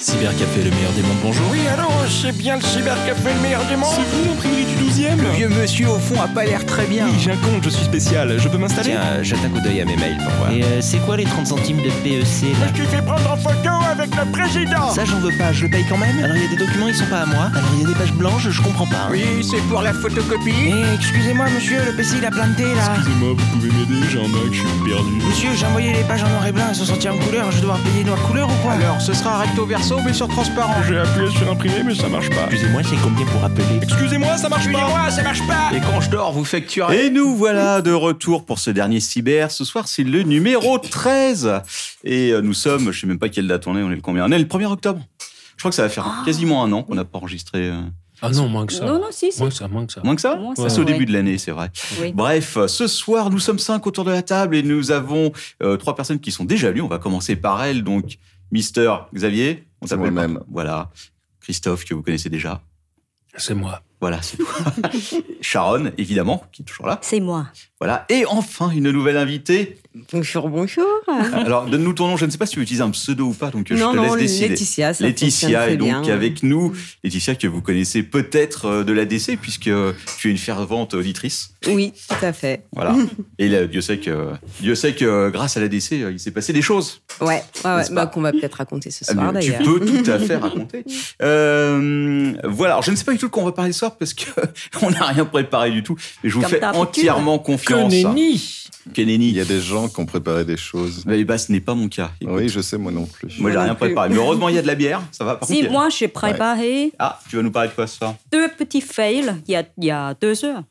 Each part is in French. Cybercafé, le meilleur des mondes, bonjour. Oui, alors, c'est bien le cybercafé le meilleur des mondes vous l'imprimerie du 12 e Le vieux monsieur au fond a pas l'air très bien. j'ai un compte, je suis spécial, je peux m'installer Tiens, euh, jette un coup d'œil à mes mails pour voir. Et euh, c'est quoi les 30 centimes de PEC là Tu fais prendre en photo avec le président Ça j'en veux pas, je le paye quand même. Alors il y a des documents, ils sont pas à moi. Alors il y a des pages blanches, je comprends pas. Oui, c'est pour la photocopie. Eh, excusez-moi monsieur, le PC il a planté là. Excusez-moi, vous pouvez m'aider, j'ai un Mac, je suis perdu. Monsieur, j'ai envoyé les pages en noir et blanc, elles sont sorties en couleur, je vais devoir payer noir couleur ou quoi Alors, ce sera recto verso mais sur transparent. J'ai appuyé sur imprimer, mais ça marche pas. Excusez-moi, c'est combien pour appeler Excusez-moi, ça marche pas Excusez-moi, ça marche pas. Et quand je dors, vous facturez. Et nous voilà de retour pour ce dernier cyber. Ce soir, c'est le numéro 13. Et euh, nous sommes, je sais même pas quelle date on est, on est le combien On est le 1er octobre. Je crois que ça va faire quasiment un an qu'on n'a pas enregistré. euh, Ah non, moins que ça. Non, non, si, si. Moins que ça, moins que ça. Moins que ça Moins Ça, ça, c'est au ouais. début de l'année, c'est vrai. Oui. Bref, euh, ce soir, nous sommes cinq autour de la table et nous avons euh, trois personnes qui sont déjà lues. On va commencer par elle. Donc, Mister Xavier, on C'est t'appelle moi-même. par- Voilà. Christophe, que vous connaissez déjà. C'est moi. Voilà, c'est tout. Sharon, évidemment, qui est toujours là. C'est moi. Voilà. Et enfin, une nouvelle invitée. Bonjour, bonjour. Alors, donne-nous ton nom. Je ne sais pas si tu utilises un pseudo ou pas, donc euh, non, je te non, laisse décider. Laetitia, ça fonctionne Laetitia très est donc bien. avec nous. Laetitia, que vous connaissez peut-être euh, de l'ADC, puisque euh, tu es une fervente auditrice. Oui, tout à fait. Voilà. Et là, Dieu sait que, Dieu sait que euh, grâce à l'ADC, euh, il s'est passé des choses. Ouais, ouais, ouais. N'est-ce pas Ah, Bah, qu'on va peut-être raconter ce soir Mais tu d'ailleurs. peux tout à fait raconter. Euh, voilà. Alors, je ne sais pas du tout de quoi on va parler ce soir parce que on n'a rien préparé du tout. Mais je vous Comme fais t'as l'habitude. entièrement confiance. Keneni Keneni. Il y a des gens qui ont préparé des choses. Mais bah, ce n'est pas mon cas. Écoute, Oui, je sais, moi non plus. Moi, j'ai Moi rien non plus. préparé. Mais heureusement, il y a de la bière. Ça va. Par contre, il Si y a- moi, j'ai préparé Ah, tu vas nous parler de quoi ce soir Eh deux petits fails il y a, il y a deux heures.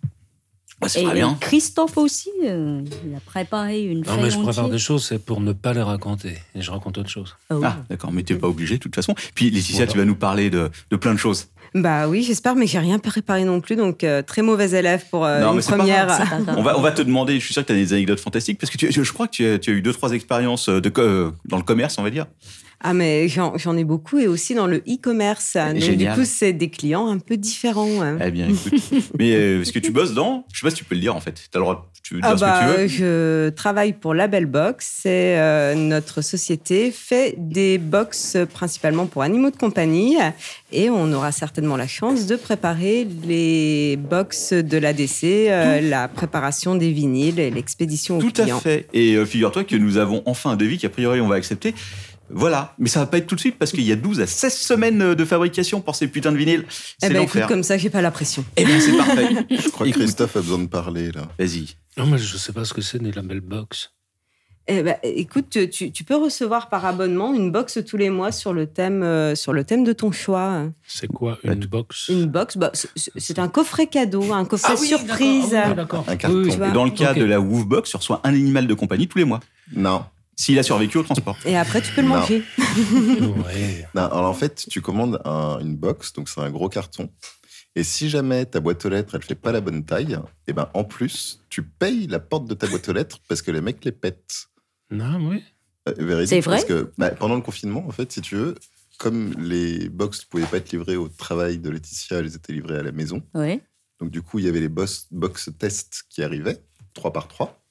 Bah, C'est Et très bien. Christophe aussi, euh, il a préparé une Non, fail mais je prépare entière. des choses, c'est pour ne pas les raconter. Et je raconte autre chose. Ah oui. Ah, d'accord, mais t'es pas obligé de toute façon. Puis Laetitia, Voilà. tu vas nous parler de, de plein de choses. Bah oui, j'espère, mais j'ai rien préparé non plus, donc euh, très mauvaise élève pour euh, Non, mais une c'est pas grave, première. C'est pas grave. On va, on va te demander, je suis sûr que tu as des anecdotes fantastiques, parce que tu- je crois que tu as, tu as eu deux, trois expériences de, co- euh, dans le commerce, on va dire. Ah mais j'en j'en ai beaucoup et aussi dans le e-commerce. Donc Ah, Génial. du coup, c'est des clients un peu différents. hein. Eh bien, écoute. mais euh, est-ce que tu bosses dans Je sais pas si tu peux le dire, en fait. Tu as le droit, tu veux dire Ah ce bah, que tu veux. je travaille pour Label Box. C'est euh, notre société fait des box euh, principalement pour animaux de compagnie et on aura certainement la chance de préparer les box de l'ADC, euh, la préparation des vinyles et l'expédition aux Tout clients. à fait. Et euh, figure-toi que nous avons enfin un devis qu'a priori on va accepter. Voilà, mais ça va pas être tout de suite parce qu'il y a 12 à 16 semaines euh, de fabrication pour ces putains de vinyles. Eh C'est ben écoute, l'enfer. comme ça, j'ai pas la pression. Eh bien, c'est parfait. Je crois que Écoute. Christophe a besoin de parler, là. Vas-y. Non, mais je sais pas ce que c'est des labels box. Eh ben, écoute, tu- tu, tu peux recevoir par abonnement une box tous les mois sur le thème, euh, sur le thème de ton choix. C'est quoi une box Une box, bah, c'est- c'est un coffret cadeau, un coffret Ah oui, surprise. d'accord, ah oui, d'accord. Un carton. Oui, oui. Tu vois. Dans le cas Ok. de la Woofbox, tu reçois un animal de compagnie tous les mois, Non. s'il a survécu au transport. Et après, tu peux le Non. manger. Ouais. Non, alors en fait, tu commandes un- une box, donc c'est un gros carton. Et si jamais ta boîte aux lettres, elle fait pas la bonne taille, et ben en plus, tu payes la porte de ta boîte aux lettres parce que les mecs les pètent. Non, oui. Euh, véridique, C'est vrai Parce que bah, pendant le confinement, en fait, si tu veux, comme les box ne pouvaient pas être livrées au travail de Laetitia, elles étaient livrées à la maison. Ouais. Donc du coup, il y avait les box, box tests qui arrivaient, 3 par 3.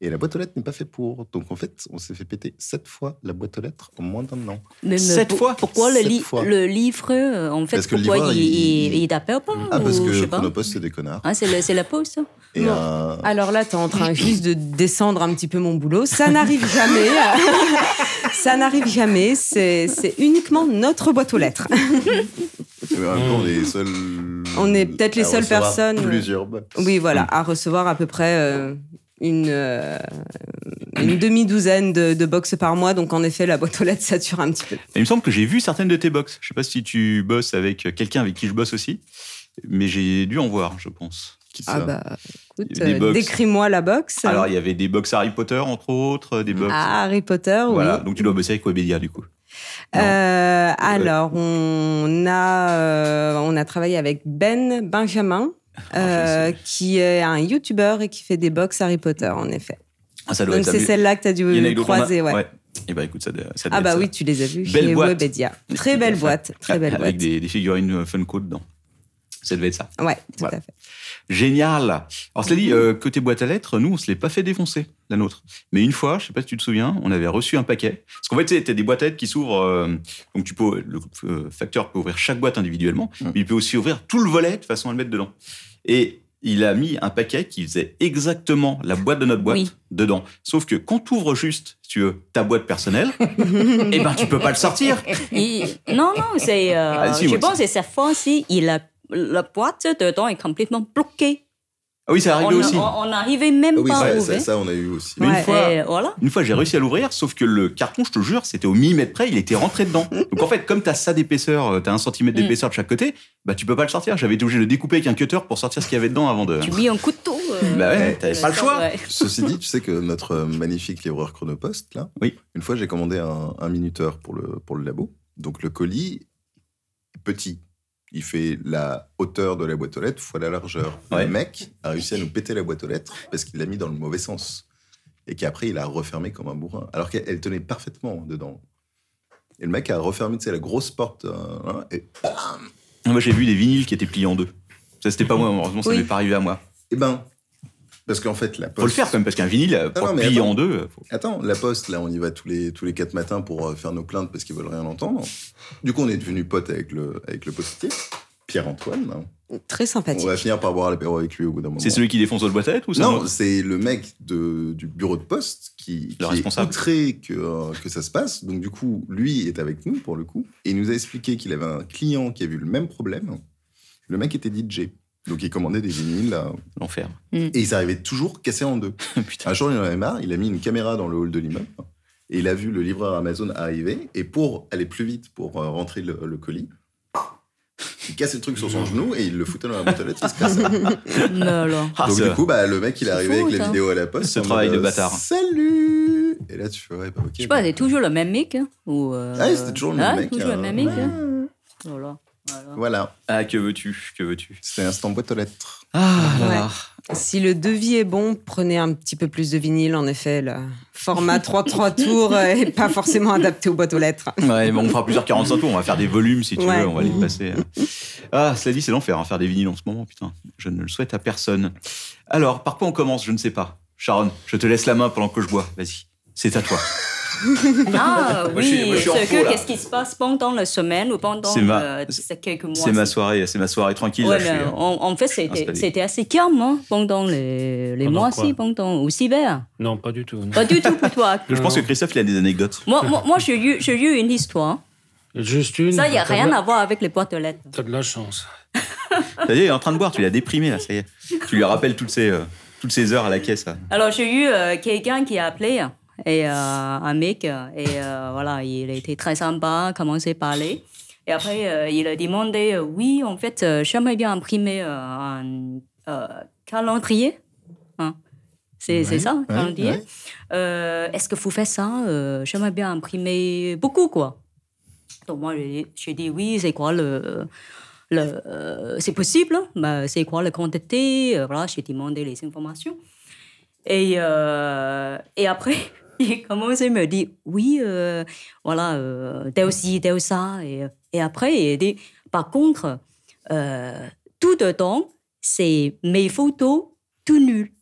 Et la boîte aux lettres n'est pas fait pour. Donc en fait, on s'est fait péter 7 fois la boîte aux lettres en moins d'un an. Mais- mais Sept pour- fois Pourquoi le, Sept li- fois. le livre, euh, en fait, Parce que le pourquoi livreur, il, il- il, il t'appelle pas Ah, parce ou Oh, je que sais pas. Chronopost, c'est des connards. Hein, c'est, le- c'est la pause. ça. Et un- Alors là, t'es en train juste de descendre un petit peu mon boulot. Ça n'arrive jamais. Ça n'arrive jamais. C'est c'est uniquement notre boîte aux lettres. Mais en même temps, on est les seuls. On est peut-être les à seules recevoir personnes- Plusieurs box. Oui, voilà, à recevoir à peu près euh, une, euh, une demi-douzaine de, de box par mois. Donc en effet, la boîte aux lettres sature un petit peu. Et il me semble que j'ai vu certaines de tes box. Je sais pas si tu bosses avec euh, quelqu'un avec qui je bosse aussi, mais j'ai dû en voir, je pense. Qui Ah ça bah, écoute, Des euh, box. décris-moi la box. Alors, il y avait des box Harry Potter, entre autres, des box. Ah, Harry Potter, voilà, oui. donc tu dois bosser avec Webedia, du coup. Non. Euh, alors, on a, euh, on a travaillé avec Ben Benjamin, Ah, euh, qui est un YouTuber et qui fait des box Harry Potter, en effet. Ah, ça doit Donc, être c'est amusant. celle-là que tu as dû Il y en a eu d'autres, on a- croiser, ouais. Et bah écoute, ça, doit- ça doit Ah, être bah ça. oui, tu les as vus Belle chez boîte. Webedia. Très belle boîte, très belle Avec boîte. des, des figurines euh, Funko dedans. Ça devait être ça. Ouais, tout Voilà. à fait. Mmh. Génial Alors, cela dit, euh, côté boîte à lettres, nous, on se l'est pas fait défoncer. la nôtre. Mais une fois, je sais pas si tu te souviens, on avait reçu un paquet. Parce qu'en fait, tu sais, t'as des boîtes à lettres qui s'ouvrent. euh, donc, tu peux, le euh, facteur peut ouvrir chaque boîte individuellement, Mmh. mais il peut aussi ouvrir tout le volet de façon à le mettre dedans. Et il a mis un paquet qui faisait exactement la boîte de notre boîte Oui. dedans. Sauf que quand tu ouvres juste, si tu veux, ta boîte personnelle, eh ben, tu peux pas le sortir. Il- Non, non, c'est. euh, Ah, si, je moi, pense que cette fois-ci, il a, la boîte dedans est complètement bloquée. Ah oui, c'est arrivé on, aussi. on- on n'arrivait même oui, pas à ça, ouvrir. Ah ça, ça, on a eu aussi. Mais Ouais, une fois, et voilà. Une fois, j'ai réussi à l'ouvrir, sauf que le carton, je te jure, c'était au millimètre près, il était rentré dedans. Donc en fait, comme t'as ça d'épaisseur, euh, t'as un centimètre Mm. d'épaisseur de chaque côté, bah tu peux pas le sortir. J'avais été obligé de le découper avec un cutter pour sortir ce qu'il y avait dedans avant de. Tu mis un couteau. euh, Bah ouais, t'avais euh, pas le choix. ouais. Ceci dit, tu sais que notre euh, magnifique livreur Chronopost, là, Oui. une fois j'ai commandé un, un minuteur pour le, pour le labo. Donc le colis, petit. Il fait la hauteur de la boîte aux lettres fois la largeur. Ouais. Le mec a réussi à nous péter la boîte aux lettres parce qu'il l'a mis dans le mauvais sens. Et qu'après, il a refermé comme un bourrin. Alors qu'elle elle tenait parfaitement dedans. Et le mec a refermé, tu sais, la grosse porte. euh, hein, et, Ah, Moi, j'ai vu des vinyles qui étaient pliés en deux. Ça, c'était pas moi, heureusement, ça Oui. m'est pas arrivé à moi. et ben, parce qu'en fait, la poste. Faut le faire quand même, parce qu'un vinyle, euh, pour non, mais plier attends. en deux, euh, faut- Attends, la poste, là, on y va tous les, tous les quatre matins pour euh, faire nos plaintes parce qu'ils veulent rien entendre. Du coup, on est devenu pote avec le, avec le postier, Pierre-Antoine. hein. Très On sympathique. va finir par boire l'apéro avec lui au bout d'un moment. Ah, c'est celui qui défonce votre boîte à lettres ou c'est un Non, autre c'est le mec de- du bureau de poste qui, qui responsable. est outré que, euh, que ça se passe. Donc, du coup, lui est avec nous, pour le coup, et il nous a expliqué qu'il avait un client qui a vu le même problème. Le mec était DJ. Donc, il commandait des vinyles, là, l'enfer. et ils arrivaient toujours cassés en deux. Putain. Un jour, il en avait marre, il a mis une caméra dans le hall de l'immeuble et il a vu le livreur Amazon arriver. Et pour aller plus vite, pour euh, rentrer le, le colis, il casse le truc sur son genou et il le foutait dans la boîte aux lettres. il se cassait. Non, non. Ah, Donc, ça- du coup, bah, le mec, il est C'est arrivé fou, avec la ça. vidéo à la poste. Ce en mode, travail de euh, bâtard. Salut Et là, tu fais, ouais, bah, ok. Je sais pas, c'est toujours le même mec. hein, ou, euh, Ah, c'était toujours le même ah, mec, toujours hein. le même euh, mec. hein. Oh là, voilà. Voilà, Ah, que veux-tu Que veux-tu c'était instant boîte aux lettres. Ah là Ouais. là. Si le devis est bon, prenez un petit peu plus de vinyle, en effet. Le format 3-3 tours est pas forcément adapté aux boîtes aux lettres. Ouais, mais on fera plusieurs 45 tours, on va faire des volumes si tu Ouais. veux, on va les passer. Ah, cela dit, c'est l'enfer, hein, faire des vinyles en ce moment, putain. Je ne le souhaite à personne. Alors, par quoi on commence Je ne sais pas. Sharon, je te laisse la main pendant que je bois, vas-y. C'est à toi. Ah Moi, je suis- oui, moi, je suis en ce faux, là. que qu'est-ce qui se passe pendant la semaine ou pendant C'est ma- euh, ces quelques mois C'est ma soirée, c'est ma soirée tranquille. là, Ouais, je mais suis, euh, en, en fait, c'était installé. c'était assez calme hein, pendant les, les Pendant mois, quoi si, pendant au cyber. Non, pas du tout. non. Pas du tout pour toi. je pense que Christophe, il a des anecdotes. moi, moi, moi, j'ai eu, j'ai eu une histoire. Juste une. Ça, il n'y a t'as rien de la- à voir avec les boîtes aux lettres. T'as de la chance. Ça y est, il est en train de boire, tu l'as déprimé, là, ça y est. Tu lui rappelles toutes ces, euh, toutes ces heures à la caisse. là. Alors, j'ai eu euh, quelqu'un qui a appelé hein, et, euh, un mec, euh, et euh, voilà, il était très sympa, commencé à parler. Et après, euh, il a demandé euh, Oui, en fait, euh, j'aimerais bien imprimer euh, un euh, calendrier. Hein. C'est c'est ça, un calendrier. ouais. Euh, Est-ce que vous faites ça Euh, J'aimerais bien imprimer beaucoup, quoi. Donc, moi, j'ai j'ai dit Oui, c'est quoi le. le euh, c'est possible, hein? Bah, c'est quoi la quantité Euh, Voilà, j'ai demandé les informations. Et, euh, et après, il commence à me dire oui, euh, voilà, euh, t'as aussi, t'as ça. Et, et après, il dit par contre, euh, tout dedans, c'est mes photos tout nul.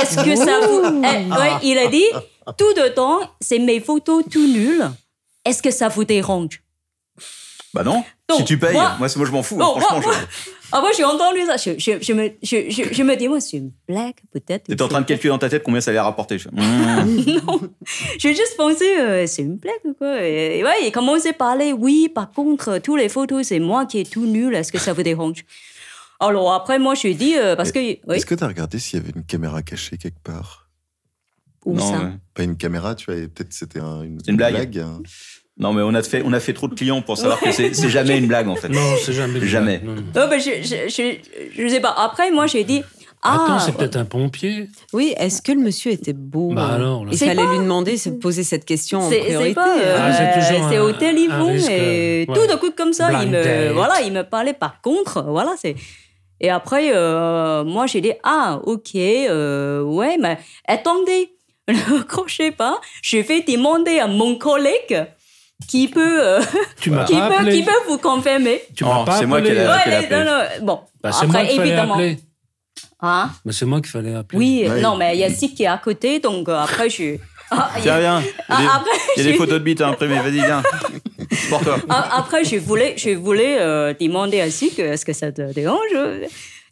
Est-ce que ça vous. Eh, ouais, il a dit tout dedans, c'est mes photos tout nul. Est-ce que ça vous dérange Bah non, Donc, si tu payes, moi, moi- c'est- moi je m'en fous, Non, hein, franchement. moi- je- Ah, moi, j'ai entendu ça. Je, je, je, me, je, je, je me dis, moi, c'est une blague, peut-être. T'étais en train de calculer dans ta tête combien ça allait rapporter. je fais, Mmh. J'ai juste pensé, euh, c'est une blague ou quoi et, et ouais, il commençait à parler, oui, par contre, euh, tous les photos, c'est moi qui est tout nul, est-ce que ça vous dérange Alors après, moi, je lui ai dit, euh, parce que... Oui, Est-ce que t'as regardé s'il y avait une caméra cachée quelque part où Non, ça ouais. Pas une caméra, tu vois, et peut-être c'était un- une, C'est une blague. hein. Non, mais on a fait, on a fait trop de clients pour savoir que c'est c'est jamais une blague en fait. Non, c'est jamais. le Jamais. cas. Non, non. Non, mais Euh, ben, je, je, je, je sais pas. Après, moi, j'ai dit, Attends, ah, c'est peut-être un pompier. Oui, est-ce que le monsieur était beau euh, Bah alors, là. Il C'est fallait pas- lui demander, se poser cette question en c'est c'est priorité. hein. pas... euh, Ah, c'est toujours c'est un- au un téléphone risque, et euh, tout ouais. d'un coup, comme ça, il Blind me, date. voilà, il me parlait par contre, voilà, c'est... Et après, euh, moi, j'ai dit, ah, ok, euh, ouais, mais attendez, ne crochez pas, je vais demander à mon collègue qui peut... euh, Tu m'as qui, pas peut, appelé. qui peut vous confirmer Tu Oh, m'as pas c'est moi appelé. qui ai la- Ouais, qu'elle les- non, non, Bon, Bah, c'est moi après, qu'il fallait évidemment. appeler. Hein Mais c'est moi qu'il fallait appeler. Oui, Ouais. non, mais il y a Sid qui est à côté, donc euh, après, je. Ah, il y Tiens, a- viens. Ah, Il y a- après, il y a des j'ai- photos de bites à imprimer. Vas-y, viens. Pour toi. A- Après, je voulais, je voulais euh, demander à Sid que est-ce que ça te dérange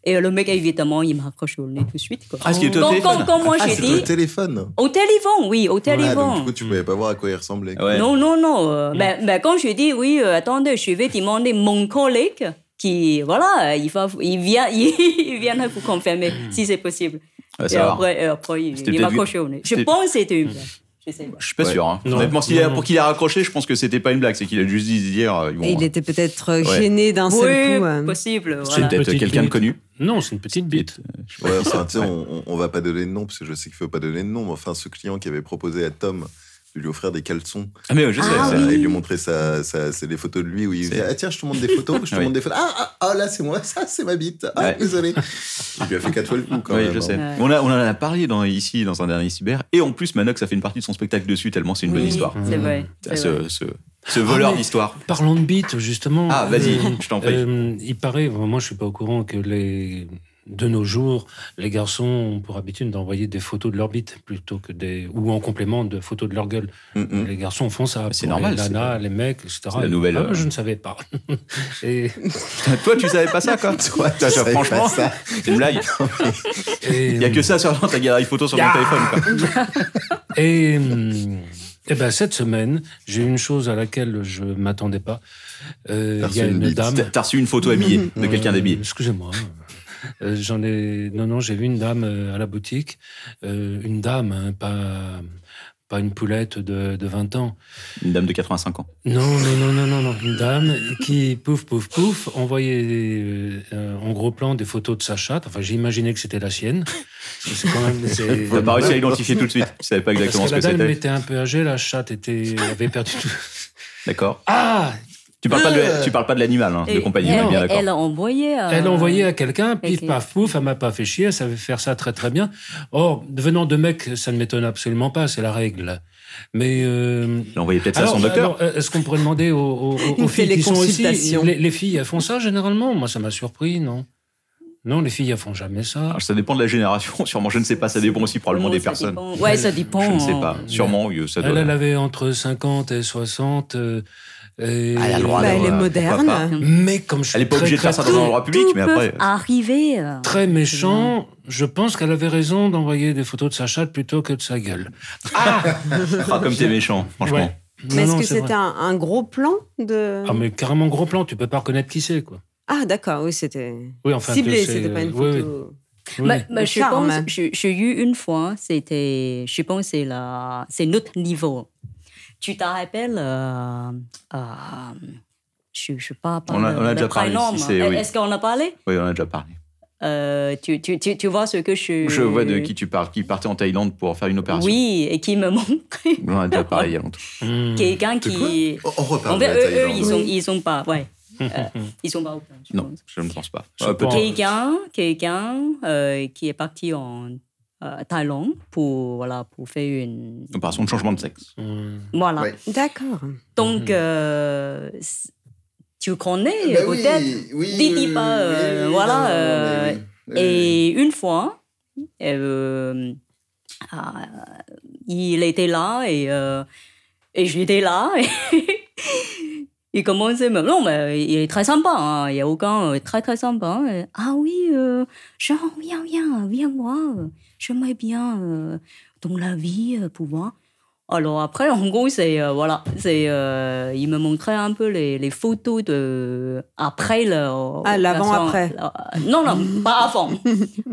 Et le mec, évidemment, il m'accroche au nez tout de suite. Quoi. Ah, ce qui était au Quand, téléphone. quand, quand moi, Ah, j'ai c'est au dit. téléphone. Au téléphone, oui, au Ah, téléphone. donc du coup, tu pouvais pas voir à quoi il ressemblait. quoi. Ouais. Ah, Mm. Non, non, non. euh, ben, ben, quand je dis oui, euh, attendez, je vais demander mon collègue qui, voilà, euh, il, va, il, vient, il viendra vous confirmer si c'est possible. Mm. Ouais, et ça va. après, et après, il, C'était il m'a peut-être- accroché au nez. Je c'était- Mm. pense que c'était une blague. Je sais pas. Je suis pas Ouais. sûr. Hein. Non. Honnêtement, s'il a- Non, non. pour qu'il a raccroché, je pense que c'était pas une blague. C'est qu'il a juste dit hier. euh, ils vont- Et il était peut-être euh, Ouais. gêné d'un Oui, seul coup. hein. possible. C'est Voilà. peut-être Petite quelqu'un de bite. connu. Non, c'est une petite bite. Ouais, enfin, tu sais, on, on- on va pas donner de nom, parce que je sais qu'il faut pas donner de nom. mais enfin, ce client qui avait proposé à Tom de lui offrir des caleçons Ah, mais euh, je sais. Ah Ça, ça- oui. Il lui montrait sa, sa- c'est des photos de lui où il C'est- disait Ah, tiens, je te montre des photos, je te Oui. montre des photos. Ah, ah, ah, là, c'est moi, ça, c'est ma bite. Ah, Ouais. désolé. Il lui a fait quatre fois le coup quand oui, même. je hein. sais. Ouais. On, a- on en a parlé dans, ici dans un dernier cyber. Et en plus, Manox a fait une partie de son spectacle dessus, tellement c'est une bonne Oui, histoire. C'est vrai. Ah, c'est vrai. Ah, ce, ce, ce voleur mais- d'histoire. Parlons de bites, justement. Ah, vas-y, Euh, je t'en prie. euh, il paraît, bon, moi je suis pas au courant que les de nos jours, les garçons ont pour habitude d'envoyer des photos de leur bite plutôt que des ou en complément de photos de leur gueule. Mm, mm. Les garçons font ça. C'est pour normal, Les c'est nanas, les mecs, etc. la nouvelle, Ah, euh, Je ne savais pas. et, Toi, tu savais pas ça, quoi. Toi, tu Toi, savais pas franchement, ça. c'est une blague. et- Il y a que ça sur dans ta galerie photo sur ton Yeah. téléphone, quoi. Et, hum, eh ben, cette semaine, j'ai eu une chose à laquelle je ne m'attendais pas. Euh, T'as Il y a reçu une une bite. dame. T'as- T'as reçu une photo habillée de quelqu'un Euh, d'habillé. Excusez-moi. Euh, J'en ai. Non, non, j'ai vu une dame euh, à la boutique. Euh, une dame, hein, pas, pas une poulette de, de 20 ans. Une dame de 85 ans. Non, non, non, non, non, non. Une dame qui, pouf, pouf, pouf, envoyait euh, euh, en gros plan des photos de sa chatte. Enfin, j'ai imaginé que c'était la sienne. Parce que C'est quand même. c'est- T'as pas réussi à l'identifier tout de suite. Tu savais pas exactement Parce ce que que la dame c'était. était un peu âgée, la chatte était, avait perdu tout. D'accord. Ah Tu parles pas de, tu parles pas de l'animal, hein, de Et- compagnie. elle, on est bien d'accord. elle a envoyé. euh, Elle a envoyé à quelqu'un, pif, ok. paf, pouf, elle m'a pas fait chier, elle savait faire ça très très bien. Or, venant de mecs, ça ne m'étonne absolument pas, c'est la règle. Mais. euh, Elle a envoyé peut-être ça à son alors, docteur. alors, est-ce qu'on pourrait demander aux, aux- aux- Une aux filles qui sont aussi. téléconsultation. Les, les filles, elles font ça généralement Moi, ça m'a surpris, non Non, les filles, elles font jamais ça. Alors, ça dépend de la génération, sûrement. Je ne sais pas. Ça dépend aussi probablement Ouais, des Oh, ça personnes. dépend. Ouais, ça dépend. Je ne sais hein. pas. Sûrement, oui, ça doit. Elle, elle avait entre 50 et 60. euh, et- Ah, Elle a le droit Bah, euh, elle est d'avoir- moderne. pourquoi pas. Mais comme je suis Elle est pas très, obligée de très, faire ça très- dans un endroit public, Tout mais peut après. Arriver. euh. très méchant, je pense qu'elle avait raison d'envoyer des photos de sa chatte plutôt que de sa gueule. Ah, comme t'es méchant, franchement. Ouais. Mais Non, est-ce non, que c'est vrai. c'était un, un gros plan de... Ah, mais carrément gros plan, tu peux pas reconnaître qui c'est, quoi. Ah, d'accord, oui, c'était Oui, enfin, ciblé, tu sais, c'était pas une oui, photo. oui, Bah, oui. bah, Le je charme. pense, je- j'ai eu une fois, hein. c'était, je pense, c'est la, c'est notre niveau. Tu te rappelles, euh, euh, je, je sais pas, pas On a- le- on a le déjà parlé prénom, ici, c'est- hein. oui. Est-ce qu'on a parlé Oui, on en a déjà parlé. Euh, tu, tu, tu, tu vois ce que je. Je vois de qui tu parles, qui partait en Thaïlande pour faire une opération. Oui, et qui me montrait On en a déjà parlé il y a longtemps. Bah, Hmm. quelqu'un De qui. quoi On reparle En de fait, la eux, eux, Thaïlande. ils sont, ils sont pas, ouais, Euh, ils sont pas autant, je Non, pense. je ne pense pas. Je Ah, peut-être. pense. Quelqu'un, quelqu'un euh, qui est parti en euh, Thaïlande pour voilà pour faire une Opération de changement de sexe. Hmm. Voilà. Ouais. D'accord. Donc, euh, c- tu connais Bah oui, euh, peut-être. oui, Dis- oui, dis pas, oui, oui, euh, oui, voilà, oui, euh, oui, oui, oui. Et une fois, euh, ah, il était là et, euh, et j'étais là. et il commençait même. Non, mais il est très sympa. hein, Il y a aucun. euh, Très, très sympa. Et, ah oui, euh, genre, viens, viens, viens voir. euh, J'aimerais bien euh, dans la vie euh, pouvoir. Alors après, en gros, c'est euh, voilà, c'est euh, il me montrait un peu les, les photos de après le Ah, l'avant, la- après. la- euh, non non pas avant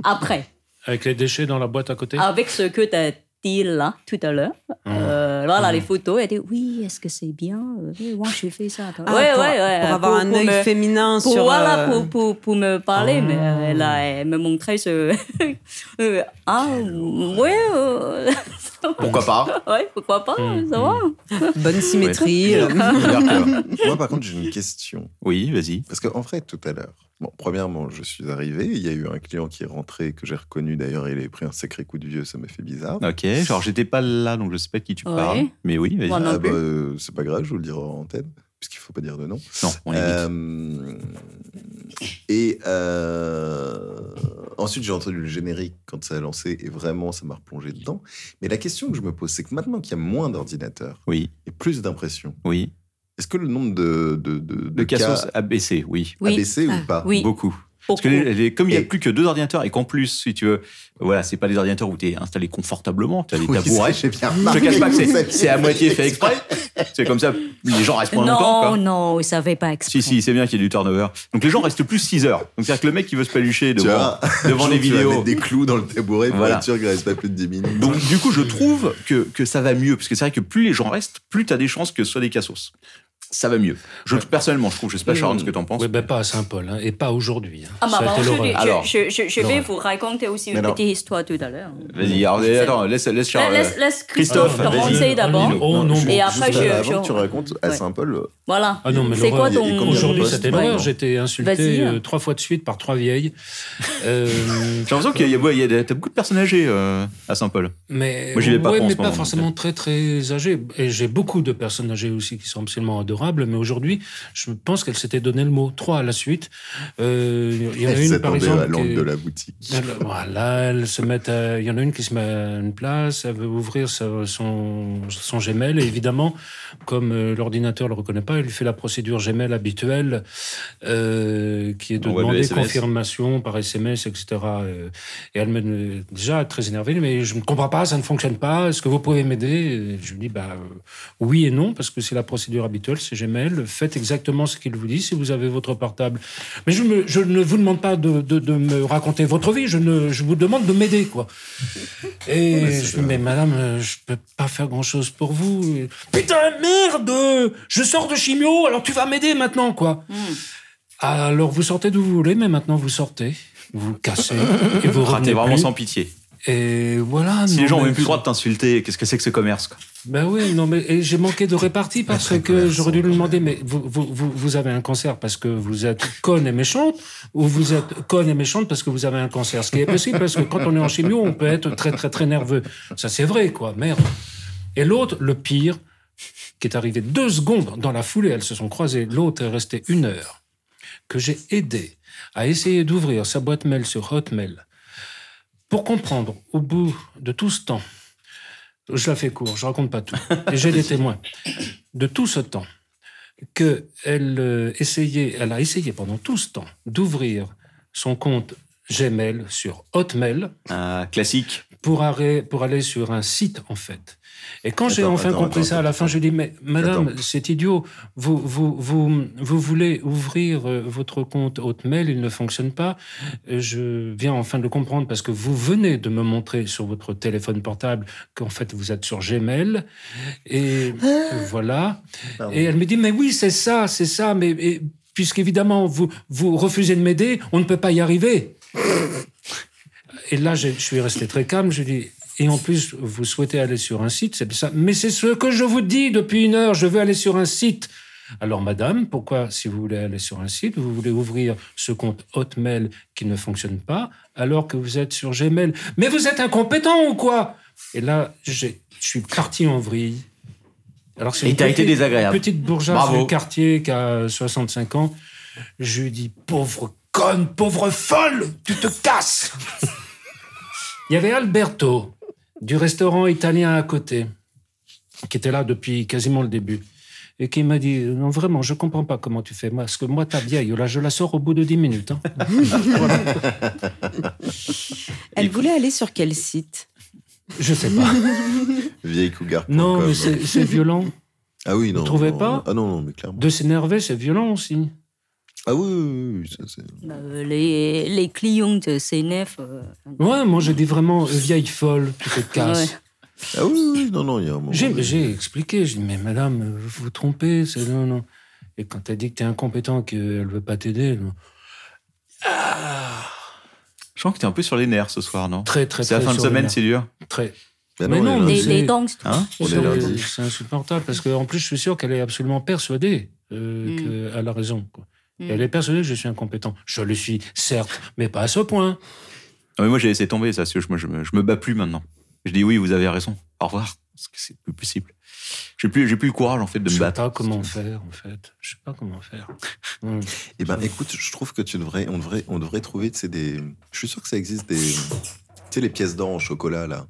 après Avec les déchets dans la boîte à côté avec ce que tu as dit là tout à l'heure. Hmm. euh, voilà, Mmh. les photos, elle dit oui, est-ce que c'est bien Euh, Oui, moi j'ai fait ça. Ah, ouais, pour, ouais, ouais. pour avoir un œil me- féminin pour- sur... voilà, euh, pour, pour, pour me parler, Ah. mais euh, elle, a- elle me montrait ce. Euh, ah, ouais, euh, Pourquoi pas ouais, pourquoi pas, Mmh, ça va. Bonne symétrie. euh, Alors que, Moi, par contre, j'ai une question. Oui, vas-y. Parce qu'en vrai, tout à l'heure, bon, premièrement, je suis arrivé, il y a eu un client qui est rentré, que j'ai reconnu d'ailleurs, il avait pris un sacré coup de vieux, ça m'a fait bizarre. Ok, genre j'étais pas là, donc je sais pas de qui tu Ouais. parles. Mais oui, vas-y. Moi non bah, plus. euh, c'est pas grave, je vous le dirai en antenne, puisqu'il faut pas dire de nom. Non, on évite. Euh, Et euh, ensuite, j'ai entendu le générique quand ça a lancé et vraiment, ça m'a replongé dedans. Mais la question que je me pose, c'est que maintenant qu'il y a moins d'ordinateurs Oui, et plus d'impressions, oui. est-ce que le nombre de, de, de, de Le cassos a baissé, oui. a baissé ou pas Oui, Beaucoup. Parce que les- les- comme il n'y a Et- plus que deux ordinateurs et qu'en plus, si tu veux, voilà, c'est pas des ordinateurs où tu es installé confortablement, tu as des Oui, ça, tabourets. j'ai bien Je te remarqué. cache pas que Vous c'est- aviez c'est à moitié fait exprès. C'est comme ça, les gens restent moins longtemps. Non, quoi. non, ils savaient pas Si, exprès. si, c'est bien qu'il y ait du turnover. Donc les gens restent plus 6 heures. Donc c'est-à-dire que le mec qui veut se palucher Tu devant, vois, devant Jean, les tu vas vidéos. mettre des clous dans le tabouret pour Voilà. être sûr qu'il reste pas plus de 10 minutes. Donc du coup, je trouve que, que ça va mieux. Parce que c'est vrai que plus les gens restent, plus tu as des chances que ce soit des cassos. Ça va mieux. Je, Personnellement, je trouve, je sais pas, Sharon, ce que t'en penses. Oui, ben pas à Saint-Paul, hein, et pas aujourd'hui. hein. Ah, bah, Ça a bah, été je, l'horreur. Alors. je- je- je vais L'horreur. vous raconter aussi Mais une non. petite histoire tout à l'heure. Vas-y, alors, attends, laisse, laisse Sharon. euh, laisse, laisse Christophe, Christophe te vas-y. lancer d'abord. Ah, Oh, non, juste- et après, juste je- avant je- que tu racontes à ouais. Saint-Paul, Voilà. Ah non, mais c'est quoi l'horreur, il y a- ton. combien de Aujourd'hui, postes c'était l'horreur. Ouais. euh, J'étais Vas-y. hein. insulté euh, trois fois de suite par trois vieilles. Euh, J'ai l'impression qu'il y a, ouais, il y a des- t'as beaucoup de personnes âgées euh, à Saint-Paul. mais Moi, j'y vais pas ouais, trop en mais ce moment, pas donc. hein. forcément très très âgées. Et j'ai beaucoup de personnes âgées aussi qui sont absolument adorables. Mais aujourd'hui, je pense qu'elles s'étaient donné le mot trois à la suite. Euh, Il y en a elle une par s'attendait exemple. à l'angle qui- de la boutique. Elle- voilà, elle se met à- Il y en a une qui se met à une place, elle veut ouvrir sa- son, son Gmail, et évidemment, comme euh, l'ordinateur ne le reconnaît pas, elle lui fait la procédure Gmail habituelle, euh, qui est de On voit le demander SMS. confirmation par SMS, etc. euh, et elle me déjà très énervée, mais je ne comprends pas, ça ne fonctionne pas, est-ce que vous pouvez m'aider Et Je lui dis, bah, euh, oui et non, parce que c'est la procédure habituelle, c'est Gmail, faites exactement ce qu'il vous dit si vous avez votre portable. Mais je, me- je ne vous demande pas de, de- de me raconter votre vie, je, ne, je vous demande de m'aider, quoi. Et Ouais, c'est je dis, mais madame, euh, je peux pas faire grand-chose pour vous. Et, Putain, merde Je sors de chimio, alors tu vas m'aider maintenant, quoi. Alors vous sortez d'où vous voulez, mais maintenant vous sortez. Vous vous cassez et vous Ah, revenez t'es vraiment plus. sans pitié. Et voilà. Si non, les gens ont mais- même plus le droit de t'insulter, qu'est-ce que c'est que ce commerce quoi ben oui, non, mais et j'ai manqué de répartie parce très que commerçant, j'aurais dû lui quand demander, mais vous, vous, vous, vous avez un cancer parce que vous êtes conne et méchante ou vous êtes conne et méchante parce que vous avez un cancer Ce qui est possible parce que quand on est en chimio, on peut être très, très, très nerveux. Ça, c'est vrai, quoi, merde. Et l'autre, le pire, qui est arrivé deux secondes dans la foulée, elles se sont croisées, l'autre est resté une heure, que j'ai aidé à essayer d'ouvrir sa boîte mail sur Hotmail pour comprendre, au bout de tout ce temps, je la fais court, je raconte pas tout. Et j'ai des témoins de tout ce temps que elle euh, essayait, elle a essayé pendant tout ce temps d'ouvrir son compte Gmail sur Hotmail Ah, Classique. pour aller, pour aller sur un site en fait. Et quand j'ai Attends, enfin attends, compris attends, ça à la attends. fin, je lui ai dit mais madame, Attends. c'est idiot. Vous vous vous vous voulez ouvrir euh, votre compte Hotmail, il ne fonctionne pas. Euh, Je viens enfin de le comprendre parce que vous venez de me montrer sur votre téléphone portable qu'en fait vous êtes sur Gmail et voilà. Pardon. Et elle me dit, mais oui, c'est ça, c'est ça, mais et puisqu'évidemment, vous, vous refusez de m'aider, on ne peut pas y arriver. et là, j'ai- je suis resté très calme, je dis, et en plus, vous souhaitez aller sur un site, c'est ça. Mais c'est ce que je vous dis depuis une heure, je veux aller sur un site. Alors, madame, pourquoi, si vous voulez aller sur un site, vous voulez ouvrir ce compte Hotmail qui ne fonctionne pas, alors que vous êtes sur Gmail Mais vous êtes incompétent ou quoi Et là, j'ai- je suis parti en vrille. Alors, c'est Et une t'as été petite- désagréable. Petite bourgeoise Bravo. du quartier qui a 65 ans. Je lui dis Pauvre conne, pauvre folle, tu te casses Il y avait Alberto, du restaurant italien à côté, qui était là depuis quasiment le début. Et qui m'a dit, non, vraiment, je comprends pas comment tu fais. Parce que moi, ta vieille, là, je la sors au bout de 10 minutes. hein. Elle voulait aller sur quel site Je sais pas. Vieille cougar. Non, mais c'est c'est violent. Ah oui, non. Vous trouvez non, pas Ah non, non, mais clairement. De s'énerver, c'est violent aussi. Ah oui, oui, oui, oui, ça, c'est- Bah, euh, les, les clients de CNF. euh, Ouais, moi, j'ai dit vraiment, vieille folle, tu te casses. Ouais. Ah oui, oui, oui, non, non, il y a un moment. J'ai, j'ai expliqué, j'ai dit, mais madame, euh, vous vous trompez, c'est non, non. Et quand elle dit que t'es incompétent, qu'elle veut pas t'aider, elle- Je sens que t'es un peu sur les nerfs ce soir, non très, très, C'est la très fin de sur les semaine, nerfs. c'est dur. Très. Ah mais non, il y a- Les, c'est- les dents. Hein On est c'est, lundi. c'est insupportable, parce qu'en plus, je suis sûr qu'elle est absolument persuadée euh, Mm. qu'elle a raison. quoi. Mm. Elle est persuadée que je suis incompétent. Je le suis, certes, mais pas à ce point. Non, mais moi, j'ai laissé tomber ça, parce que je, moi, je, me, je me bats plus maintenant. Je dis oui, vous avez raison. Au revoir. Parce que c'est plus possible. J'ai plus, j'ai plus le courage, en fait, de je me sais battre. pas comment faire, en fait. Je sais pas comment faire. Mm. Eh ben, écoute, je trouve que tu devrais, on devrait, on devrait trouver, tu sais, des. Je suis sûr que ça existe des, tu sais, les pièces d'or en chocolat là.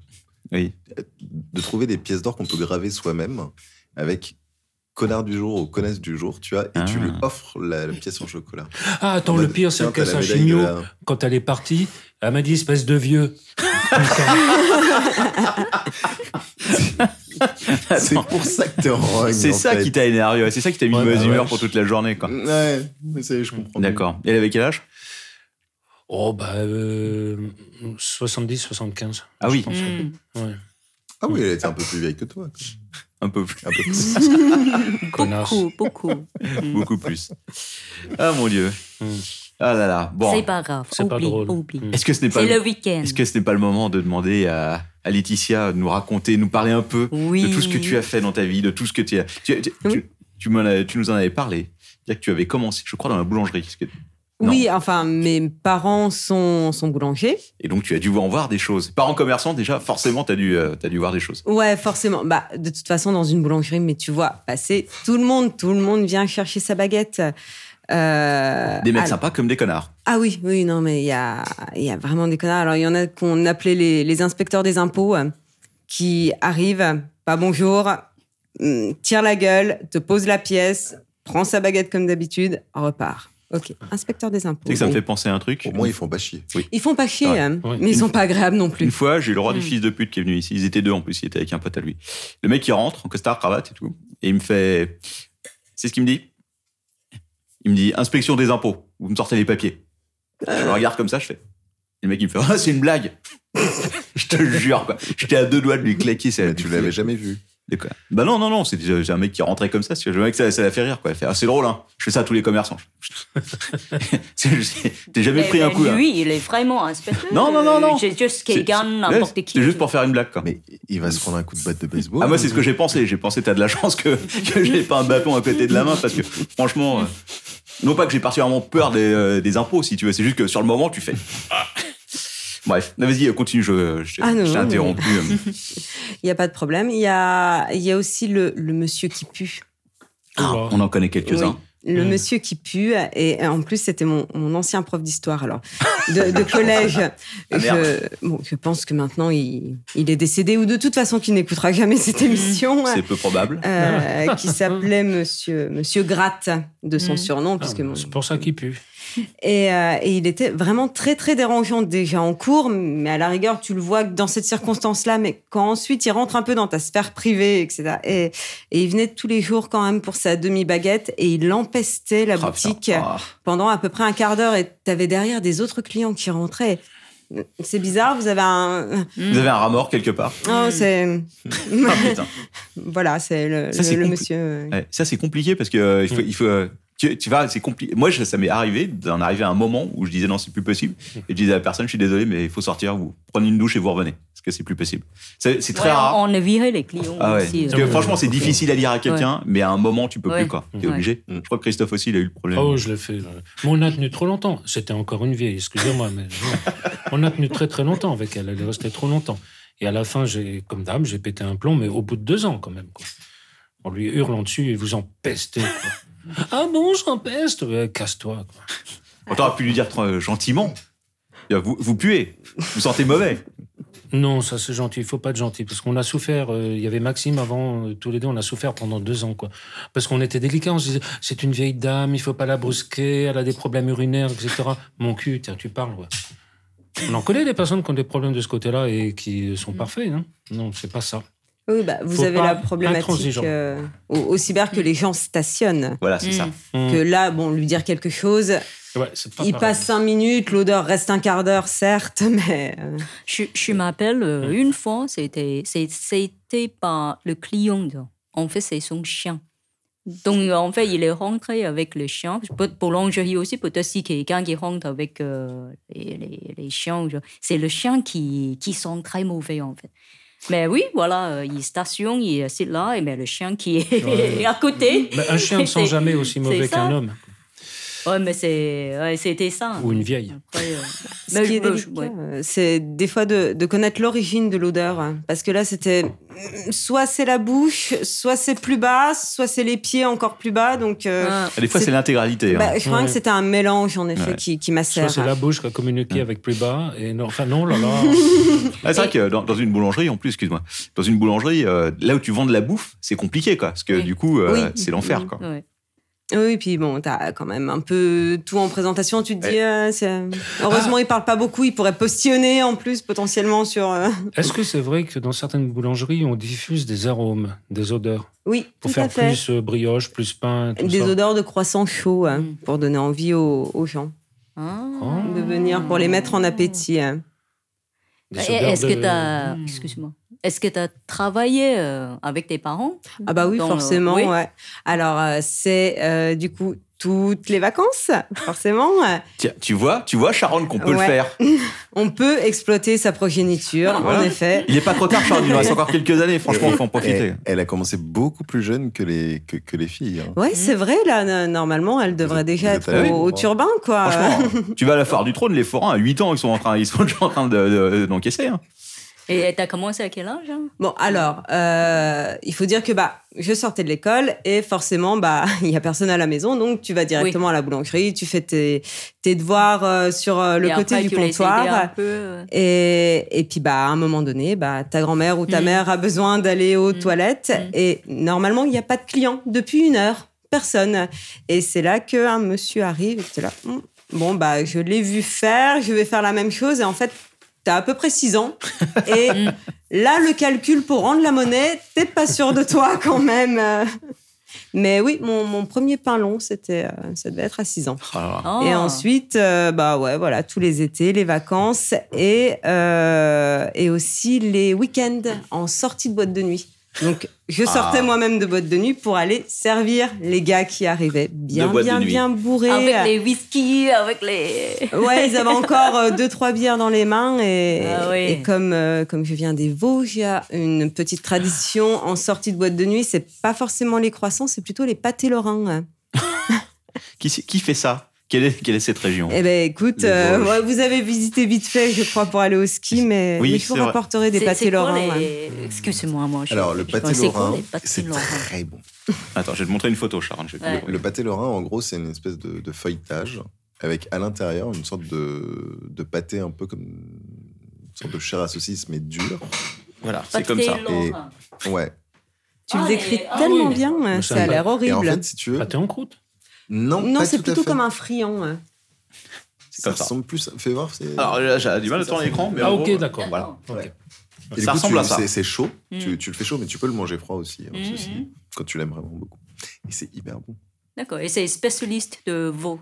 Euh, Oui. De trouver des pièces d'or qu'on peut graver soi-même avec connard du jour ou connasse du jour, tu as, et tu Ah. lui offres la, la pièce en chocolat. Bah, Ah, attends, Bah, le pire, c'est Tiens, le t'as casse la à médaille de chimio. la- Quand elle est partie, elle m'a dit espèce de vieux. Putain. C'est pour ça que t'es en rogne. C'est en ça fait. qui t'a énervé, ouais, c'est ça qui t'a mis Ouais, Mm. de bah mauvaise humeur ouais. pour toute la journée, quoi. Ouais, mais ça y est, je comprends. D'accord. Et elle avait quel âge oh, bah, euh, 70, 75. Ah oui, Mm. Mmh, Hmm. Ouais. Ah oui, elle était un peu plus vieille que toi. quoi. un peu plus, Un peu plus. Connasse. Beaucoup, beaucoup. beaucoup plus. Ah mon dieu. Mm. Ah là là. Bon. C'est pas grave. C'est pas Oublie, drôle. oublie. Mm. Est-ce que ce n'est pas C'est le le... week-end. Est-ce que ce n'est pas le moment de demander à, à Laetitia de nous raconter, nous parler un peu Oui. de tout ce que tu as fait dans ta vie, de tout ce que tu as. Tu, tu- Oui. tu- tu m'en as- tu nous en avais parlé. C'est-à-dire que tu avais commencé, je crois, dans la boulangerie. ce que- Non. Oui, enfin, mes parents sont, sont boulangers. Et donc, tu as dû en voir des choses. Parents commerçants, déjà, forcément, tu as, dû, euh, t'as dû voir des choses. Ouais, forcément. Bah, de toute façon, dans une boulangerie, mais tu vois, passer tout le monde, tout le monde vient chercher sa baguette. Euh, Des mecs alors- sympas comme des connards. Ah oui, oui, non, mais il y a, il y a vraiment des connards. Alors, il y en a qu'on appelait les, les inspecteurs des impôts euh, qui arrivent, pas bonjour, hum, tire la gueule, te pose la pièce, prend sa baguette comme d'habitude, repart. Ok, inspecteur des impôts. Tu sais que ça me fait penser à un truc. Au moins, ils font pas chier. Ils font pas chier, Ouais. euh, Ouais. mais ils sont pas agréables non Une plus. fois, j'ai eu le roi du Mm. fils de pute qui est venu ici. Ils étaient deux en plus, il était avec un pote à lui. Le mec, il rentre en costard, cravate et tout. Et il me fait. C'est ce qu'il me dit Il me dit Inspection des impôts, vous me sortez les papiers. Je le regarde comme ça, je fais. Et le mec, il me fait Ah, c'est une blague Je te jure, quoi. J'étais à deux doigts de lui claquer. Ça, Mais tu l'avais jamais vu. De quoi Bah non, non, non, c'est c'est un mec qui rentrait comme ça. parce que Le mec, ça, ça l'a fait rire, quoi. Il fait Ah, c'est drôle, hein. Je fais ça à tous les commerçants. C'est- je- T'es jamais Eh pris un ben, coup, là. Lui, il est vraiment inspecteur. Non, non, non, non. C'est juste C'est- quelqu'un, n'importe c'est- qui. c'est juste pour faire une blague, quoi. Mais il va se prendre un coup de batte de baseball. hein, Ah, moi, c'est ce que j'ai pensé. J'ai pensé, t'as de la chance que, que j'ai pas un bâton à côté de la main parce que, franchement, euh, non pas que j'ai particulièrement peur des, euh, des impôts, si tu veux, c'est juste que sur le moment, tu fais. Ah. Bref, Non, vas-y, continue, je, je, t'ai- Ah, non, je t'ai non, interrompu. euh. Il y a pas de problème. Il y a, il y a aussi le, le monsieur qui pue. Oula. On en connaît quelques-uns. Le Mm. monsieur qui pue, et en plus, c'était mon, mon ancien prof d'histoire, alors, de, de collège. Ah, je, merde. bon, je pense que maintenant, il, il est décédé, ou de toute façon, qu'il n'écoutera jamais Mm. cette émission, C'est peu probable. euh, qui s'appelait monsieur, monsieur Gratte, de son Mm. surnom. Ah, puisque mon- euh, C'est pour ça qu'il pue. et, euh, et il était vraiment très, très dérangeant déjà en cours, mais à la rigueur, tu le vois que dans cette circonstance-là, mais quand ensuite il rentre un peu dans ta sphère privée, etc. Et, et il venait tous les jours quand même pour sa demi-baguette et il empestait Oh, la Ah, putain. boutique Ah. pendant à peu près un quart d'heure et t'avais derrière des autres clients qui rentraient. C'est bizarre, vous avez un. Vous avez un rat mort quelque part. Mmh. Oh, c'est. Ah, putain. voilà, c'est le, Ça, le- c'est le compli- monsieur. euh, Ouais, Eh, ça, c'est compliqué parce que euh, il faut. il faut, euh, tu, tu vois, c'est compliqué. Moi, je- ça m'est arrivé d'en arriver à un moment où je disais non, c'est plus possible. Et je disais à la personne, je suis désolé, mais il faut sortir, vous prenez une douche et vous revenez. Parce que c'est plus possible. C'est c'est très Ouais, rare. On a viré les clients Ah ouais. aussi. Parce euh. que franchement, c'est difficile à dire à quelqu'un, mais à un moment, tu peux Ouais. plus, quoi. T'es Ouais. obligé. Je crois que Christophe aussi, il a eu le problème. Ah oui, je l'ai fait. euh. Mais on a tenu trop longtemps. C'était encore une vieille, excusez-moi. mais bon. on a tenu très très longtemps avec elle. Elle est restée trop longtemps. Et à la fin, j'ai, comme dame, j'ai pété un plomb, mais au bout de deux ans quand même. quoi. En lui hurlant dessus et vous en pestez. quoi. ah bon, je peste Ouais, Casse-toi. quoi. On t'aurait pu lui dire euh, gentiment. Vous, vous puez, vous sentez mauvais. Non, ça c'est gentil. Il faut pas être gentil parce qu'on a souffert. euh, Il y avait Maxime avant, euh, tous les deux, on a souffert pendant deux ans, quoi. Parce qu'on était délicats. On se disait, c'est une vieille dame, il faut pas la brusquer, elle a des problèmes urinaires, etc. Mon cul, tiens, tu parles, ouais. On en connaît des personnes qui ont des problèmes de ce côté-là et qui sont parfaits. Hein. Non, c'est pas ça. Oui, bah, vous Faut avez pas la intransigeant. problématique euh, au, au cyber que les gens stationnent. Voilà, c'est Mm. ça. Mm. que là, bon, lui dire quelque chose, Ouais, c'est pas il pareil. passe cinq minutes, l'odeur reste un quart d'heure, certes, mais euh, Je, je m'appelle euh, une fois, c'était, c'est- c'était par le client. là. En fait, c'est son chien. Donc, euh, en fait, il est rentré avec le chien. Peut- Pour l'angerie aussi, peut-être si quelqu'un qui rentre avec euh, les, les- les chiens, je- c'est le chien qui, qui sent très mauvais, en fait. Mais oui, voilà, euh, il stationne, il est assis là, et mais le chien qui est Ouais. à côté. Mais Bah, un chien ne sent C'est- jamais aussi c'est mauvais ça. qu'un homme. Ouais, mais c'est, ouais, c'était ça. Ou une vieille. Après, euh, Ce mais qui est je- je- délicat, ouais. euh, c'est des fois de, de connaître l'origine de l'odeur. hein. Parce que là, c'était mm, soit c'est la bouche, soit c'est plus bas, soit c'est les pieds encore plus bas. Donc, euh, Ah, Des fois, c'est C'est- l'intégralité. hein. bah, je crois Ouais. que c'était un mélange, en effet, Ouais. qui, qui Je crois macère. que c'est la bouche qui a communiqué avec plus bas. Et non, enfin, non, là, là. Ah, c'est vrai que dans, dans une boulangerie, en plus, excuse-moi, dans une boulangerie, euh, là où tu vends de la bouffe, c'est compliqué, quoi. Parce que Oui. du coup, euh, Oui. c'est l'enfer, quoi. ouais. Oui, puis bon, t'as quand même un peu tout en présentation. Tu te dis, euh, c'est- heureusement, Ah. il parle pas beaucoup. Il pourrait positionner en plus potentiellement sur. euh, Est-ce que c'est vrai que dans certaines boulangeries, on diffuse des arômes, des odeurs Oui, Pour tout faire à fait. plus euh, brioche, plus pain, tout Des ça odeurs de croissant chaud hein, Mm. pour donner envie aux, aux gens Ah. Oh. de venir, pour les mettre en appétit. hein. Des Et odeurs Est-ce de- Mm. que tu as. Excuse-moi. Est-ce que tu as travaillé euh, avec tes parents Ah bah oui, Dans le- forcément. oui. ouais. Alors euh, c'est euh, du coup toutes les vacances, forcément. Tiens, tu vois, tu vois, Sharon, qu'on peut le Ouais. faire. On peut exploiter sa progéniture, en Voilà. effet. Il n'est pas trop tard, Sharon, il nous reste encore quelques années. Franchement, il faut en profiter. Elle, Euh. elle a commencé beaucoup plus jeune que les, que, que les filles. hein. Mm. Ouais, c'est vrai, là, n- normalement, elle devrait déjà vous êtes être à la au, ligne, au moi. turbin, quoi. Franchement, hein, tu vas à la foire du trône, les forains, à 8 ans, ils sont, en train, ils sont déjà en train d'encaisser. De, d'encaisser, hein. Et tu as commencé à quel âge hein Bon, alors, euh, il faut dire que bah, je sortais de l'école et forcément, bah, il n'y a personne à la maison, donc tu vas directement à la boulangerie, tu fais tes, tes devoirs euh, sur euh, le Et côté après, du tu les aidais un comptoir. peu, euh, Et, et puis, bah, à un moment donné, bah, ta grand-mère ou ta Mhm. mère a besoin d'aller aux Mhm. toilettes. Mhm. Et normalement, il n'y a pas de clients depuis une heure. Personne. Et c'est là qu'un monsieur arrive et que t'es là. Hum, Bon, bah, je l'ai vu faire, je vais faire la même chose. Et en fait, t'as à peu près 6 ans. Et Mhm. là, le calcul pour rendre la monnaie, t'es pas sûr de toi quand même. Euh, Mais oui, mon, mon premier pain long, c'était, euh, ça devait être à 6 ans. Oh là là. Et ah. ensuite, euh, bah ouais, voilà, tous les étés, les vacances et, euh, et aussi les week-ends en sortie de boîte de nuit. Donc, je sortais Ah. moi-même de boîte de nuit pour aller servir les gars qui arrivaient bien, De boîte de bien, nuit. bien bourrés. Avec Ah, les whisky, avec les. Ouais, ils avaient encore euh, deux, trois bières dans les mains. Et, Ah oui. et comme, euh, comme je viens des Vosges, il y a une petite tradition en sortie de boîte de nuit. C'est pas forcément les croissants, c'est plutôt les pâtés lorrains. hein. Qui, c'est- qui fait ça quelle est, quelle est cette région Eh ben écoute, Les euh, Vosges. ouais, vous avez visité vite fait, je crois, pour aller au ski, mais, Oui, mais je vous c'est vrai. rapporterai des C'est- pâtés hein. c'est quoi lorrains. ouais. les- Excuse-moi, moi. je- Alors, le je- pâté c'est quoi lorrain, les pâtés c'est lorrains très bon. Attends, je vais te montrer une photo, Sharon. je vais te Ouais. dire. Le pâté lorrain, en gros, c'est une espèce de, de feuilletage avec à l'intérieur une sorte de, de pâté un peu comme une sorte de chair à saucisse, mais dur. Voilà, c'est comme Pâté ça. lorrain. Ouais. Tu Ah, le décris les- ah tellement oui. bien, hein, ça ça a me- l'air Et en horrible. fait, si tu veux. Pâté Bah, en croûte. Non, non, pas c'est tout à plutôt fait. comme un friand. hein. C'est Ça comme ça. ressemble plus. Fais voir. c'est- Alors là, j'ai du mal à tourner l'écran, mais Ah, en ok, gros, d'accord. Voilà. Ok. Et du Ça coup, ressemble tu- à ça. c'est- C'est chaud. Mm. Tu, tu le fais chaud, mais tu peux le manger froid aussi, hein, Mm, ceci, mm. quand tu l'aimes vraiment beaucoup. Et c'est hyper bon. D'accord, et c'est spécialiste de veau.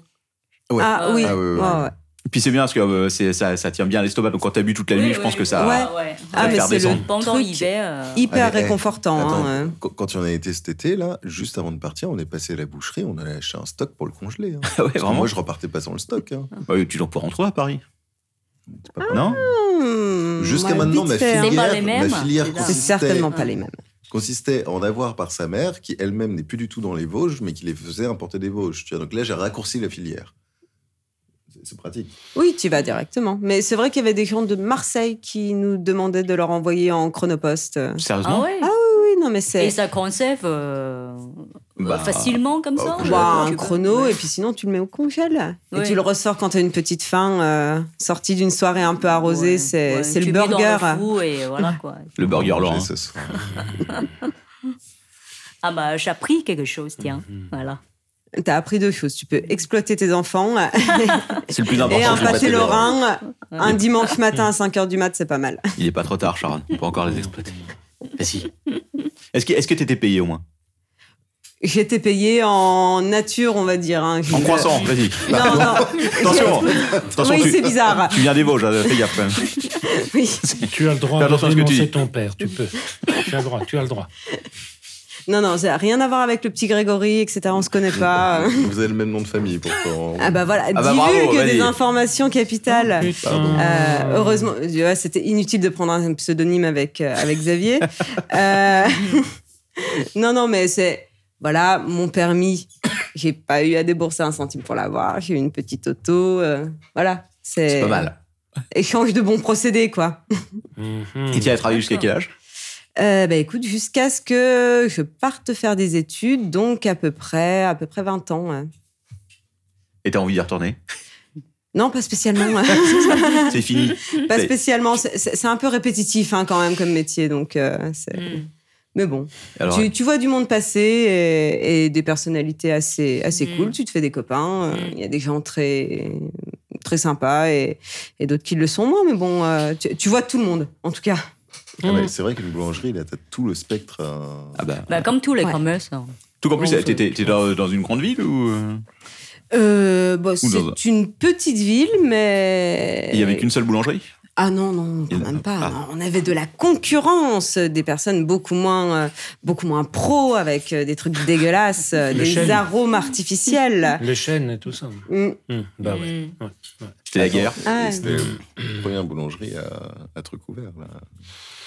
Ouais. Ah oui, Ah ouais, ouais, ouais. Ah, ouais. Puis c'est bien parce que euh, c'est- ça, ça tient bien l'estomac. Donc quand t'as bu toute la nuit, je pense que ça. Ouais. Ah, va mais faire c'est le descendre. Pendant truc l'hiver. euh, hyper Allez, eh, réconfortant. Attends, hein. quand- quand on a été cet été, là, juste avant de partir, on est passé à la boucherie, on a acheté un stock pour le congeler. hein. Ah ouais, Parce que vraiment. moi, je repartais pas sans le stock. hein. Bah oui, tu dois pouvoir en trouver à Paris. Non Hmm, Jusqu'à ouais, maintenant, vite ma fait, C'est hein. pas filière, les mêmes, ma filière c'est ça. C'est consistait, certainement pas les mêmes. consistait en avoir par sa mère, qui elle-même n'est plus du tout dans les Vosges, mais qui les faisait importer des Vosges. tu vois. Donc là, j'ai raccourci la filière. C'est- C'est pratique. Oui, tu vas directement. Mais c'est vrai qu'il y avait des gens de Marseille qui nous demandaient de leur envoyer en chronopost. Oui, Ah Sérieusement ouais oui, non, mais c'est. Et ça conserve euh, Bah, facilement comme ça bah, Bah, Tu un peux- chrono, ouais. et puis sinon, tu le mets au congèle. Et Ouais. tu le ressors quand tu as une petite faim, euh, sortie d'une soirée un peu arrosée. Ouais, c'est ouais, c'est le tu mets dans burger. le four et voilà quoi. Le burger Manger Laurent. ce hein. soir. Ah bah j'ai appris quelque chose, tiens. Mhm. Voilà. Tu as appris deux choses. Tu peux exploiter tes enfants Ah, C'est le plus et important. un du pâté pâté lorrain. hein. Un dimanche matin à 5h du mat, c'est pas mal. Il est pas trop tard, Sharon. On peut encore les exploiter. Vas-y. Est-ce que est-ce que t'étais payé au moins J'étais payée en nature, on va dire. hein. En croissant, vas-y. Non, non. Attention Attention, oui, tu- c'est bizarre. Tu viens des Vosges, euh, fais gaffe quand même. Oui. Tu as le droit Fais de attention à ce que tu dénoncer dis. ton père, tu peux. tu as le droit, tu as le droit. Non, non, ça n'a rien à voir avec le petit Grégory, etc. On se connaît pas. Vous avez le même nom de famille, pourtant. Bah. Ah bah voilà, Ah bah bravo, divulgue des vas-y. informations capitales. Putain. Ah. Euh, heureusement, ouais, c'était inutile de prendre un pseudonyme avec, euh, avec Xavier. Euh, non, non, mais c'est. Voilà, mon permis, J'ai pas eu à débourser un centime pour l'avoir. J'ai eu une petite auto. euh, voilà. C'est pas mal. Échange de bons procédés, quoi. Mhm. Et tu as travaillé jusqu'à quel âge Euh, bah, écoute, jusqu'à ce que je parte faire des études, donc à peu près, à peu près 20 ans. ouais. Et t'as envie d'y retourner Non, pas spécialement. hein. C'est fini. pas C'est- spécialement. C'est- C'est c'est un peu répétitif hein, quand même comme métier, donc euh, c'est- Mm. Mhm. Mais bon, Alors, tu, tu vois du monde passer et, et des personnalités assez, assez Mm. cool. Tu te fais des copains. euh, Il y a des gens très, très sympas et, et d'autres qui le sont moins. Mais bon, euh, tu, tu vois tout le monde, en tout cas. Ah ouais, c'est vrai qu'une boulangerie, là, t'as tout le spectre. euh, ah bah, Bah, comme tous les Ouais. commerces. hein. tout en plus, Bon, t'es- t'es t'es dans, dans une grande ville ou euh, Euh, bah, c'est dans un- une petite ville, mais. il y avait qu'une seule boulangerie Ah non, non, Il y quand en a- même pas. ah. Non, On avait de la concurrence, des personnes beaucoup moins, euh, beaucoup moins pro, avec euh, des trucs dégueulasses, euh, Les des chaînes. arômes artificiels. Les chaînes et tout ça. Mm. Hmm, Bah ouais. Mhm. C'était la guerre. Ah, C'était la première boulangerie à, à truc ouvert. Là.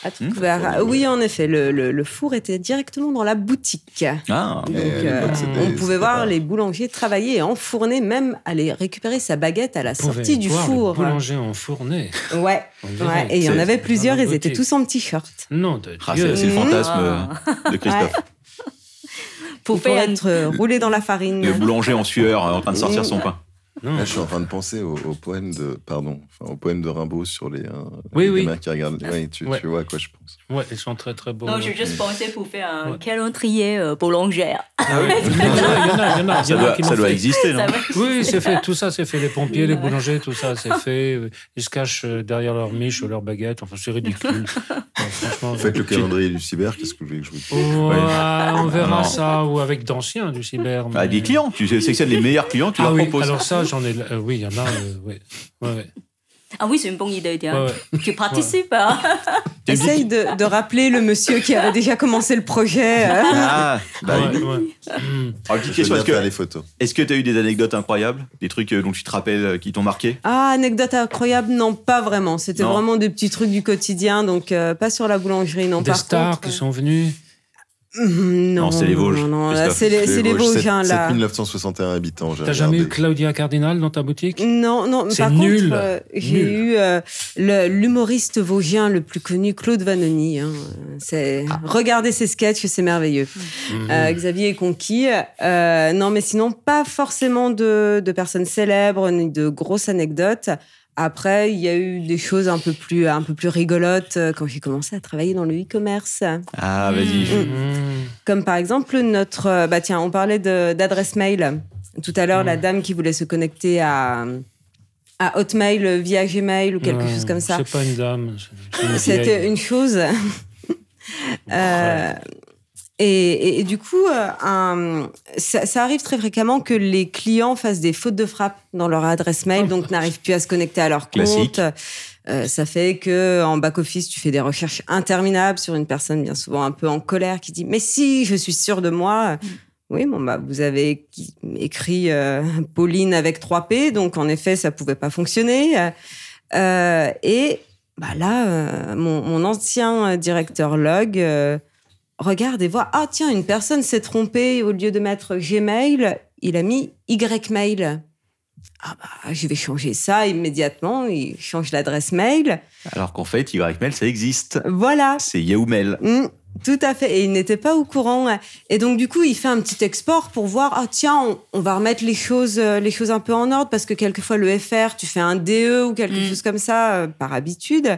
à tout Hmm. couvert. Oui, en effet, le, le- le four était directement dans la boutique. Ah, Donc, Et à euh, l'époque, c'était- on c'était pouvait voir pas- les boulangers travailler et enfourner, même aller récupérer sa baguette à la sortie du voir four. Le boulanger en fournée. Ouais, ouais. Et il y en C'est- avait plusieurs, dans la ils étaient boutique. tous en t-shirt. Non, de Ah, Dieu. c'est c'est le Mmh. fantasme Ah. euh, de Christophe. Pour Pour faire une- être euh, roulés dans la farine. Le boulanger en sueur euh, en train de sortir son pain. Non. Là, je suis en train de penser au, au poème de, pardon, enfin, au poème de Rimbaud sur les, euh, Oui, les oui. gamins qui regardent. Ouais, tu, Ouais. tu vois à quoi je pense. Ouais, ils sont très très beaux. Non, j'ai juste pensé pour faire un bah, Ouais. calendrier euh, boulangère. Ah Il y en a, il y en a, il y Ça en a doit, qui ça m'ont doit fait. exister, non Ça va. Oui, c'est fait, tout ça, c'est fait. Les pompiers, les boulangers, tout ça, c'est fait. Ils se cachent euh, derrière leur miche ou leur baguette. Enfin, c'est ridicule. Ouais, franchement, Faites le calendrier du cyber, qu'est-ce que vous voulez que je vous dise Ouais, on Non. verra ça, ou avec d'anciens du cyber. Ah, mais- des clients, tu sais, sélectionnes les meilleurs clients, tu Ah leur oui, proposes. alors ça, j'en ai. euh, oui, il y en a. euh, oui. Ouais, ouais. Ah oui, c'est une bonne idée, tiens. Ouais, Tu participes, hein. Essaye de, de rappeler le monsieur qui avait déjà commencé le projet. euh. Ah, bah, ouais, oui. ouais. Hmm. Alors, petite Je question, vais est-ce faire que les photos. est-ce que tu as eu des anecdotes incroyables Des trucs euh, dont tu te rappelles, euh, qui t'ont marqué Ah, anecdote incroyable, non, pas vraiment. C'était Non. vraiment des petits trucs du quotidien, donc euh, pas sur la boulangerie, non. Des par stars contre, qui sont venus. euh, Non, Non, c'est les Vosges, Non, non, Christophe. là, c'est les, c'est les Vosges, sept- hein, là. 7961 habitants. euh, j'ai T'as jamais eu regardé. Claudia Cardinal dans ta boutique Non, non, C'est par nul. contre, euh, j'ai Nul. eu euh, le- l'humoriste vosgien le plus connu, Claude Vanoni. hein. C'est Ah. Regardez ses sketchs, c'est merveilleux. Mm. Euh, Xavier est conquis. Euh, non, mais sinon, pas forcément de, de personnes célèbres ni de grosses anecdotes. Après, il y a eu des choses un peu plus, un peu plus rigolotes euh, quand j'ai commencé à travailler dans le e-commerce. Ah, vas-y. Hmm. Comme par exemple notre... euh, Bah tiens, on parlait de- d'adresse mail. Tout à l'heure, la dame qui voulait se connecter à, à Hotmail via Gmail ou quelque Ouais, chose comme ça. C'est pas une dame. c'est- c'est une C'était vieille. une chose. Euh, et, et- et du coup, euh, un- ça, ça arrive très fréquemment que les clients fassent des fautes de frappe dans leur adresse mail, donc n'arrivent plus à se connecter à leur Classique. compte. Euh, ça fait que en back office, tu fais des recherches interminables sur une personne bien souvent un peu en colère qui dit mais si je suis sûre de moi. Oui, bon bah vous avez qui- écrit euh, Pauline avec 3 P, donc en effet ça pouvait pas fonctionner. Euh, et bah là, euh, mon, mon ancien euh, directeur log euh, regarde et voit ah tiens une personne s'est trompée au lieu de mettre Gmail, il a mis Ymail. Ah bah je vais changer ça immédiatement. Il change l'adresse mail. Alors qu'en fait, YMail, ça existe. Voilà. C'est Yahoo Mail. Mm, tout à fait. Et il n'était pas au courant. Et donc, du coup, il fait un petit export pour voir, ah tiens, on, on va remettre les choses, euh, les choses un peu en ordre parce que quelquefois, le FR, tu fais un DE ou quelque Hum. Mm. chose comme ça euh, par habitude.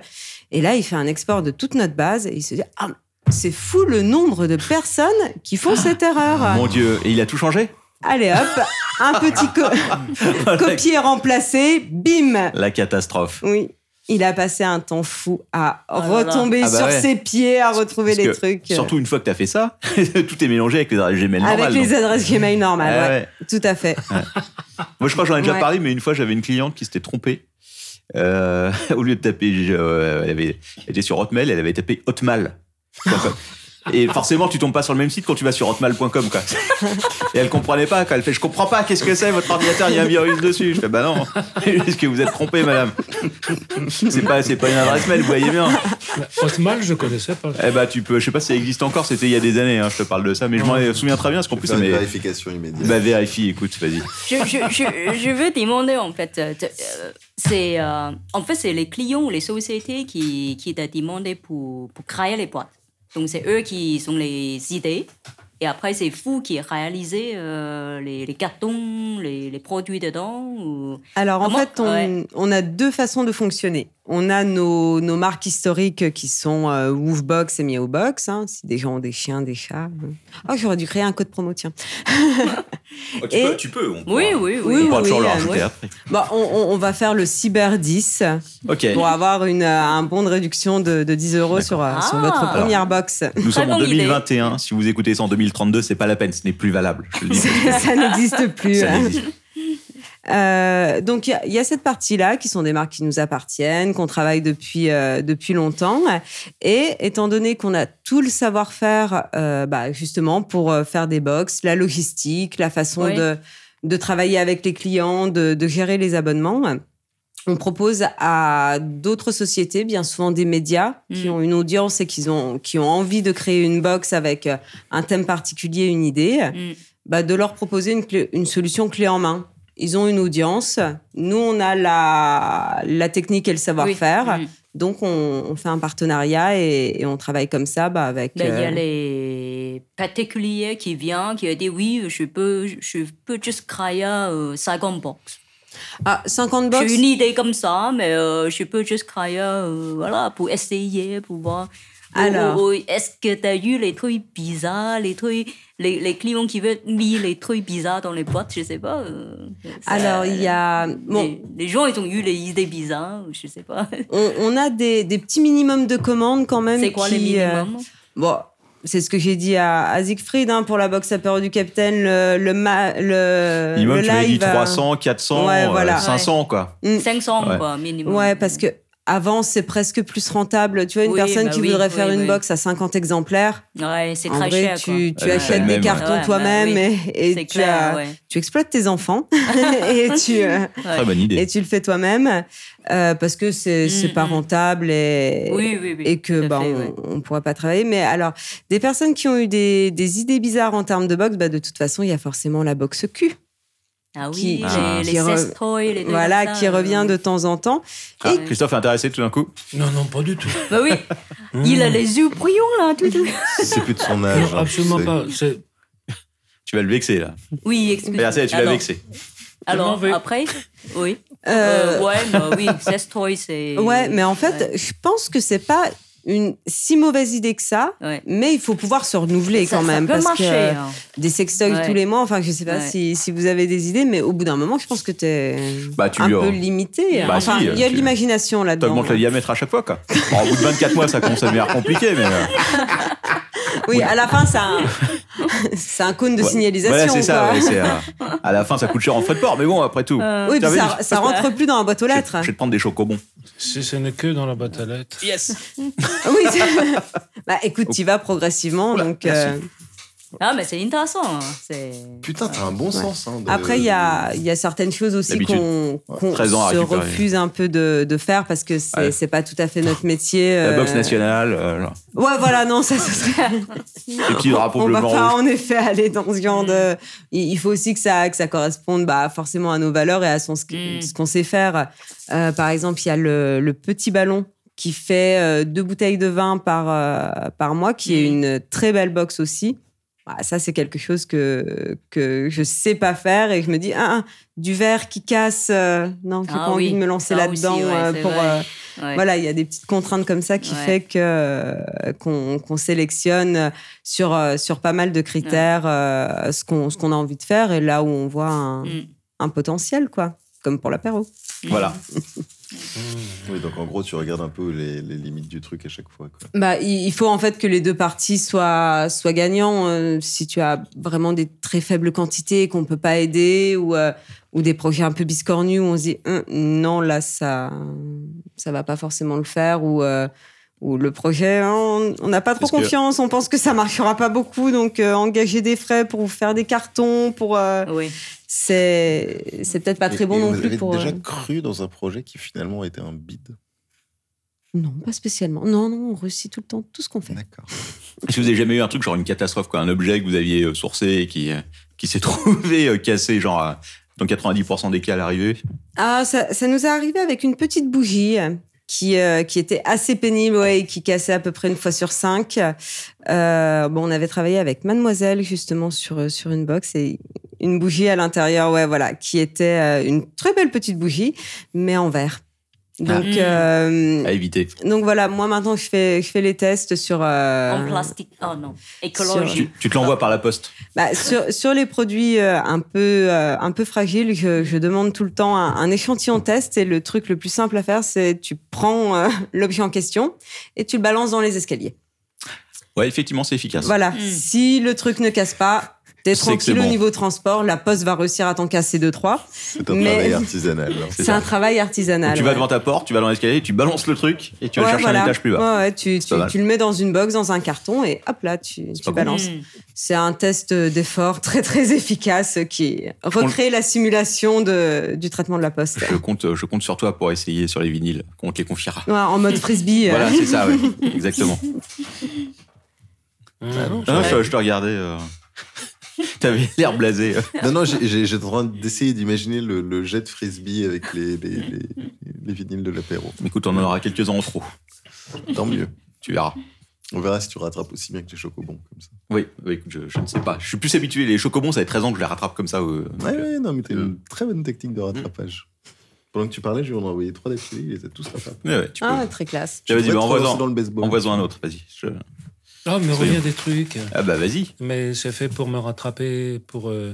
Et là, il fait un export de toute notre base et il se dit, ah, c'est fou le nombre de personnes qui font cette Ah. erreur. Mon Dieu, et il a tout changé Allez hop, un petit co- copier-remplacer, bim. La catastrophe. Oui. Il a passé un temps fou à là là. retomber Ah bah sur ouais. ses pieds, à retrouver Parce les que, trucs. euh, Surtout une fois que t'as fait ça, tout est mélangé avec les adresses Gmail Avec normales, les donc. adresses Gmail normales, Ah ouais. ouais. Tout à fait. Moi, je crois que j'en ai déjà Ouais. parlé, mais une fois, j'avais une cliente qui s'était trompée. Euh, au lieu de taper, euh, elle, avait, elle était sur Hotmail, elle avait tapé Hotmal. Et forcément, tu tombes pas sur le même site quand tu vas sur hotmail.com, quoi. Et elle comprenait pas, quoi. Elle fait, je comprends pas, qu'est-ce que c'est, votre ordinateur, il y a un virus dessus. Je fais, bah non, est-ce que vous êtes trompé, madame C'est pas, c'est pas une adresse mail, vous voyez bien. Hotmail, Bah, je connaissais pas. Eh bah, tu peux, je sais pas si ça existe encore, c'était il y a des années, hein, je te parle de ça, mais je m'en souviens très bien, parce qu'en plus, Faire ça une m'est- vérification immédiate. Bah, vérifie, écoute, vas-y. je, je, je, je veux demander en fait, euh, te- euh, c'est euh, en fait c'est les clients ou les sociétés qui, qui t'a demandé pour, pour créer les boîtes. Donc c'est eux qui sont les idées et après c'est vous qui réalisez euh, les, les cartons, les, les produits dedans. Ou... Alors, en Comment- fait, on, Ouais. on a deux façons de fonctionner. On a nos, nos marques historiques qui sont euh, Woofbox et Meowbox. hein, si des gens ont des chiens, des chats. euh. Oh, j'aurais dû créer un code promo, tiens. Ah, tu, Et- peux, tu peux, on Oui, pourra- oui, oui. Oui, on pourra oui, toujours oui, le euh, rajouter oui. après. Bah, on, on- on va faire le Cyber 10 Ok. pour avoir une, euh, un bon de réduction de, de 10 euros sur, euh, sur Ah. votre première box. Nous Très sommes en bonne idée. 2021. Si vous écoutez ça en 2032, c'est pas la peine, ce n'est plus valable. Je le dis. Ça n'existe plus. Ça hein. n'existe plus. Euh, donc il y, a- il y a cette partie-là qui sont des marques qui nous appartiennent, qu'on travaille depuis euh, depuis longtemps. Et étant donné qu'on a tout le savoir-faire, euh, bah, justement pour euh, faire des box, la logistique, la façon Oui. de de travailler avec les clients, de, de gérer les abonnements. On propose à d'autres sociétés, bien souvent des médias, qui Mm. ont une audience et qui ont, qui ont envie de créer une box avec euh, un thème particulier, une idée, Mm. bah, de leur proposer une, clé- une solution clé en main. Ils ont une audience, nous on a la, la technique et le Oui. savoir-faire, Mm. donc on, on fait un partenariat et, et on travaille comme ça bah, avec... Ben, Il y a euh, les particuliers qui viennent, qui ont dit oui, je peux, je peux juste créer euh, 50 box. Ah, 50 box J'ai une idée comme ça, mais euh, je peux juste créer, euh, voilà, pour essayer, pour voir. Alors. Oh, oh, oh, Est-ce que tu as eu les trucs bizarres, les trucs, les, les clients qui veulent mis les trucs bizarres dans les boîtes, je sais pas. euh, ça- Alors il y a... Bon, les, les gens, ils ont eu les idées bizarres, je sais pas. on, on a des, des petits minimums de commandes quand même. C'est quoi les qui, euh, minimums Bon, c'est ce que j'ai dit à, à Siegfried hein, pour la boxe apéro du capitaine, le, le, ma- le, Minimum, le tu m'avais dit live. euh, 300, 400, Ouais, voilà. euh, 500, quoi. mm, 500, ouais. quoi, minimum. Ouais, parce que avant, c'est presque plus rentable. Tu vois, une Oui, personne bah qui oui, voudrait oui, faire une oui. box à 50 exemplaires, Ouais, c'est en très vrai, cher, tu, tu Ouais, c'est le achètes des même, hein. cartons ouais. Ouais, toi-même bah et, quoi. et C'est tu, clair, as- ouais. tu exploites tes enfants et tu. euh, Très bonne idée. Et tu le fais toi-même euh, parce que c'est Mm, c'est pas mm. rentable et, Oui, oui, oui, et que tout à bah, fait, on, ouais. on pourra pas travailler. Mais alors, des personnes qui ont eu des, des idées bizarres en termes de boxe, bah, de toute façon, il y a forcément la boxe cul, Ah oui, qui- les, Ah. les qui re- sex toys, les trucs voilà, comme ça, qui euh. revient de temps en temps. Ah, Et- Christophe est intéressé tout d'un coup. Non, non, pas du tout. Bah oui, il a les yeux brillants, là, tout tout. C'est plus de son Ah, âge. Non, hein, absolument tu sais. pas. C'est- Tu vas le vexer, là. Oui, excuse Regarde, ça, tu Ah l'as Alors- vexé. Je m'en Alors, vais. après, oui. Euh, Euh, ouais, bah oui, sex toys, c'est. ouais, mais en Ouais. fait, je pense que c'est pas une si mauvaise idée que ça. Ouais. Mais il faut pouvoir se renouveler Ça- quand même. Ça peut parce marcher. que euh, hein. des sextoys Ouais. tous les mois, enfin, je sais pas Ouais. si, si vous avez des idées, mais au bout d'un moment, je pense que t'es Bah, tu un lui peu auras- limité. hein. Bah, enfin, si, il y a tu- de l'imagination là-dedans. T'augmentes le diamètre à chaque fois, quoi. Bon, au bout de 24 mois, ça commence à devenir compliqué, mais. euh, Oui, à la fin, c'est un, c'est un cône de ouais. signalisation. Voilà, c'est ça. quoi. ouais, c'est, euh, à la fin, ça coûte cher en frais de port, mais bon, après tout. Euh, Oui, T'as puis vu, ça, je- ça rentre plus dans la boîte aux Je lettres. hein. je vais te prendre des chocobons. Si ce n'est que dans la boîte à lettres. Oui, c'est- bah, écoute, tu vas progressivement. donc, euh, Ah, mais c'est intéressant. hein. C'est. Putain, t'as un bon sens. hein, de- Après, il y a, il y a certaines choses aussi L'habitude. qu'on qu'on 13 ans à se récupérer. refuse un peu de, de faire parce que c'est Ouais. c'est pas tout à fait notre métier. La euh, boxe nationale, euh, genre, Ouais, voilà, non, ça, ce serait. les petits drapeaux on bleu, va blanc, pas rouge. en effet aller dans ce genre Mm. de. Il il faut aussi que ça, que ça corresponde bah, forcément à nos valeurs et à son, ce que- Mm. ce qu'on sait faire. Euh, par exemple, il y a le, le petit ballon qui fait euh, deux bouteilles de vin par, euh, par mois, qui est Mm. une très belle box aussi. Bah, ça, c'est quelque chose que, que je sais pas faire et je me dis, ah, ah, du verre qui casse, euh, non, j'ai Ah pas envie oui, de me lancer ça aussi, là-dedans ouais, euh, c'est pour. vrai. euh, Ouais. voilà, il y a des petites contraintes comme ça qui Ouais. fait que euh, qu'on qu'on sélectionne sur euh, sur pas mal de critères euh, ce qu'on ce qu'on a envie de faire et là où on voit un, Mm. un potentiel quoi, comme pour l'apéro. Voilà. Oui, donc en gros, tu regardes un peu les, les limites du truc à chaque fois. quoi. Bah, il il faut en fait que les deux parties soient soient gagnants. euh, si tu as vraiment des très faibles quantités et qu'on peut pas aider ou euh, ou des projets un peu hein, biscornus où on se dit Hum, non là ça ça va pas forcément le faire ou euh, où le projet, hein, on on n'a pas trop Parce que- confiance, on pense que ça marchera pas beaucoup, donc euh, engager des frais pour faire des cartons, pour euh, Oui. c'est c'est peut-être pas très Et- bon et non vous plus avez pour. déjà euh, cru dans un projet qui finalement était un bide. Non, pas spécialement. Non, non, on réussit tout le temps tout ce qu'on fait. D'accord. Si vous avez jamais eu un truc, genre une catastrophe, quoi, un objet que vous aviez euh, sourcé et qui, euh, qui s'est trouvé euh, cassé, genre à- dans 90% des cas à l'arrivée. Ah, ça, ça nous est arrivé avec une petite bougie euh, qui, euh, qui était assez pénible ouais, et qui cassait à peu près une fois sur cinq. Euh, bon, on avait travaillé avec Mademoiselle justement sur, euh, sur une box et une bougie à l'intérieur, ouais, voilà, qui était euh, une très belle petite bougie, mais en verre. Donc, Ah. euh, À éviter. donc voilà, moi maintenant je fais, je fais les tests sur, euh, En plastique. Oh non. Écologie. Tu, tu te l'envoies par la poste. bah, sur, sur les produits euh, un peu, euh, un peu fragiles, je, je demande tout le temps un, un échantillon test et le truc le plus simple à faire, c'est tu prends euh, l'objet en question et tu le balances dans les escaliers. Ouais, effectivement, c'est efficace. Voilà. Mm. Si le truc ne casse pas, t'es C'est que c'est tranquille au bon. niveau transport, la poste va réussir à t'en casser deux, trois. C'est un Mais- travail artisanal. hein. C'est ça. un travail artisanal. Donc, tu vas ouais. devant ta porte, tu vas dans l'escalier, tu balances le truc et tu vas Ouais, chercher voilà. un étage plus bas. Ouais, ouais, tu, tu- pas mal. tu le mets dans une box, dans un carton et hop là, tu, tu pas con. balances. Mm. C'est un test d'effort très très efficace qui recrée la simulation de, du traitement de la poste. Je compte, je compte sur toi pour essayer sur les vinyles. On te les confiera. Ouais, en mode frisbee. euh. Voilà, c'est ça, ouais. exactement. Hum. Ah, je, je te regardais. euh, T'avais l'air blasé. Euh, Non, non, j'ai- j'ai- j'étais en train d'essayer d'imaginer le, le jet de frisbee avec les, les, les, les vinyles de l'apéro. Écoute, on en aura quelques-uns en trop. Tant mieux. Tu verras. On verra si tu rattrapes aussi bien que les chocobons comme ça. Oui, oui, écoute, je, je ne sais pas. Je suis plus habitué. Les chocobons, ça fait 13 ans que je les rattrape comme ça. euh, donc, Ouais, euh, ouais, non, mais t'as euh. une très bonne technique de rattrapage. Mm. Pendant que tu parlais, je lui en ai envoyé trois d'affilée, il les a tous rattrapés. ouais, ouais, tu peux. Ah, très classe. J'avais Tu dit, pourrais bah, te relancer envoie-en dans le baseball. envoie-en un autre. Vas-y. je- Ah, mais Soyons. revient des trucs. Ah bah vas-y. Mais c'est fait pour me rattraper, pour euh,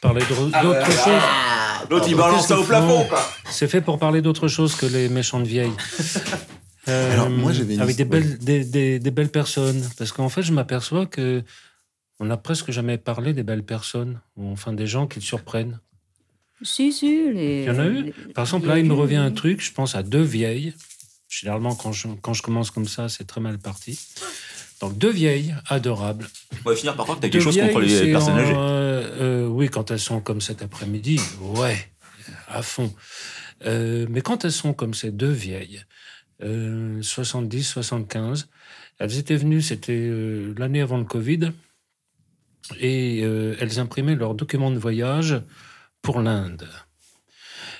parler de- d'autre chose. L'autre, il balance balance ça ça au au plafond, plafond. C'est fait pour parler d'autre chose que les méchantes vieilles. Euh, Alors, moi, j'avais une Avec des histoire. belles, des, des- des belles personnes. Parce qu'en fait, je m'aperçois que on n'a presque jamais parlé des belles personnes. ou Enfin, des gens qui te surprennent. Si, si. Les... Il y en a eu les- Par exemple, là, il me revient un truc. Je pense à deux vieilles. Généralement, quand je, quand je commence comme ça, c'est très mal parti. Donc, deux vieilles adorables. On va finir par croire que t'as De quelque chose contre vieilles, les c'est personnes en, âgées. euh, euh, oui, quand elles sont comme cet après-midi, ouais, à fond. Euh, mais quand elles sont comme ces deux vieilles, euh, 70, 75, elles étaient venues, c'était euh, l'année avant le Covid, et euh, elles imprimaient leurs documents de voyage pour l'Inde.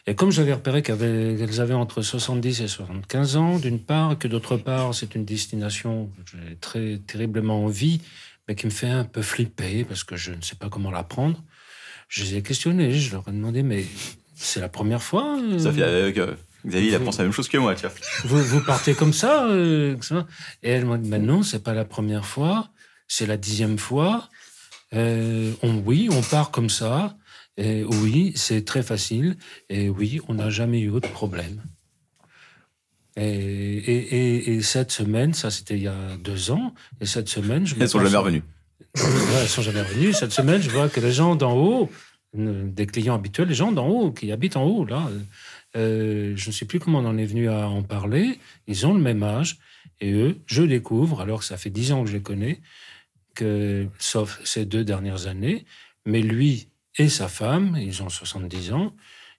Et comme j'avais repéré qu'elles avaient, qu'elles avaient entre 70 et 75 ans, d'une part, et que d'autre part, c'est une destination que j'ai très terriblement envie, mais qui me fait un peu flipper parce que je ne sais pas comment la prendre. Je les ai questionnés, je leur ai demandé, mais c'est la première fois euh, Ça fait avec. euh, Xavier, il a pensé la même chose que moi, tu vois. vous, vous partez comme ça, euh, que ça Et elle m'a dit, ben non, c'est pas la première fois, c'est la dixième fois. Euh, on, oui, on part comme ça. Et oui, c'est très facile. Et oui, on n'a jamais eu autre problème. Et, et- et- et cette semaine, ça c'était il y a deux ans, et cette semaine, je me Elles sont jamais pense- revenues. Ouais, elles sont jamais revenues. Cette semaine, je vois que les gens d'en haut, euh, des clients habituels, les gens d'en haut, qui habitent en haut, là, euh, je ne sais plus comment on en est venu à en parler, ils ont le même âge. Et eux, je découvre, alors que ça fait dix ans que je les connais, que, sauf ces deux dernières années, mais lui et sa femme, ils ont 70 ans,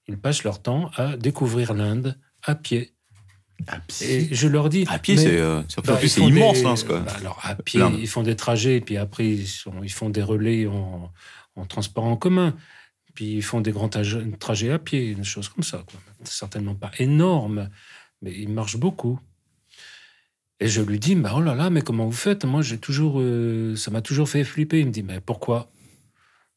ils passent leur temps à découvrir l'Inde à pied. À Et je leur dis... À pied, mais- c'est euh, c'est- bah, en plus, ils c'est font immense, des- hein, ce quoi. bah, alors, à pied, L'Inde. ils font des trajets, et puis après, ils, sont- ils font des relais en, en transport en commun. Puis ils font des grands taj- trajets à pied, des choses comme ça. Quoi. Certainement pas énorme, mais ils marchent beaucoup. Et je lui dis, bah, oh là là, mais comment vous faites Moi, j'ai toujours, euh, ça m'a toujours fait flipper. Il me dit, mais pourquoi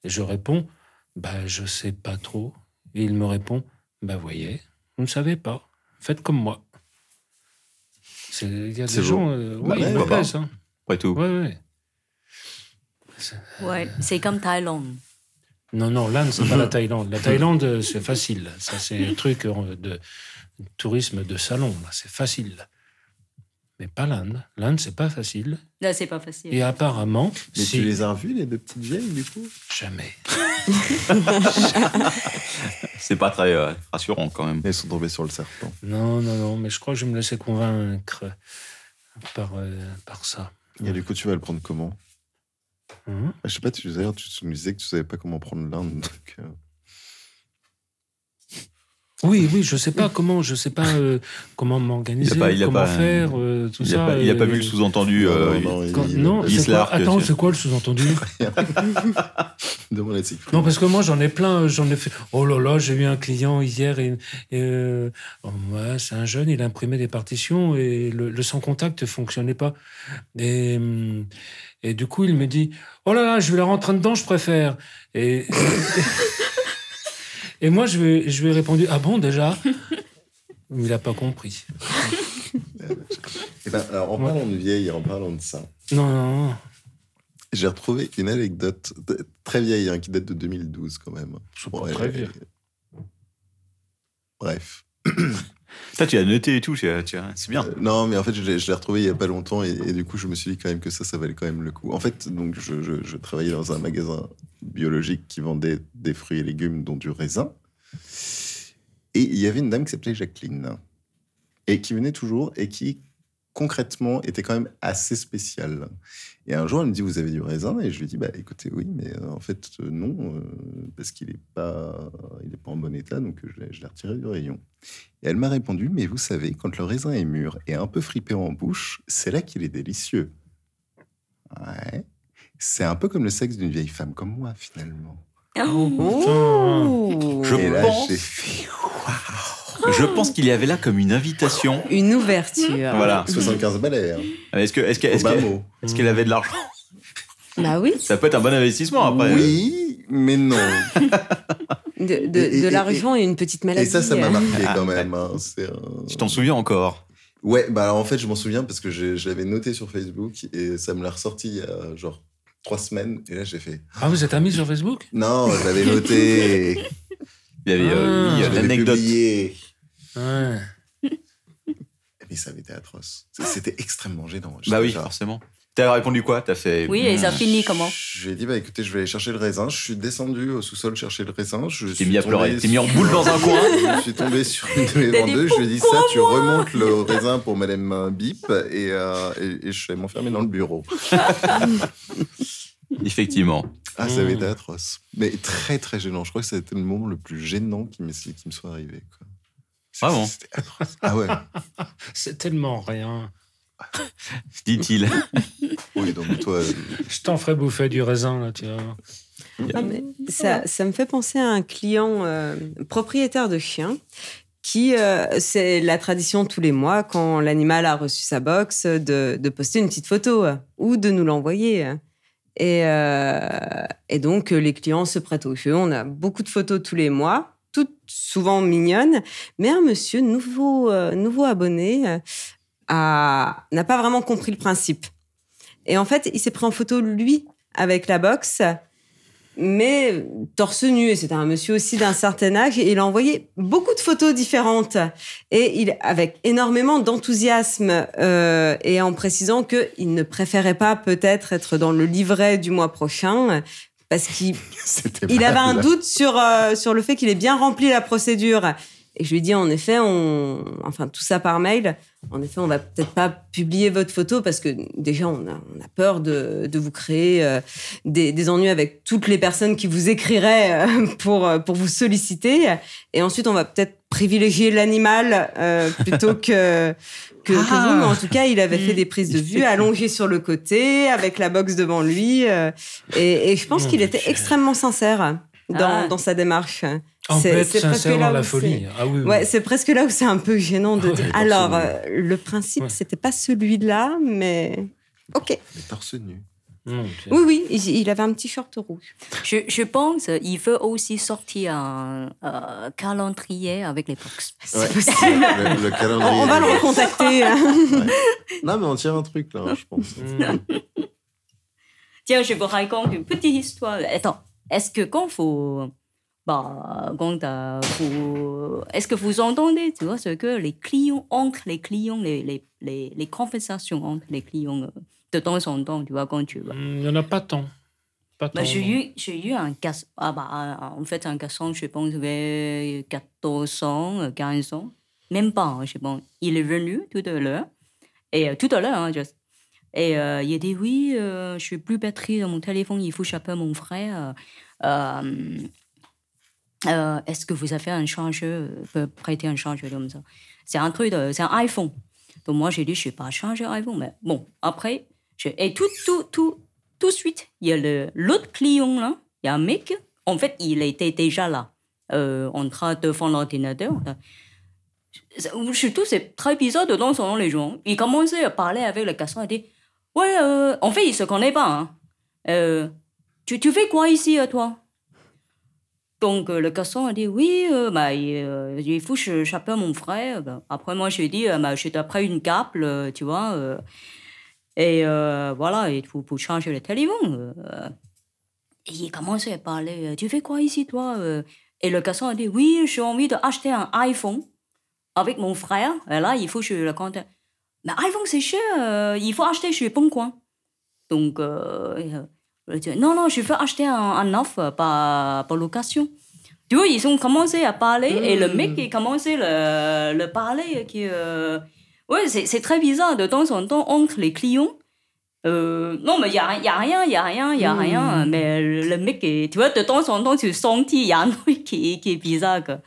Et je réponds, bah, je sais pas trop. Et il me répond, bah, voyez, vous ne savez pas. Faites comme moi. C'est- Il y a C'est des beau. gens, euh, Bah ouais, ouais, ils me pourquoi plaisent, hein. Après tout. Ouais, ouais. Ouais, c'est comme Thaïlande. Non, non, l'Inde, c'est pas la Thaïlande. La Thaïlande, euh, c'est facile. Ça, c'est un truc euh, de tourisme de salon. là. C'est facile. Mais pas l'Inde. L'Inde, c'est pas facile. Là, c'est pas facile. Et apparemment, Mais si tu les as revus, les deux petites vieilles, du coup jamais. C'est pas très euh, rassurant quand même. Elles sont tombées sur le serpent. Non, non, non. Mais je crois que je vais me laisser convaincre. par, euh, par ça. Et du coup, tu vas le prendre comment Mhm. Ah, Je sais pas, tu, d'ailleurs, tu tu me disais que tu savais pas comment prendre l'Inde. donc, euh, Oui, oui, je sais pas comment, je sais pas euh, comment m'organiser, Il a pas- il a comment pas- faire, euh, tout Il ça. n'a pas, il a pas euh, vu le sous-entendu. euh, non, quand- il- non, il c'est se quoi- largue, attends, tu- c'est quoi le sous-entendu Demande à Siegfried. Non, parce que moi, j'en ai plein. euh, J'en ai fait. Oh là là, j'ai eu un client hier. Et, et, euh, oh, ouais, c'est un jeune, il imprimait des partitions et le, le sans contact ne fonctionnait pas. Et, hum, et du coup, il me dit Oh là là, je vais la rentrer dedans, je préfère. Et, et moi, je lui ai- je lui ai répondu Ah bon, déjà Il n'a pas compris. Eh ben, alors, en parlant de vieille, en parlant de ça, Non, non, non. j'ai retrouvé une anecdote de- très vieille, hein, qui date de 2012 quand même. C'est Bon, pas elle- très vieux. Bref. Putain, tu as noté et tout, tiens, tiens, c'est bien. Euh, non, mais en fait, je l'ai, je l'ai retrouvé il y a pas longtemps et, et du coup, je me suis dit quand même que ça, ça valait quand même le coup. En fait, donc, je, je- je travaillais dans un magasin biologique qui vendait des fruits et légumes, dont du raisin. Et il y avait une dame qui s'appelait Jacqueline et qui venait toujours et qui concrètement était quand même assez spéciale. Et un jour, elle me dit, vous avez du raisin Et je lui dis, bah écoutez, oui, mais euh, en fait, euh, non, euh, parce qu'il n'est pas, il est pas en bon état, donc euh, je l'ai- je l'ai retiré du rayon. Et elle m'a répondu, mais vous savez, quand le raisin est mûr et un peu fripé en bouche, c'est là qu'il est délicieux. Ouais. C'est un peu comme le sexe d'une vieille femme comme moi, finalement. Oh Je et là, pense, j'ai fait je pense qu'il y avait là comme une invitation. Une ouverture. Voilà. 75 balais. hein. Est-ce que, est-ce que, est-ce que- Au bas mot. est-ce qu'elle avait de l'argent Bah oui. Ça peut être un bon investissement après. euh, Oui, mais non. De, de, Et- et- de et- l'argent et une petite maladie. Et ça, ça m'a euh, marqué Ah, quand même. hein. C'est un- Je t'en souviens encore. Ouais, bah alors en fait, je m'en souviens parce que je, je l'avais noté sur Facebook et ça me l'a ressorti il y a genre trois semaines. Et là, j'ai fait Ah, vous êtes amis sur Facebook Non, je l'avais noté. Il y avait euh, Ah. oui, Je euh, l'avais l'anecdote. publié. Ouais. Mais ça avait été atroce. C- C'était extrêmement gênant. J'étais Bah oui, genre- forcément. T'as répondu quoi T'as fait. mm, Oui, et ça finit comment Je lui ai dit, bah écoutez, je vais aller chercher le raisin. Je suis descendu au sous-sol chercher le raisin. Je T'es suis mis à tombé pleurer. T'es sur- mis en boule dans un coin. Je suis tombé sur une de mes T'as dit, vendeuses, je lui ai dit ça, pourquoi tu remontes le raisin pour Madame Bip et, euh, et- et je suis allé m'enfermer dans le bureau. Effectivement. Ah, ça avait Mm. Hmm. été atroce. Mais très très gênant. Je crois que ça a été le moment le plus gênant qui, m'est- qui me soit arrivé. Quoi. C'est- Vraiment C'était atroce. Ah ouais. C'est tellement rien. Dit-il. Oui, donc toi, euh, Je t'en ferai bouffer du raisin, là, tu vois. Ah, mais ça, ça me fait penser à un client euh, propriétaire de chien qui, euh, c'est la tradition tous les mois, quand l'animal a reçu sa box, de, de poster une petite photo euh, ou de nous l'envoyer. Et, euh, et donc, euh, les clients se prêtent au jeu. On a beaucoup de photos tous les mois, toutes souvent mignonnes. Mais un monsieur, nouveau, euh, nouveau abonné, euh, a- n'a pas vraiment compris le principe. Et en fait, il s'est pris en photo, lui, avec la box mais torse nu. Et c'était un monsieur aussi d'un certain âge. Et il a envoyé beaucoup de photos différentes. Et il, avec énormément d'enthousiasme, euh, et en précisant qu'il ne préférait pas peut-être être dans le livret du mois prochain, parce qu'il c'était il avait un malade. doute sur, euh, sur le fait qu'il ait bien rempli la procédure. Et je lui ai dit, en effet, on... enfin, tout ça par mail, en effet, on va peut-être pas publier votre photo parce que déjà, on a, on a peur de, de vous créer euh, des, des ennuis avec toutes les personnes qui vous écriraient euh, pour, euh, pour vous solliciter. Et ensuite, on va peut-être privilégier l'animal euh, plutôt que, que, que vous. Mais en tout cas, il avait fait des prises de vue allongées sur le côté, avec la box devant lui. euh, et, et je pense Mon qu'il Dieu. était extrêmement sincère dans, Ah. dans sa démarche. On peut C'est- être c'est presque sincère là dans la où c'est- folie. Ah oui, oui. Ouais, c'est presque là où c'est un peu gênant de Ah dire. oui, Alors, absolument. euh, le principe, Ouais. c'était pas celui-là, mais. Ok. Mais torse nu. Non, tu- Oui, oui, il, il avait un petit short rouge. je, je pense euh, il veut aussi sortir un euh, calendrier avec les box. Ouais. Le, le Ah On, calendrier. on va le recontacter. hein. Non, mais on tire un truc là, je pense. Mm. Tiens, je vous raconte une petite histoire. Attends, est-ce que quand vous. Bah, quand euh, vous. Est-ce que vous entendez, tu vois, ce que les clients, entre les clients, les, les, les, les conversations entre les clients, euh, de temps en temps, tu vois, quand tu vas. Il n'y mm, en a pas tant. Pas tant. Bah, j'ai eu, j'ai eu un garçon, ah bah, un- en fait, un garçon, je pense, avait 14 ans, euh, 15 ans, même pas, hein, je pense. Il est venu tout à l'heure Et euh, tout à l'heure, hein, Just. Et euh, il a dit oui, euh, je suis plus batterie dans mon téléphone, il faut j'appelle mon frère. Euh, euh, Est-ce que vous avez un changeur, peut prêter un changeur comme ça C'est un truc, de- c'est un iPhone. Donc moi j'ai dit je sais pas changer iPhone, mais bon après je- et tout tout tout tout de suite il y a le l'autre client là, il y a un mec, en fait il était déjà là, euh, en train de faire l'ordinateur. là. Je- Surtout, c'est très bizarre de temps en temps, les gens. Ils commençaient à parler avec le garçon et dit Ouais, euh, en fait, ils se connaissent pas. hein. Euh, tu, tu fais quoi ici, euh, toi Donc, euh, le garçon a dit Oui, euh, bah, il, euh, il faut que je- j'appelle mon frère. Ben, après, moi, j'ai dit euh, bah, Je t'apprends une câble, euh, tu vois. euh, et euh, voilà, et pour, pour changer le téléphone. euh, et il commençait à parler euh, Tu fais quoi ici, toi euh Et le garçon a dit Oui, j'ai envie d'acheter un iPhone avec mon frère. Et là, il faut que je le contacte. Mais iPhone, c'est cher. euh, il faut acheter chez Boncoin. Donc, euh, euh, je dis, non, non, je veux acheter un, un offre par, par location. Tu vois, ils ont commencé à parler et le mec, il commençait le, le parler. Qui, euh, Ouais, c'est c'est très bizarre de temps en temps entre les clients. euh, non, mais il n'y a, y a rien, il n'y a rien, il n'y a Mm. rien. Mais le le mec, est- tu vois, de temps en temps, tu sens qu'il y a un truc qui, qui est bizarre. quoi.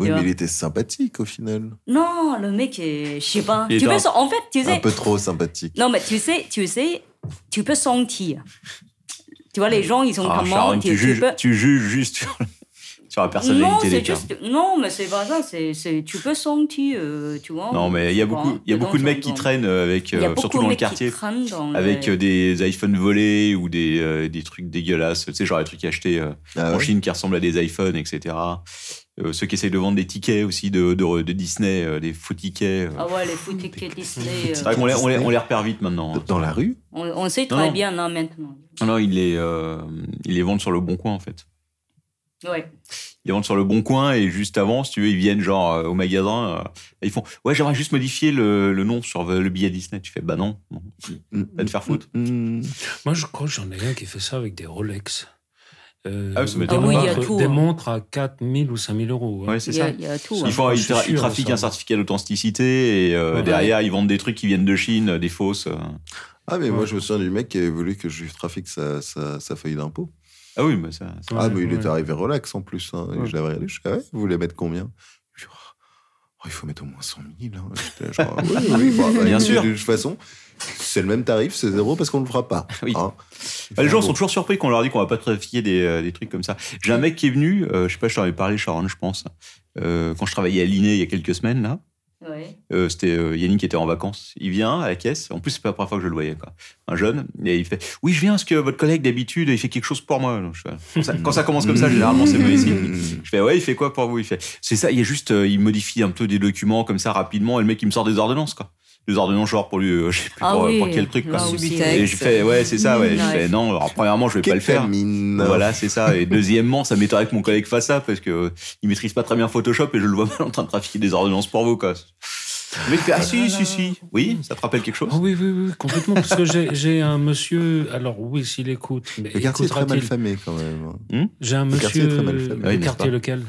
Oui, Tu vois. mais il était sympathique au final. Non, le mec, est- je sais pas. Il Tu était peux un- sen- en fait, tu sais. Un peu trop sympathique. Non, mais tu sais, tu sais, tu peux sentir. Tu vois, les gens, ils sont Ah, comment Sharon, tu, juges, peux- tu juges juste sur, sur la Non, personnalité des c'est gens. juste. Non, mais c'est pas ça. C'est, c'est- tu peux sentir, euh, tu vois. Non, mais il y a beaucoup, il y a beaucoup de mecs qui traînent euh, avec, Il y a euh, beaucoup surtout de dans le mecs qui quartier, traînent dans le- avec euh, des iPhones volés ou des, euh, des trucs dégueulasses. Tu sais, genre les trucs achetés euh, en Ah ouais. Chine qui ressemblent à des iPhones, etc. Euh, ceux qui essayent de vendre des tickets aussi de, de, de Disney, euh, des faux tickets. euh. Ah ouais, les foot tickets Disney. C'est euh, vrai qu'on les, on les- on les repère vite maintenant. hein. Dans la rue on, on sait Non, très non. bien, non, maintenant. Non, non, ils les, euh, ils les vendent sur le bon coin en fait. Ouais. Ils les vendent sur le bon coin et juste avant, si tu veux, ils viennent genre euh, au magasin. euh, et ils font Ouais, j'aimerais juste modifier le, le nom sur le billet Disney. Tu fais Bah non, non. va te faire foutre. Mm. Moi, je crois que j'en ai un qui fait ça avec des Rolex. Euh, Ah oui, ça des, m'étonne Ah oui, pas. il y a montres- tout, des hein. montres à 4000 ou 5000 euros. hein. Ouais, c'est ça. Ils, font, Je ils suis tra- ils sûr de trafiquent ça. un certificat d'authenticité et euh, Ouais. derrière, ils vendent des trucs qui viennent de Chine, euh, des fausses. euh. Ah, mais moi, je me souviens du mec qui avait voulu que je lui trafique sa, sa, sa feuille d'impôt. Ah oui, mais ça. ça- Ah, mais il ouais. est arrivé relax en plus. hein. Et Je l'avais regardé, je suis ah ouais, vous voulez mettre combien Je lui ai dit, Oh, il faut mettre au moins 100 000. hein. J'étais genre, Ah oui, oui, bon, bah, Bien de- sûr. De toute façon, c'est le même tarif, c'est zéro parce qu'on ne le fera pas. hein. Bah, les gens Bon. sont toujours surpris qu'on leur dit qu'on va pas trafiquer des, euh, des trucs comme ça. J'ai un mec qui est venu, euh, je sais pas, je t'en avais parlé, Sharon, je pense, euh, quand je travaillais à l'INE il y a quelques semaines, là. Ouais. Euh, c'était euh, Yannick qui était en vacances. Il vient à la caisse. En plus, c'est pas la première fois que je le voyais, quoi. Un jeune. Et il fait Oui, je viens parce que votre collègue, d'habitude, il fait quelque chose pour moi. Donc, je fais, quand, ça, quand ça commence comme Mm. ça, généralement, c'est mauvais signe. Je fais Ouais, il fait quoi pour vous Il fait C'est ça, il est juste, euh, il modifie un peu des documents comme ça rapidement. Et le mec, il me sort des ordonnances, quoi. Des ordonnances, genre pour lui, euh, je sais plus Ah pour, oui, pour quel truc, quoi. là aussi, Et je fais Ouais, c'est ça, ouais. Je Ouais. fais Non, alors, premièrement, je vais pas le faire. Voilà, c'est ça. Et deuxièmement, ça m'étonnerait que mon collègue fasse ça parce que euh, il maîtrise pas très bien Photoshop et je le vois mal en train de trafiquer des ordonnances pour vous, quoi. Mais tu fais, ah si, si, si. Oui, ça te rappelle quelque chose Ah oui, oui, oui, complètement. Parce que j'ai- j'ai un monsieur. Alors, oui, s'il écoute. Mais Le quartier est très mal écoutera-t-il famé quand même. J'ai un Le quartier est monsieur. très mal famé. Le quartier lequel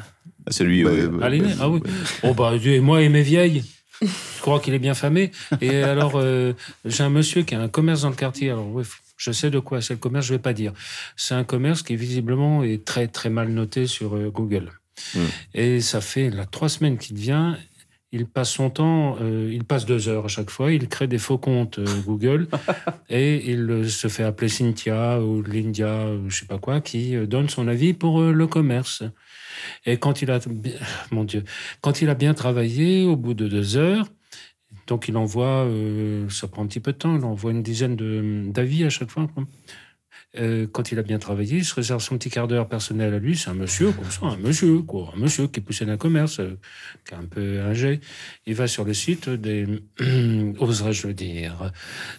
Ah, Celui. Bah, euh, bah, À l'aîné, ah oui. Oh bah, et moi et mes vieilles. Je crois qu'il est bien famé. Et alors, euh, j'ai un monsieur qui a un commerce dans le quartier. Alors, oui, je sais de quoi c'est le commerce, je vais pas dire. C'est un commerce qui, visiblement, est très, très mal noté sur euh, Google. Mm. Et ça fait là, trois semaines qu'il vient. Il passe son temps, euh, il passe deux heures à chaque fois, il crée des faux comptes euh, Google et il euh, se fait appeler Cynthia ou Lindia ou je sais pas quoi qui euh, donne son avis pour euh, le commerce. Et quand il a, mon Dieu, quand il a bien travaillé, au bout de deux heures, donc il envoie, euh, ça prend un petit peu de temps, il envoie une dizaine de- d'avis à chaque fois. quoi. Euh, quand il a bien travaillé, il se réserve son petit quart d'heure personnel à lui. C'est un monsieur, comme ça, un monsieur, quoi. Un monsieur qui est poussé d'un commerce, euh, qui est un peu ingé. Il va sur le site des. oserais-je le dire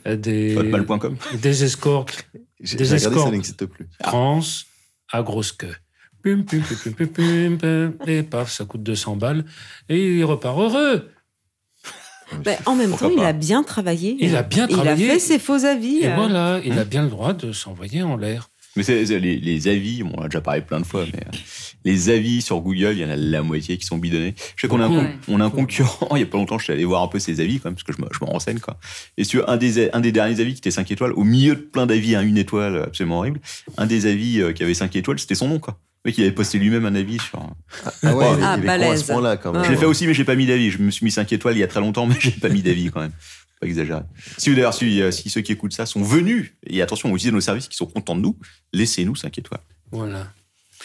euh, Des. Hotmail.com. Des escortes. J'ai- des j'ai regardé, ça escortes n'existe plus. Trans à grosse queue. Pum, pum, pum, pum, pum, pum, pum. et paf, ça coûte 200 balles. Et il repart heureux. Bah, Ben, en même Pourquoi temps, il pas a bien travaillé. Il a bien Il a travaillé. fait ses faux avis. Et euh. voilà, il a bien le droit de s'envoyer en l'air. Mais c'est- c'est- les, les avis, bon, on en a déjà parlé plein de fois, mais euh, les avis sur Google, il y en a la moitié qui sont bidonnés. Je sais qu'on a, un, con- Ouais. on a un concurrent, il y a pas longtemps, je suis allé voir un peu ses avis quand même, parce que je me- je m'en renseigne. Quoi. Et sur un des, a- un des derniers avis qui était 5 étoiles, au milieu de plein d'avis à une étoile absolument horrible, un des avis euh, qui avait 5 étoiles, c'était son nom. Quoi. Le mec, il avait posté lui-même un avis sur. Ah ouais, Oh, il est- Ah, il est con à balèze. ce point-là quand Ah. même. je l'ai fait aussi, mais j'ai pas mis d'avis. Je me suis mis 5 étoiles il y a très longtemps, mais j'ai pas mis d'avis quand même. Faut Pas exagérer. Si d'ailleurs, si, euh, si ceux qui écoutent ça sont venus, et attention, on utilise nos services qui sont contents de nous, laissez-nous 5 étoiles. Voilà.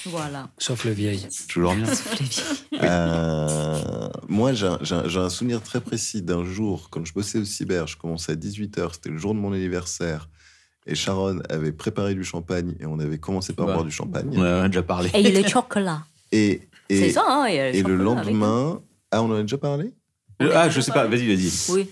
Voilà. Sauf le vieil. Toujours bien. Sauf les vieilles. Euh, moi, j'ai un, j'ai un- j'ai un souvenir très précis d'un jour, quand je bossais au cyber, je commençais à 18h, c'était le jour de mon anniversaire, et Sharon avait préparé du champagne, et on avait commencé par Bah. boire du champagne. On en a déjà parlé. Et le chocolat. Et, et- C'est ça, hein, il y a et le chocolat avec. lendemain... Ah, on en a déjà parlé Euh, Ah, je sais pas, vas-y, vas-y. Oui.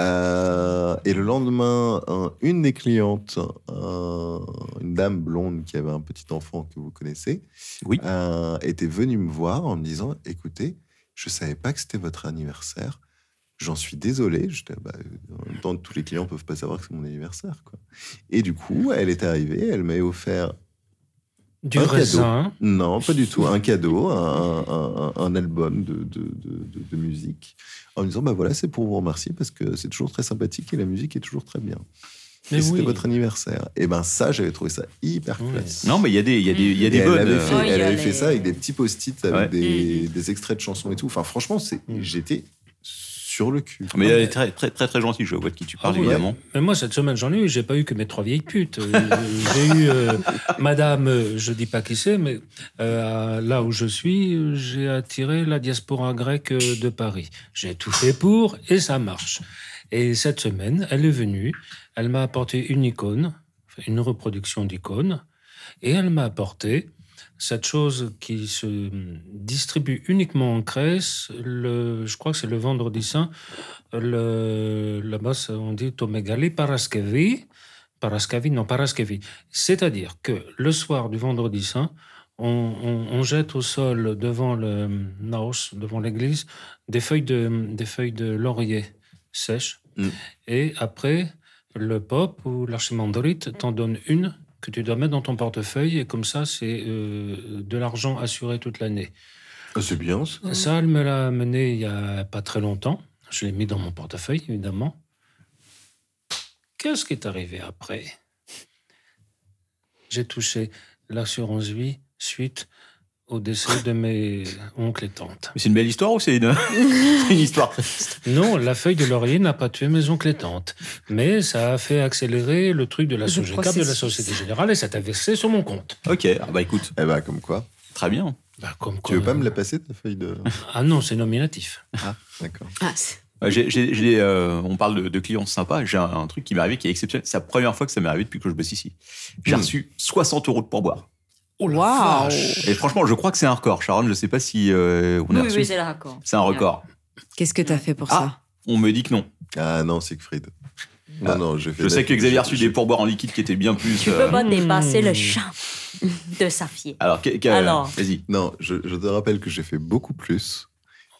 Euh, et le lendemain, un- une des clientes, un- une dame blonde qui avait un petit enfant que vous connaissez, Oui. euh, était venue me voir en me disant Écoutez, je savais pas que c'était votre anniversaire. J'en suis désolé. J'étais, Bah, en même temps, tous les clients peuvent pas savoir que c'est mon anniversaire. Quoi. Et du coup, elle est arrivée, elle m'avait offert Du Un raisin. non, pas du tout. Un cadeau, un, un- un- un album de, de, de- de- de musique, en me disant bah voilà, c'est pour vous remercier parce que c'est toujours très sympathique et la musique est toujours très bien. Mais et c'était oui. votre anniversaire. Et ben ça, j'avais trouvé ça hyper Ouais. classe. Non, mais il y a des, il y a des, il y a Et des elle bonnes. avait euh, fait, Oh, il elle y a avait fait les- Mm-hmm. ça avec des petits post-it, avec Ouais. des, des extraits de chansons et tout. Enfin, franchement, c'est, j'étais sur le cul. Oh, Ah, Mais elle est très, très, très, très gentille. Je vois de qui tu parles, Ah ouais. évidemment. Mais moi, cette semaine, j'en ai eu. J'ai pas eu que mes trois vieilles putes. Euh, j'ai eu euh, madame, euh, je dis pas qui c'est, mais euh, là où je suis, euh, j'ai attiré la diaspora grecque euh, de Paris. J'ai tout fait pour et ça marche. Et cette semaine, elle est venue. Elle m'a apporté une icône, enfin, une reproduction d'icône. Et elle m'a apporté cette chose qui se distribue uniquement en Grèce. Le, je crois que c'est le vendredi saint. Le, là-bas, ça, on dit Tomegali Paraskevi. Paraskevi, non, Paraskevi. C'est-à-dire que le soir du vendredi saint, on, on- on jette au sol devant le naos, devant l'église, des feuilles de, des feuilles de laurier sèches. Mm. Et après, le pope ou l'archimandrite t'en donne une que tu dois mettre dans ton portefeuille et comme ça, c'est euh, de l'argent assuré toute l'année. Ah, c'est bien. ça. Ça, elle me l'a amené il y a pas très longtemps. Je l'ai mis dans mon portefeuille, évidemment. Qu'est-ce qui est arrivé après J'ai touché l'assurance vie suite au décès de mes oncles et tantes. Mais c'est une belle histoire ou c'est une, c'est une histoire Non, la feuille de laurier n'a pas tué mes oncles et tantes, mais ça a fait accélérer le truc de la Le SOGECAP, de la processus. Société Générale, et ça t'a versé sur mon compte. Ok, ah bah écoute, Eh ben, comme quoi. très bien. Bah, comme Tu quoi- veux pas me la passer, ta feuille de. Ah non, c'est nominatif. Ah, d'accord. Ah, c'est- Euh, j'ai- j'ai- j'ai, euh, on parle de, de clients sympas. J'ai un, un truc qui m'est arrivé qui est exceptionnel. C'est la première fois que ça m'est arrivé depuis que je bosse ici. J'ai Hmm. reçu 60 euros de pourboire. Oh Waouh Et franchement, je crois que c'est un record. Sharon, je sais pas si euh, on a Oui, reçu. oui, c'est le raccord. c'est un record. Qu'est-ce que t'as fait pour Ah. On me dit que non. Ah non, Siegfried. Non, Ah, non, j'ai fait. Je sais que Xavier a reçu J'ai- des pourboires en liquide qui étaient bien plus. Tu euh, peux pas dépasser Hmm. le champ de Saphir. Alors, que- que- Alors. vas-y. Non, je, je te rappelle que j'ai fait beaucoup plus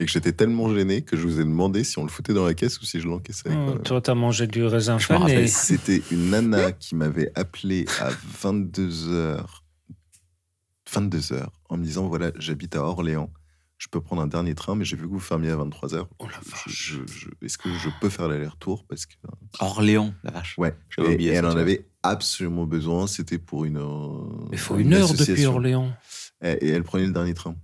et que j'étais tellement gêné que je vous ai demandé si on le foutait dans la caisse ou si je l'encaissais. avec Oh, moi-même. toi, t'as mangé du raisin Je m'en fané. rappelle. C'était une nana qui m'avait appelé à 22h. 22h, en me disant voilà, j'habite à Orléans, je peux prendre un dernier train, mais j'ai vu que vous fermiez à 23h. Oh Je- je- Est-ce que je peux faire l'aller-retour Parce que. Orléans, la vache. Ouais, et, J'avais oublié et ça, elle en tu vois. avait absolument besoin, c'était pour une. euh, Il faut une heure depuis association. Orléans. Et et elle prenait le dernier train.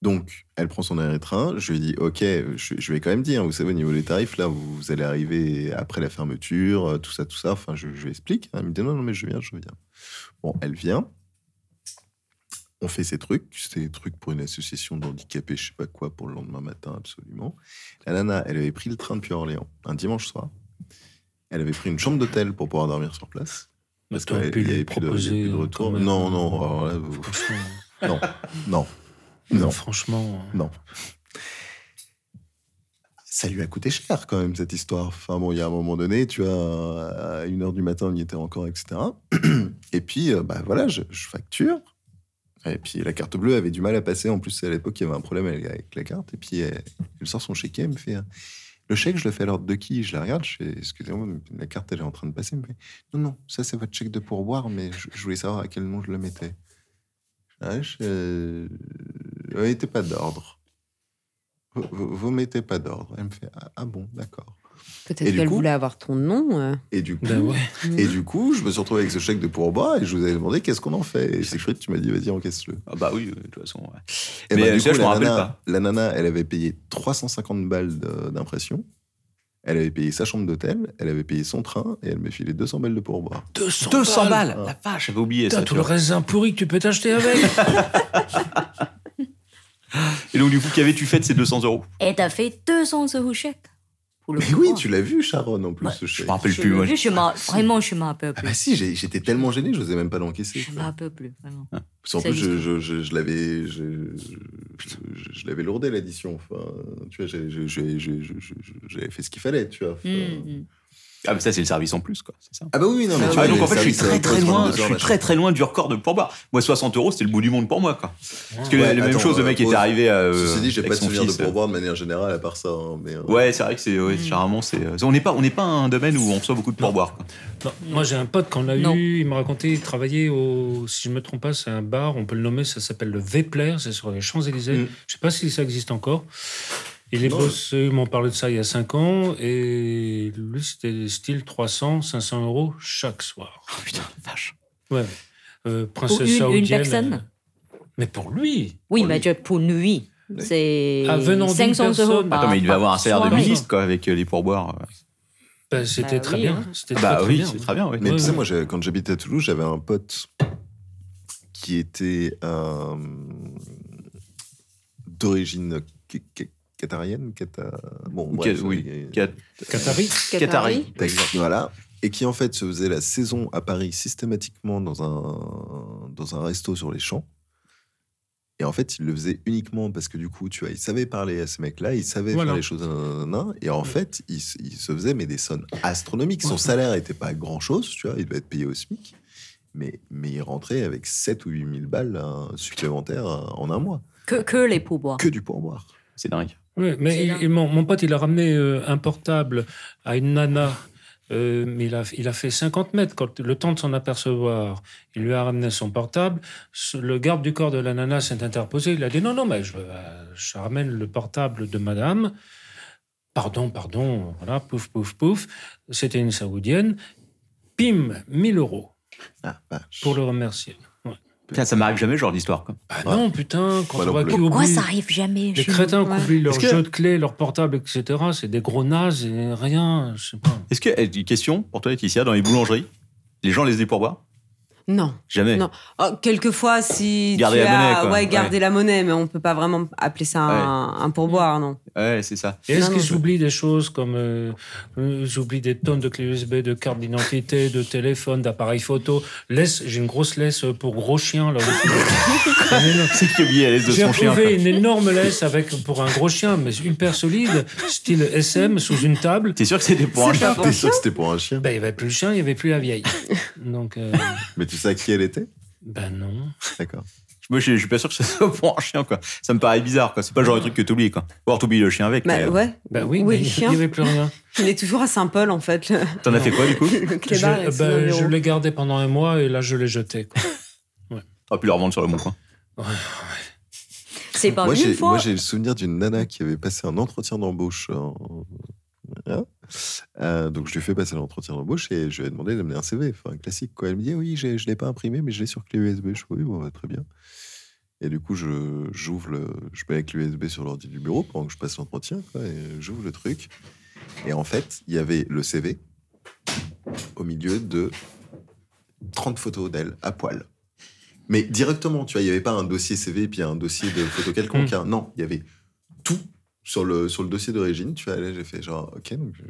Donc, elle prend son dernier train. Je lui dis, OK, je, je vais quand même dire, vous savez, au niveau des tarifs, là, vous, vous allez arriver après la fermeture, euh, tout ça, tout ça. Enfin, je, je lui explique. hein. Elle me dit, non, non, mais je viens, je viens. Bon, elle vient. On fait ces trucs. C'était des trucs pour une association d'handicapés, je sais pas quoi, pour le lendemain matin, absolument. La nana, elle avait pris le train depuis Orléans, un dimanche soir. Elle avait pris une chambre d'hôtel pour pouvoir dormir sur place. Mais qu'il t'aurais pu lui proposer. de, euh, retour. quand même. Non, non, alors là, vous- Franchement, non, non, non, non, franchement. euh, non. Ça lui a coûté cher quand même cette histoire. Enfin bon, il y a un moment donné, tu vois, à une heure du matin, on y était encore, etc. Et puis, euh, bah voilà, je, je facture. Et puis la carte bleue avait du mal à passer. En plus, à l'époque, il y avait un problème avec- avec la carte. Et puis elle, elle sort son chéquier, elle me fait. euh, Le chèque, je le fais à l'ordre de qui Je la regarde, je fais Excusez-moi, mais la carte, elle est en train de passer. Elle me fait, non, non, ça, c'est votre chèque de pourboire, mais je, je voulais savoir à quel nom je le mettais. Ah, je- euh, Il n'était pas d'ordre. Vous- Vous vous mettez pas d'ordre. Elle me fait Ah, ah bon, d'accord. Et Peut-être du qu'elle coup- voulait avoir ton nom. euh. Et du coup, Ben ouais. et du coup, je me suis retrouvé avec ce chèque de pourboire et je vous avais demandé qu'est-ce qu'on en fait. Et c'est Fritz, tu m'as dit vas-y encaisse-le. Ah bah oui, euh, de toute façon. ouais. Et Mais bah, euh, du ça, coup, je m'en la rappelle nana, pas. la nana, elle avait payé 350 balles de- d'impression. Elle avait payé sa chambre d'hôtel, elle avait payé son train et elle m'a filé 200 balles de Ah. pourboire. 200, 200 balles La vache, Ah, j'avais oublié T'as ça. tu tout le vois. raisin pourri que tu peux t'acheter avec. Et donc, du coup, qu'avais-tu fait de ces 200 euros Et t'as fait 200 euros chèque. Mais oui, tu l'as vu, Sharon, en plus. ce Je chèque. me rappelle plus, moi. Lui, je m'en- Vraiment, je m'en peux Ah plus. bah si, j'ai- j'étais tellement gêné, je n'osais même pas l'encaisser. Je m'en peux plus, vraiment. Parce qu'en Ça plus, je, existe. je, je, je l'avais, je, je- je- je l'avais lourdé l'addition. Enfin, tu vois, j'ai- j'ai- j'ai- j'ai- j'ai- j'ai- j'avais fait ce qu'il fallait, tu Hmm, vois. Mm, Ah, mais ça, c'est le service en plus, quoi. c'est ça Ah bah oui, non, mais tu Ah, vois, donc, en fait, je suis service, euh, très très loin, je 22 heures, suis machin. très très loin du record de pourboire. Moi, 60 euros, c'était le bout du monde pour moi, quoi. Parce que Ouais, la, la même attends, chose, le mec euh, était arrivé à. Ceci dit, j'ai avec pas de son souvenir de fils. euh, pourboire de manière générale à part ça. hein, mais, euh, Ouais, c'est vrai que c'est. Ouais, généralement, c'est. euh, On n'est pas, on n'est pas un domaine où on reçoit beaucoup de pourboire, quoi. Non, moi, j'ai un pote qu'on a eu, il m'a raconté, il travaillait au, si je me trompe pas, c'est un bar, on peut le nommer, ça s'appelle le Vepler, c'est sur les Champs-Élysées. Mm. Je sais pas si ça existe encore. Et les Non. boss, eux, m'ont parlé de ça il y a 5 ans, et lui, c'était style 300, 500 euros chaque soir. Oh putain, la vache. Ouais. Euh, princesse une- une saoudienne. personne. euh, Mais pour lui. Oui, mais je- pour nuit, c'est Ah, venant d'une 500 euros personne. par Attends, mais il devait par avoir un salaire de soirée. ministre, quoi, avec euh, les pourboires. euh. Bah, c'était Bah très oui, bien. hein. C'était Bah très, très oui, bien. c'est très bien, oui. Mais Ouais, tu sais, ouais. moi, j'avais- quand j'habitais à Toulouse, j'avais un pote qui était euh, d'origine ca- ca- qatarienne, cata- bon, bref, Ca- oui. euh, Cat- Qatari. Qatari. Exact, Voilà. Et qui en fait se faisait la saison à Paris systématiquement dans un, dans un resto sur les champs. Et en fait, il le faisait uniquement parce que du coup, tu vois, il savait parler à ces mecs-là, il savait Voilà. faire les choses. nanana, et en fait, il, se- il se faisait mais des sommes astronomiques. Son Ouais. salaire n'était pas grand-chose, tu vois, il devait être payé au SMIC. Mais, mais il rentrait avec 7 ou 8 000 balles hein, supplémentaires euh, en un mois. Que, que les pourboires. Que du pourboire. C'est dingue. Oui, mais il- il- mon, mon pote, il a ramené euh, un portable à une nana. euh, mais il a, il a fait 50 mètres quand, le temps de s'en apercevoir. Il lui a ramené son portable. Ce- Le garde du corps de la nana s'est interposé. Il a dit Non, non, mais je, euh, je ramène le portable de madame. Pardon, pardon. Voilà, pouf, pouf, pouf. C'était une saoudienne. Pim, 1000 euros Ah, vache. pour le remercier. Ouais. Putain, ça m'arrive jamais, ce genre d'histoire, quoi. Ah non, putain, quand Moi on non voit plus. qui Pourquoi oublie- ça arrive jamais les je- crétins qui Ouais. oublient leurs Parce que- jeux de clés, leurs portables, etc. C'est des gros nazes et rien. Je sais pas. Est-ce que, eh, une question pour toi, Laetitia, dans les boulangeries, les gens les des pourboires Non. Jamais. Non. Oh, quelquefois, si Garder tu la as- monnaie, quoi. ouais, garder Ouais. la monnaie, mais on peut pas vraiment appeler ça un, un pourboire, non. Ouais, c'est ça. Et est-ce Non, qu'ils bah. non. oublient des choses comme euh, euh, ils oublient des tonnes de clés USB, de cartes d'identité, de téléphone, d'appareils photo Laisse, j'ai une grosse laisse pour gros chien là. Une énorme- C'est qui a oublié la laisse de J'ai son chien, quoi. trouvé une énorme laisse avec pour un gros chien, mais hyper solide, style SM sous une table. T'es sûr que c'était pour un C'est chien pas T'es sûr que c'était pour un chien Ben, il n'y avait plus le chien, il n'y avait plus la vieille. Donc, euh, Mais tu sais à qui elle était ben non. D'accord. Moi, je je suis pas sûr que ce soit pour un chien, quoi. Ça me paraît bizarre, quoi. C'est pas le genre de truc que t'oublies, quoi. Voire t'oublies le chien avec. mais, Bah, euh, ouais. Ben oui, Où mais est le il chien n'y avait plus rien. Il est toujours à Saint-Paul, en fait. Le, T'en as fait quoi, du coup le clébard, je là, euh, c'est dans le ben, je bureau. l'ai gardé pendant un mois et là, je l'ai jeté. quoi. T'aurais pu le revendre sur le bon coin. C'est pas Moi, une j'ai, moi, fois. j'ai le souvenir d'une nana qui avait passé un entretien d'embauche. en- hein. Euh, donc, je lui fais passer l'entretien d'embauche et je lui ai demandé d'amener un CV, enfin, un classique. Quoi. Elle me dit Oui, j'ai- je ne l'ai pas imprimé, mais je l'ai sur clé USB. Je fais Oui, bon, bah, très bien. Et du coup, je, j'ouvre le, je mets la clé USB sur l'ordi du bureau pendant que je passe l'entretien. quoi, et j'ouvre le truc. Et en fait, il y avait le CV au milieu de 30 photos d'elle à poil. Mais directement, tu vois, il n'y avait pas un dossier CV puis un dossier de photo quelconque. Hmm. hein. Non, il y avait tout sur le, sur le dossier d'origine. Tu vois, là, j'ai fait genre, ok, donc, euh,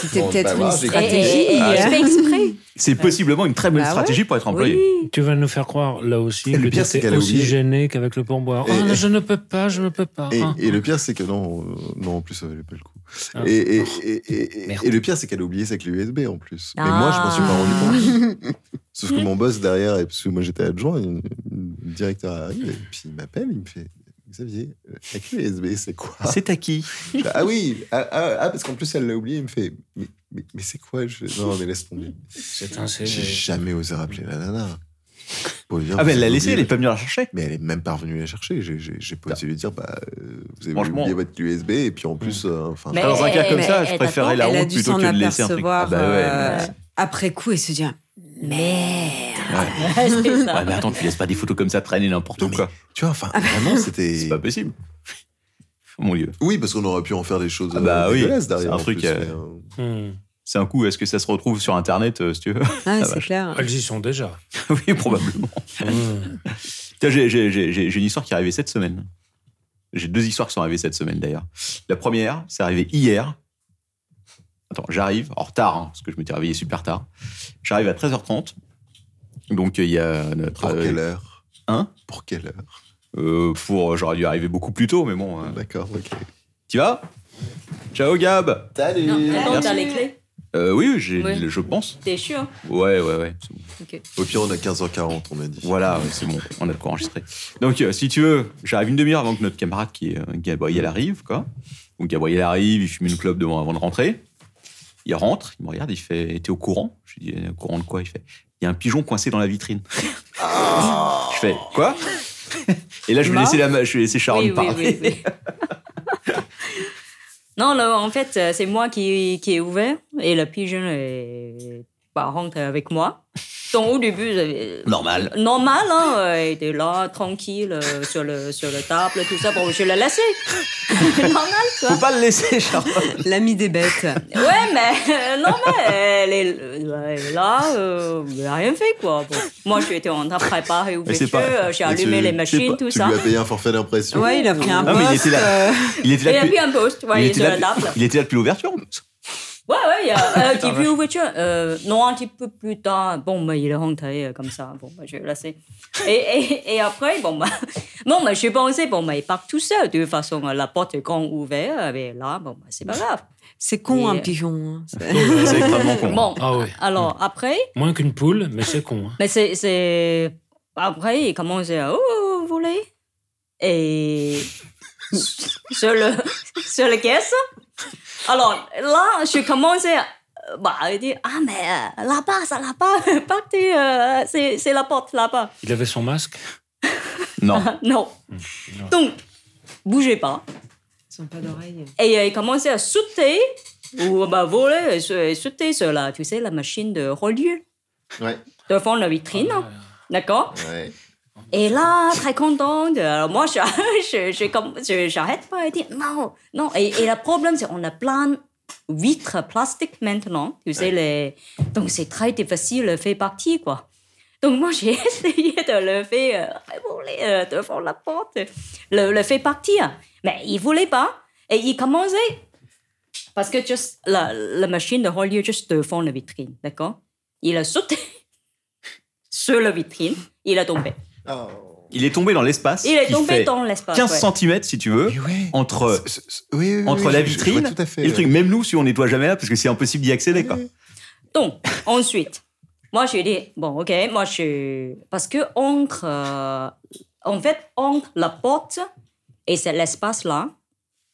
C'était Bon, peut-être bah, voilà, une j'ai stratégie. Eh, eh, eh, je hein. fais exprès. C'est possiblement une très bonne Bah ouais. stratégie pour être employé. Oui. Tu vas nous faire croire, là aussi, Et que le tu pire, c'est étais qu'elle a aussi oublié. gêné qu'avec le pourboire. Et- Ah, là, je ne peux pas, je ne peux pas. et, Ah. et le pire, c'est que non, euh, non, en plus, ça valait pas le coup. Ah. Et, et, et- et- et- Merde. et le pire, c'est qu'elle a oublié sa clé USB en plus. Mais Ah. moi, je m'en suis pas rendu compte. Ah. Sauf que mon boss derrière, et parce que moi j'étais adjoint, il- le directeur arrive et puis il m'appelle, il me fait Xavier, euh, la clé USB, c'est quoi C'est à qui Je fais, Ah oui, ah, ah, ah, parce qu'en plus, elle l'a oublié. Il me fait, mais, mais, mais c'est quoi Je fais, Non, mais laisse tomber. un J'ai CV. jamais osé rappeler la nana. Pour lui dire, ben, Ah, bah, elle vous l'a avez laissé, elle oublié. est pas venue la chercher. Mais elle est même pas revenue la chercher. J'ai- J'ai j'ai pas osé lui dire, bah, euh, vous avez Franchement. Hmm. oublié votre clé USB, et puis en plus, euh, enfin. Eh, Mais Dans un cas elle- comme ça, elle- je elle préférais la attend, elle a honte dû plutôt s'en que de laisser un truc. apercevoir, bah ouais, euh, mais- Après coup et se dire ah, merde. C'est ça. Ouais, mais attends, tu laisses pas des photos comme ça traîner n'importe où, quoi. Tu vois, Ah bah. enfin, vraiment, C'est c'était. pas possible. Oh, Mon Dieu. Oui, parce qu'on aurait pu en faire des choses Ah bah euh, oui, dégueulasses c'est derrière. un en truc, plus, euh, mais, euh, Hmm. C'est un coup, est-ce que ça se retrouve sur Internet, euh, si tu veux Ah, la c'est vache. clair. Elles y sont déjà. Oui, probablement. Hmm. Putain, J'ai j'ai- j'ai- j'ai- j'ai une histoire qui est arrivée cette semaine. J'ai deux histoires qui sont arrivées cette semaine, d'ailleurs. La première, c'est arrivé hier. Attends, j'arrive, en retard, hein, parce que je m'étais réveillé super tard. J'arrive à 13h30. Donc, euh, il y a notre. Pour euh, quelle heure hein Pour quelle heure euh, pour J'aurais dû arriver beaucoup plus tôt, mais bon. euh, D'accord, ok. Tu vas Ciao, Gab Non, attends, Merci. t'as les clés Euh, Oui, j'ai- Ouais. je pense. T'es sûr Ouais, ouais, ouais. c'est bon. Au pire, on a 15h40, on a dit. Voilà, ouais, c'est bon, on a de quoi enregistrer. Donc, euh, si tu veux, j'arrive une demi-heure avant que notre camarade, qui est euh, Gabriel, arrive, quoi. Donc, Gabriel arrive, il fume une clope devant avant de rentrer. Il rentre, il me regarde, il fait T'es au courant Je lui dis Au courant de quoi Il fait Il y a un pigeon coincé dans la vitrine. Ah. je fais Quoi Et là, je vais Mort laisser, la, ma- je vais laisser Sharon oui, oui, parler. oui, oui. non, là, en fait, euh, c'est moi qui, qui ai ouvert et le pigeon est bah, rentre avec moi. Donc, au début, j'avais- Normal. normal, hein, euh, il était là, tranquille, euh, sur, le, sur la table, tout ça. Bon, je l'ai laissé. normal, quoi. Faut pas le laisser, Sharon. L'ami des bêtes. Ouais, mais euh, non, mais elle est euh, elle est là, euh, elle a rien fait, quoi. Bon, moi, je étais en train de préparer ou Mais c'est pas- j'ai Et allumé tu- les tu machines, sais pas, tout tu ça. lui as payé un forfait d'impression. Ouais, il a pris un Ah, mais il poste. était là. euh, Il était Il là a depuis, pris un poste, il ouais, était sur là la depuis- table. il était là depuis l'ouverture, en plus. Ouais, ouais, il y a, euh, qui Ah, vu ouverture. Euh, non, un petit peu plus tard. Bon, mais il est rentré euh, comme ça. Bon, bah, je vais laisser. Et, et, et après, bon, bah, non, mais je pensais, bon, bah, il part tout seul. De toute façon, la porte est grande ouverte. Mais là, bon, bah, c'est pas grave. C'est con, Et- un pigeon. hein. C'est- Oh, C'est extrêmement con. Bon, Hmm. Ah oui. alors après, Moins qu'une poule, mais c'est con. hein. mais c'est, c'est. Après, il commence à. Oh, vous voulez Et. sur, le, sur la caisse. Alors là, je commençais à. Bah, il dit Ah, mais euh, là-bas, ça là-bas, partez, euh, c'est, c'est la porte là-bas. Il avait son masque. Non. non. Donc, bougez pas. Ils ont pas d'oreilles. Et euh, il commençait à sauter, ou bah, voler, et, sa- et sauter sur la, tu sais, la machine de relieu, Ouais. devant la vitrine. hein. D'accord Ouais. Et là, très contente. Alors moi, je, je, je, comme- je- j'arrête pas et dire non, non. Et, et le problème, c'est qu'on a plein de vitres plastiques maintenant. Tu sais, les... Donc c'est très difficile de faire partie, quoi. Donc moi, j'ai essayé de le faire euh, voler euh, devant la porte, le, le faire partir. Mais il voulait pas. Et il commençait. Parce que juste la, la machine de relier juste devant la vitrine, d'accord Il a sauté sur la vitrine, il a tombé. Il est tombé dans l'espace. Il est qui tombé fait dans l'espace. 15 ouais. Ah, cm, si tu veux, Mais ouais. entre C'est- c'est- oui, oui, oui, entre oui, la Euh, je- je vois vitrine tout à fait, et le ouais. truc. Même nous, si on nettoie jamais là, parce que c'est impossible d'y accéder. Quoi. Donc, ensuite, moi, j'ai dit, bon, ok, moi, je. Parce que entre. euh, en fait, entre la porte et cet espace-là,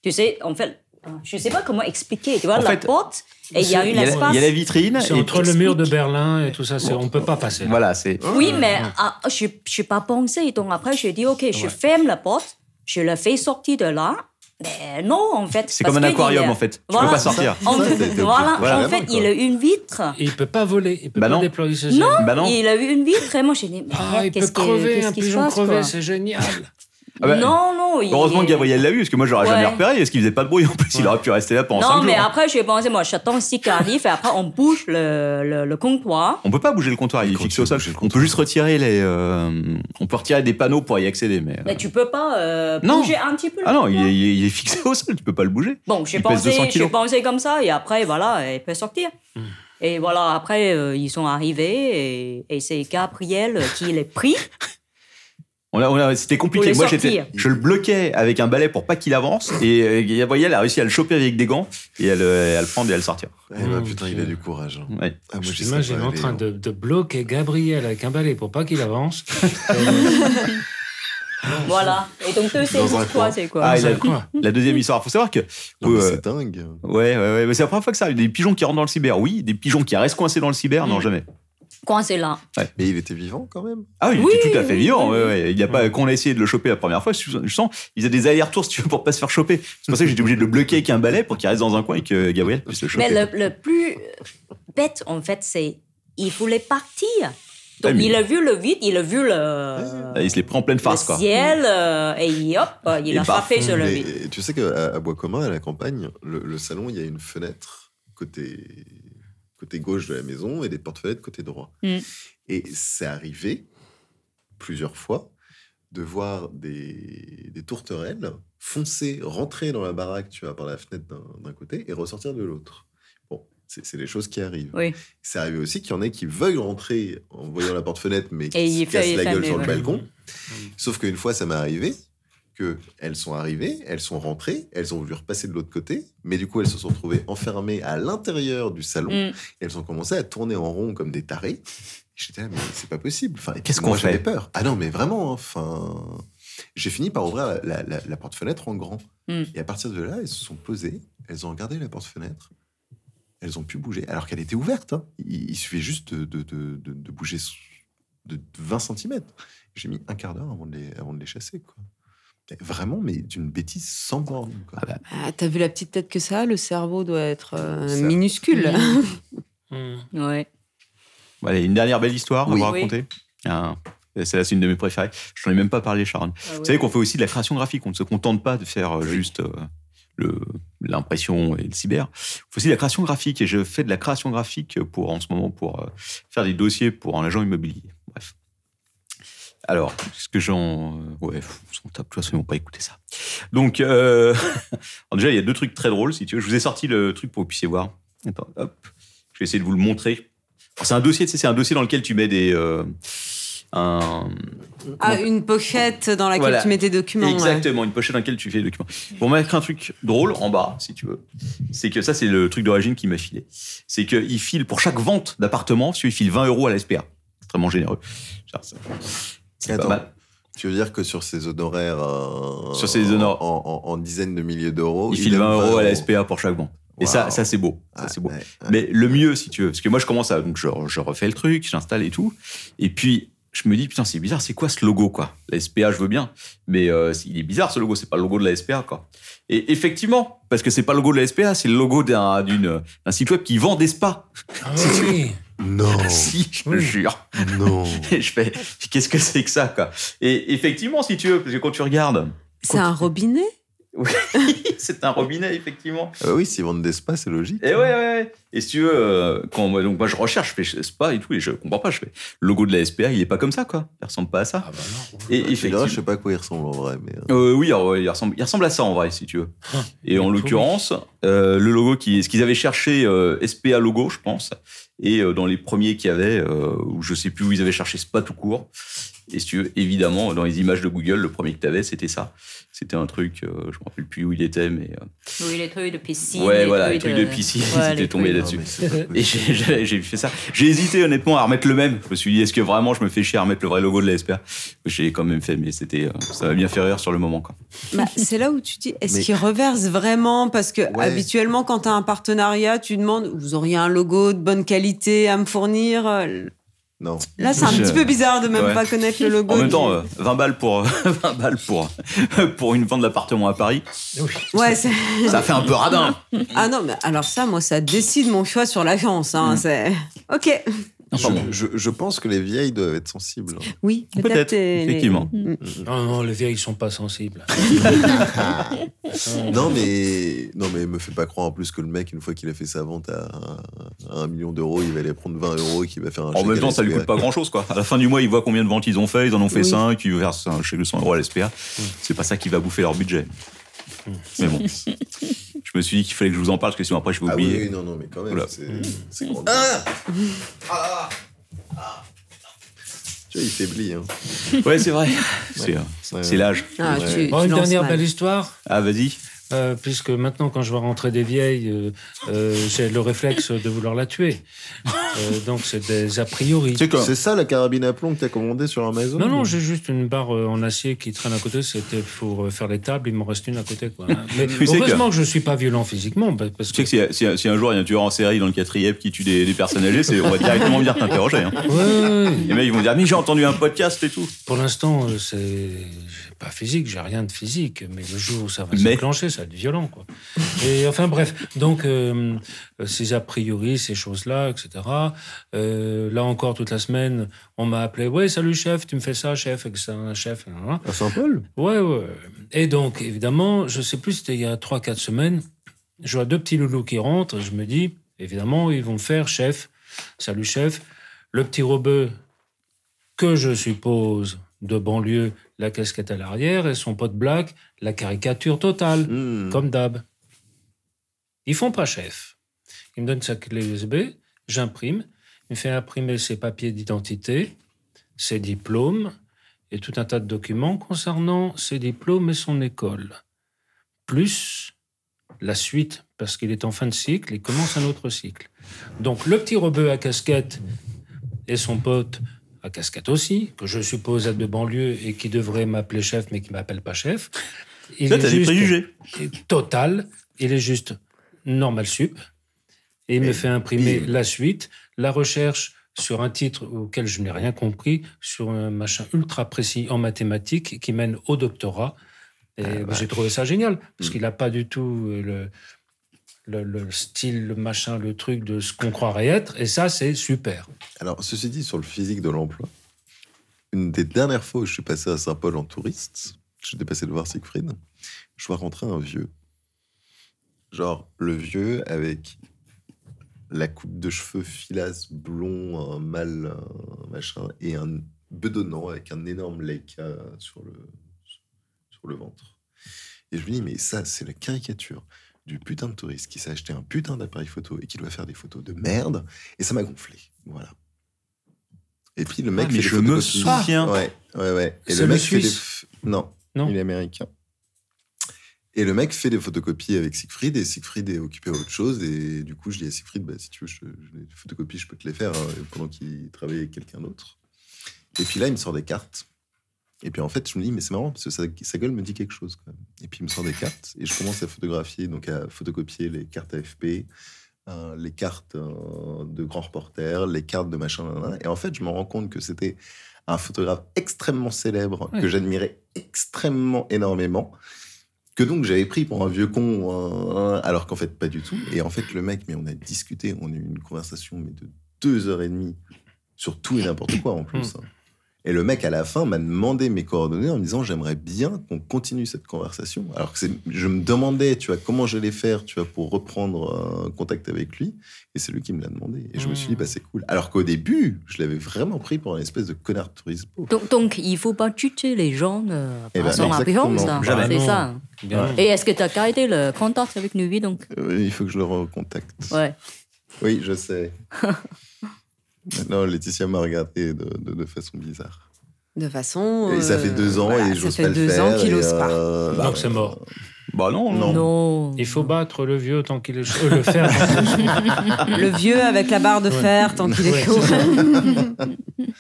tu sais, en fait, je sais pas comment expliquer. Tu vois, En la fait, porte, et il y a un Il y a, la- espace. il y a la vitrine. C'est et- entre le mur de Berlin et tout ça, c'est, on peut pas passer. Bah Voilà, c'est. Oui, mais ah, je je suis pas pensé. Donc après, je dis, OK, je ferme la porte, je le fais sortir de là. Mais non, en fait. C'est parce comme un qu'il y a- aquarium, en fait. Tu Voilà. peux pas sortir. En Ça, fait, c'était voilà, obligé. en Voilà. fait, il a une vitre. Et il peut pas voler, il peut Bah pas non. déployer ses Non. ailes. Bah non. Il a eu une vitre et moi j'ai dit, mais Ah, il peut qu'est-ce que- crever, qu'est-ce un qui se pigeon passe, quoi crever, c'est génial. Ah bah, Non, non. il- Heureusement que Gabriel l'a vu, parce que moi, j'aurais jamais Ouais. repéré, parce qu'il faisait pas de bruit. En plus, il aurait pu rester là pendant 5 Non, jours. mais après, j'ai pensé, moi, j'attends si qu'il arrive et après, on bouge le, le, le comptoir. On peut pas bouger le comptoir, il est Quand fixé tu au sol. bouges le On peut juste retirer les. euh, on peut retirer des panneaux pour y accéder, mais. euh, Mais tu peux pas euh, Non. bouger un petit peu le Ah non, il comptoir est, il est- il est fixé au sol, tu peux pas le bouger. Bon, j'ai Il pèse 200 pensé, j'ai kilos. Hmm. pensé comme ça, et après, voilà, elle peut sortir. Et voilà, après, euh, ils sont arrivés, et, et c'est Gabriel qui les pris. On a- on a- c'était compliqué. les Moi, sortir. j'étais, je le bloquais avec un balai pour pas qu'il avance. Et euh, Gabrielle a réussi à le choper avec des gants et à le, à le prendre et à le sortir. Eh ben, Mmh, putain, ok. il a du courage. hein. Ouais. Ah, moi, Je j'y serais t'imagine pas en allé, train hein. de, de bloquer Gabriel avec un balai pour pas qu'il avance. Euh, Voilà. Et donc, eux, c'est Dans un juste quoi, coin. c'est quoi Ah, et la, la deuxième histoire. Faut savoir que. c'est dingue. Ouais, ouais, ouais. Mais c'est la première fois que ça arrive. Des pigeons qui rentrent dans le cyber, oui. Des pigeons qui restent coincés dans le cyber, Mm. non, jamais. Quand c'est là. Mais il était vivant quand même. Ah oui, il Oui, était tout à fait oui, vivant. oui, Mm. ouais, ouais. Il y a pas qu'on a essayé de le choper la première fois. Je sens, il a des allers-retours si tu veux pour pas se faire choper. C'est pour ça que j'étais obligé de le bloquer avec un balai pour qu'il reste dans un coin et que Ah Gabriel puisse le choper. Mais le, le plus bête, en fait, c'est il voulait partir. Ouais, Donc, Ah, mais- il a vu le vide, il a vu le Ah, Il se les prend en pleine face, quoi. ciel, euh, et hop, il a frappé sur le Mais vide. Tu sais qu'à à Bois Commun, à la campagne, le, le salon, il y a une fenêtre côté, côté gauche de la maison et des porte-fenêtres côté droit. Mm. Et c'est arrivé plusieurs fois de voir des, des tourterelles foncer, rentrer dans la baraque, tu vois, par la fenêtre d'un- d'un côté et ressortir de l'autre. Bon, c'est c'est des choses qui arrivent. Oui. C'est arrivé aussi qu'il y en ait qui veuillent rentrer en voyant la porte-fenêtre, mais Et qui il se fait- cassent il la fait gueule des- sur le ouais. balcon. Sauf qu'une fois, ça m'est arrivé que elles sont arrivées, elles sont rentrées, elles ont voulu repasser de l'autre côté, mais du coup, elles se sont retrouvées enfermées à l'intérieur du salon. Mm. Et elles ont commencé à tourner en rond comme des tarés. J'étais là, mais c'est pas possible. Enfin, Qu'est-ce moi, qu'on fait J'avais peur. Ah non, mais vraiment, hein, enfin. J'ai fini par ouvrir la, la- la- la porte-fenêtre en grand. Mm. Et à partir de là, elles se sont posées, elles ont regardé la porte-fenêtre, elles ont pu bouger, alors qu'elle était ouverte. hein. Il, il suffit juste de, de- de- de- de bouger s- de 20 cm. J'ai mis un quart d'heure avant de les, avant de les chasser. Quoi. Mais Vraiment, mais d'une bêtise sans borne. Quoi. bah, Ah, T'as vu la petite tête que ça a Le cerveau doit être euh, Ça- minuscule. hmm. Mm. Ouais. Bon, allez, une dernière belle histoire Oui. à vous raconter. Ah, Celle-là, c'est une de mes préférées. Je n'en ai même pas parlé, Sharon. Ah Vous savez qu'on fait aussi de la création graphique. On ne se contente pas de faire euh, juste euh, le- l'impression et le cyber. On fait aussi de la création graphique. Et je fais de la création graphique pour, en ce moment pour euh, faire des dossiers pour un agent immobilier. Bref. Alors, ce que j'en. euh, Ouais, pff, on s'en tape, de toute façon, ils vont pas écouter ça. Donc, euh, alors déjà, il y a deux trucs très drôles, si tu veux. Je vous ai sorti le truc pour que vous puissiez voir. Attends, hop. Je vais essayer de vous le montrer. Alors, C'est un dossier, tu sais, c'est un dossier dans lequel tu mets des. euh, un, Ah, une pochette dans laquelle Voilà. tu mets tes documents. ouais. Exactement, une pochette dans laquelle tu fais les documents. Pour mettre un truc drôle en bas, si tu veux, c'est que ça, c'est le truc d'origine qui m'a filé. C'est qu'il file, pour chaque vente d'appartement, si tu veux, il file 20 euros à la SPA. Extrêmement généreux. Ça, ça- C'est pas Attends. mal. Tu veux dire que sur ces honoraires. euh, Sur ces honoraires. En, en- en dizaines de milliers d'euros. Il file donne 20 euros à la SPA pour chaque vente. Et ça, ça c'est beau. Ah, Ça, c'est beau. Mais le mieux, si tu veux, parce que moi, je commence à. Donc, je, je refais le truc, j'installe et tout. Et puis, je me dis, putain, c'est bizarre, c'est quoi ce logo, quoi La SPA, je veux bien. Mais euh, c'est- il est bizarre, ce logo, c'est pas le logo de la SPA, quoi. Et effectivement, parce que c'est pas le logo de la SPA, c'est le logo d'un d'une- d'un site web qui vend des spas. Non. si, je te jure. Non. Et je fais, qu'est-ce que c'est que ça, quoi Et effectivement, si tu veux, parce que quand tu regardes, C'est un robinet c'est un robinet, effectivement. Euh, oui, s'ils vendent des spas, c'est logique. Ah, Et ouais, ouais, ouais. Et si tu veux, euh, quand moi, donc moi je recherche, je fais je sais pas et tout, et je comprends pas. Je fais le logo de la SPA, il est pas comme ça, quoi. Il ressemble pas à Ah, ça. bah et Je sais effectivement. pas, Je sais pas à quoi il ressemble en vrai, mais. Euh, oui, alors, ouais, il ressemble, il ressemble à ça en vrai, si tu veux. Et en l'occurrence, euh, le logo qui, ce qu'ils avaient cherché, euh, SPA logo, je pense, et euh, dans les premiers qu'il y avait, euh, où je sais plus où ils avaient cherché SPA tout court. Et si tu veux, évidemment, dans les images de Google, le premier que tu avais, c'était ça. C'était un truc, euh, je me rappelle plus où il était, mais. euh, Oui, les trucs de piscine. ouais, les voilà, le trucs truc de piscine, Ouais, les j'étais tombé euh, trucs- là-dessus. Et j'ai- j'ai j'ai fait ça. J'ai hésité honnêtement à remettre le même. Je me suis dit, est-ce que vraiment je me fais chier à remettre le vrai logo de la SPA J'ai quand même fait, mais c'était, euh, ça m'a bien fait rire sur le moment. Quoi. Bah, c'est là où tu dis, est-ce Mais- qu'ils reversent vraiment Parce que habituellement, quand tu as un partenariat, tu demandes, vous auriez un logo de bonne qualité à me fournir Euh, Non. Là, c'est un Je- petit peu bizarre de même Ouais. pas connaître le logo. En même du- temps, euh, 20 balles pour, 20 balles pour, euh, pour une vente d'appartement à Paris, Eh euh, ouais, c'est- ça fait un peu radin. Ah non, mais alors ça, moi, ça décide mon choix sur l'agence. Mm. Hein, c'est- Ok. je, je- je pense que les vieilles doivent être sensibles. Oui, Peut-être, les- effectivement. Mm. Non, non, les vieilles sont pas sensibles. non, mais non, mais me fais pas croire en plus que le mec, une fois qu'il a fait sa vente à, à un million d'euros, il va aller prendre 20 euros, qu'il va faire un En chèque même à temps, la ça lui SPA. coûte pas grand chose, quoi. À la fin du mois, ils voient combien de ventes ils ont fait, ils en ont fait Oui. 5, ils versent un chèque de 100 euros à la SPA. C'est pas ça qui va bouffer leur budget. Mais bon. Je me suis dit qu'il fallait que je vous en parle, parce que sinon après je vais Ah oui, oublier. oui, non, non, mais quand même, Oula. c'est- Mmh. c'est grand. Ah Tu vois, il faiblit. Hein. Ouais, c'est vrai. Ouais. C'est euh, Ouais. Ah, c'est l'âge. Bon, une dernière belle histoire. Ah, vas-y. euh, puisque maintenant, quand je vois rentrer des vieilles, euh, euh, j'ai le réflexe de vouloir la tuer. Euh, donc, c'est des a priori. C'est ça la carabine à plomb que t'as commandée sur Amazon Non, non, j'ai juste une barre euh, en acier qui traîne à côté. C'était pour euh, faire les tables. Il m'en reste une à côté. Quoi. Mais Tu sais heureusement que- que... je ne suis pas violent physiquement. bah, Parce Tu sais que si, si- si un jour il y a un tueur en série dans le quatrième qui tue des, des personnes âgées, c'est- on va directement venir t'interroger. hein. Les mecs ils vont dire Mais j'ai entendu un podcast et tout. Pour l'instant, euh, c'est j'ai pas physique, j'ai rien de physique, mais le jour où ça va s'enclencher, ça va être violent, quoi. Et enfin, bref, donc euh, euh, ces a priori, ces choses-là, etc. Euh, là encore, toute la semaine, on m'a appelé, ouais, salut chef, tu me fais ça, chef, et que c'est un chef. hein, hein. À Saint-Paul Ouais, ouais. Et donc, évidemment, je sais plus, c'était il y a 3-4 semaines, je vois deux petits loulous qui rentrent, et je me dis, évidemment, ils vont me faire chef, salut chef. Le petit Robeux, que je suppose de banlieue, la casquette à l'arrière, et son pote Black, la caricature totale, Hmm. Mmh. comme d'hab. Ils font pas chef. Il me donne sa clé USB, j'imprime, il me fait imprimer ses papiers d'identité, ses diplômes, et tout un tas de documents concernant ses diplômes et son école. Plus la suite, parce qu'il est en fin de cycle, il commence un autre cycle. Donc le petit rebeu à casquette et son pote à casquette aussi, que je suppose être de banlieue et qui devrait m'appeler chef, mais qui m'appelle pas chef. Toi, t'as des préjugés. Total. Il est juste normal sup. Et il me fait imprimer la suite, la recherche sur un titre auquel je n'ai rien compris, sur un machin ultra précis en mathématiques qui mène au doctorat. Et Ah, ben, bah. j'ai trouvé ça génial, Mm. parce qu'il n'a pas du tout euh, le, le, le style, le machin, le truc de ce qu'on croirait être. Et ça, c'est super. Alors, ceci dit, sur le physique de l'emploi, une des dernières fois où je suis passé à Saint-Paul en touriste, j'étais passé de voir Siegfried, je vois rentrer un vieux. Genre, le vieux avec la coupe de cheveux filasse, blond, un mâle, un machin, et un bedonnant avec un énorme Leica sur le, sur le ventre. Et je me dis, mais ça, c'est la caricature du putain de touriste qui s'est acheté un putain d'appareil photo et qui doit faire des photos de merde. Et ça m'a gonflé. Voilà. Et puis le mec. Ah, mais fait des je photos me de Suisse. souviens. Ouais, ouais, ouais. Et C'est le fait des Suisse. f- Non, non, il est américain. Et le mec fait des photocopies avec Siegfried, et Siegfried est occupé à autre chose. Et du coup, je dis à Siegfried, bah, si tu veux, je, je- les photocopies, je peux te les faire hein, pendant qu'il travaille avec quelqu'un d'autre. Et puis là, il me sort des cartes. Et puis en fait, je me dis, mais c'est marrant, parce que sa, sa gueule me dit quelque chose. Quand même. Et puis il me sort des cartes, et je commence à photographier, donc à photocopier les cartes AFP, euh, les cartes euh, de grands reporters, les cartes de machin. nan, nan. Et en fait, je me rends compte que c'était un photographe extrêmement célèbre, Ouais. que j'admirais extrêmement énormément, que donc j'avais pris pour un vieux con, euh, alors qu'en fait, pas du tout. Et en fait, le mec, mais on a discuté, on a eu une conversation mais de deux heures et demie sur tout et n'importe quoi en plus. hein. Et le mec, à la fin, m'a demandé mes coordonnées en me disant J'aimerais bien qu'on continue cette conversation. Alors que c'est- je me demandais, tu vois, comment j'allais faire, tu vois, pour reprendre euh, contact avec lui. Et c'est lui qui me l'a demandé. Et je me suis dit Bah, c'est cool. Alors qu'au début, je l'avais vraiment pris pour un espèce de connard de touriste. Donc, donc, il ne faut pas tuer les gens euh, Eh par ben, son non, apparence. exactement. hein. Jamais. C'est Non. ça. Bien non. Et est-ce que tu as gardé le contact avec lui donc Euh, il faut que je le recontacte. Ouais. Oui, je sais. non, Laetitia m'a regardé de, de- de façon bizarre. De façon. Et ça euh, fait deux ans voilà, et ça j'ose fait pas le deux faire. ans qu'il et, n'ose pas. euh, bah, Donc, c'est mort. Bah non, Il faut battre le vieux tant qu'il est chaud. Euh, le fer. euh, Le vieux avec la barre de Ouais. fer tant qu'il est Ouais, chaud.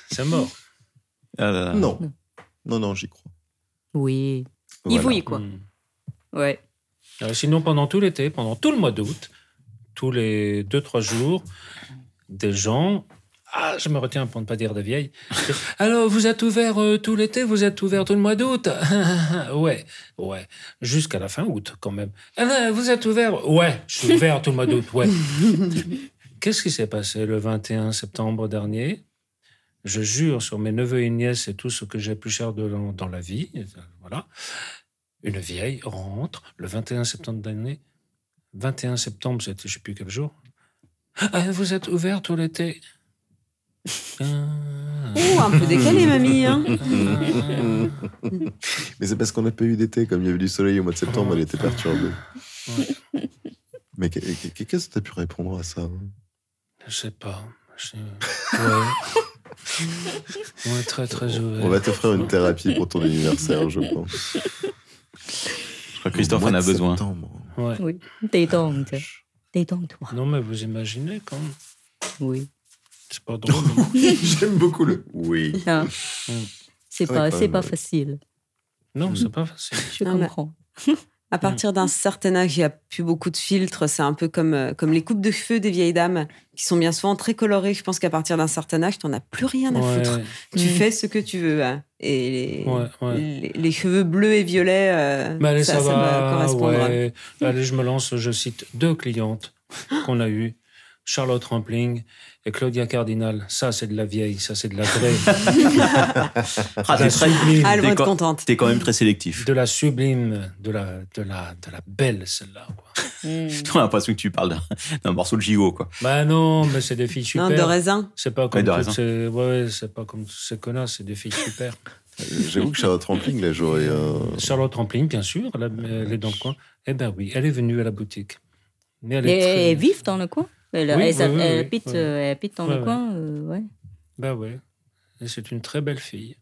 c'est C'est mort. Ah euh, Non. Non, non, j'y crois. Oui. Voilà. Il faut y quoi. Ouais. Hmm. Euh, sinon, pendant tout l'été, pendant tout le mois d'août, tous les 2-3 jours, des gens. Ah, je me retiens pour ne pas dire des vieilles. Alors, vous êtes ouvert euh, tout l'été, vous êtes ouvert tout le mois d'août Ouais, ouais. Jusqu'à la fin août, quand même. Ah, non, vous êtes ouvert Ouais, je suis ouvert tout le mois d'août, ouais. Qu'est-ce qui s'est passé le 21 septembre dernier Je jure sur mes neveux et nièces et tout ce que j'ai plus cher de, dans- dans la vie. euh, Voilà. Une vieille rentre le 21 septembre d'année. 21 septembre, c'était je ne sais plus quel jour. Ah, vous êtes ouvert tout l'été Ouh, un peu décalé, mamie. hein. Mais c'est parce qu'on n'a pas eu d'été. Comme il y avait du soleil au mois de septembre, elle était perturbée. Mais qu'est- qu'est- qu'est-ce que tu as pu répondre à ça hein Je sais pas. Je- Ouais. Ouais, très très ouvert. On va t'offrir une thérapie pour ton anniversaire, je pense. Je crois Christophe en a besoin. Ouais. Oui, détends-toi. Détends-toi. Non, mais vous imaginez quand même. Oui. C'est pas drôle. J'aime beaucoup le oui. Non. C'est Ouais, pas, quand c'est même, pas ouais. facile. Non, c'est pas facile. Je Non, mais- comprends. À partir d'un certain âge, il n'y a plus beaucoup de filtres. C'est un peu comme, euh, comme les coupes de feu des vieilles dames, qui sont bien souvent très colorées. Je pense qu'à partir d'un certain âge, tu n'en as plus rien à Ouais, foutre. ouais. Tu Mm. fais ce que tu veux. hein. Et les, Ouais, ouais. les, les cheveux bleus et violets, euh, Mais allez, ça ça, va, doit correspondre. ouais. Allez, je me lance, je cite deux clientes qu'on a eues. Charlotte Rampling et Claudia Cardinal. Ça, c'est de la vieille, ça, c'est de la vraie. Ah, t'es La très- sublime. Ah, elle t'es va être quand- contente. T'es quand même très sélectif. De la sublime, de la, de la, de la belle, celle-là. quoi. Mm. J'ai l'impression que tu parles d'un- d'un morceau de gigot, quoi. Bah non, mais c'est des filles super. Non, de raisin. C'est pas Ouais, comme de toutes raisin. ces... ouais, c'est pas comme tous ces connasses, c'est des filles super. J'avoue que Charlotte Rampling, là, j'aurais. euh, Charlotte Rampling, bien sûr, elle, a- elle est dans le coin. Eh ben oui, elle est venue à la boutique. Mais elle Et, est très- et vivent dans le coin. Elle, Oui, elle, oui, oui, elle oui, habite, oui. euh, elle habite dans Ouais, le ouais. coin. euh, ouais. Bah ouais. Et c'est une très belle fille.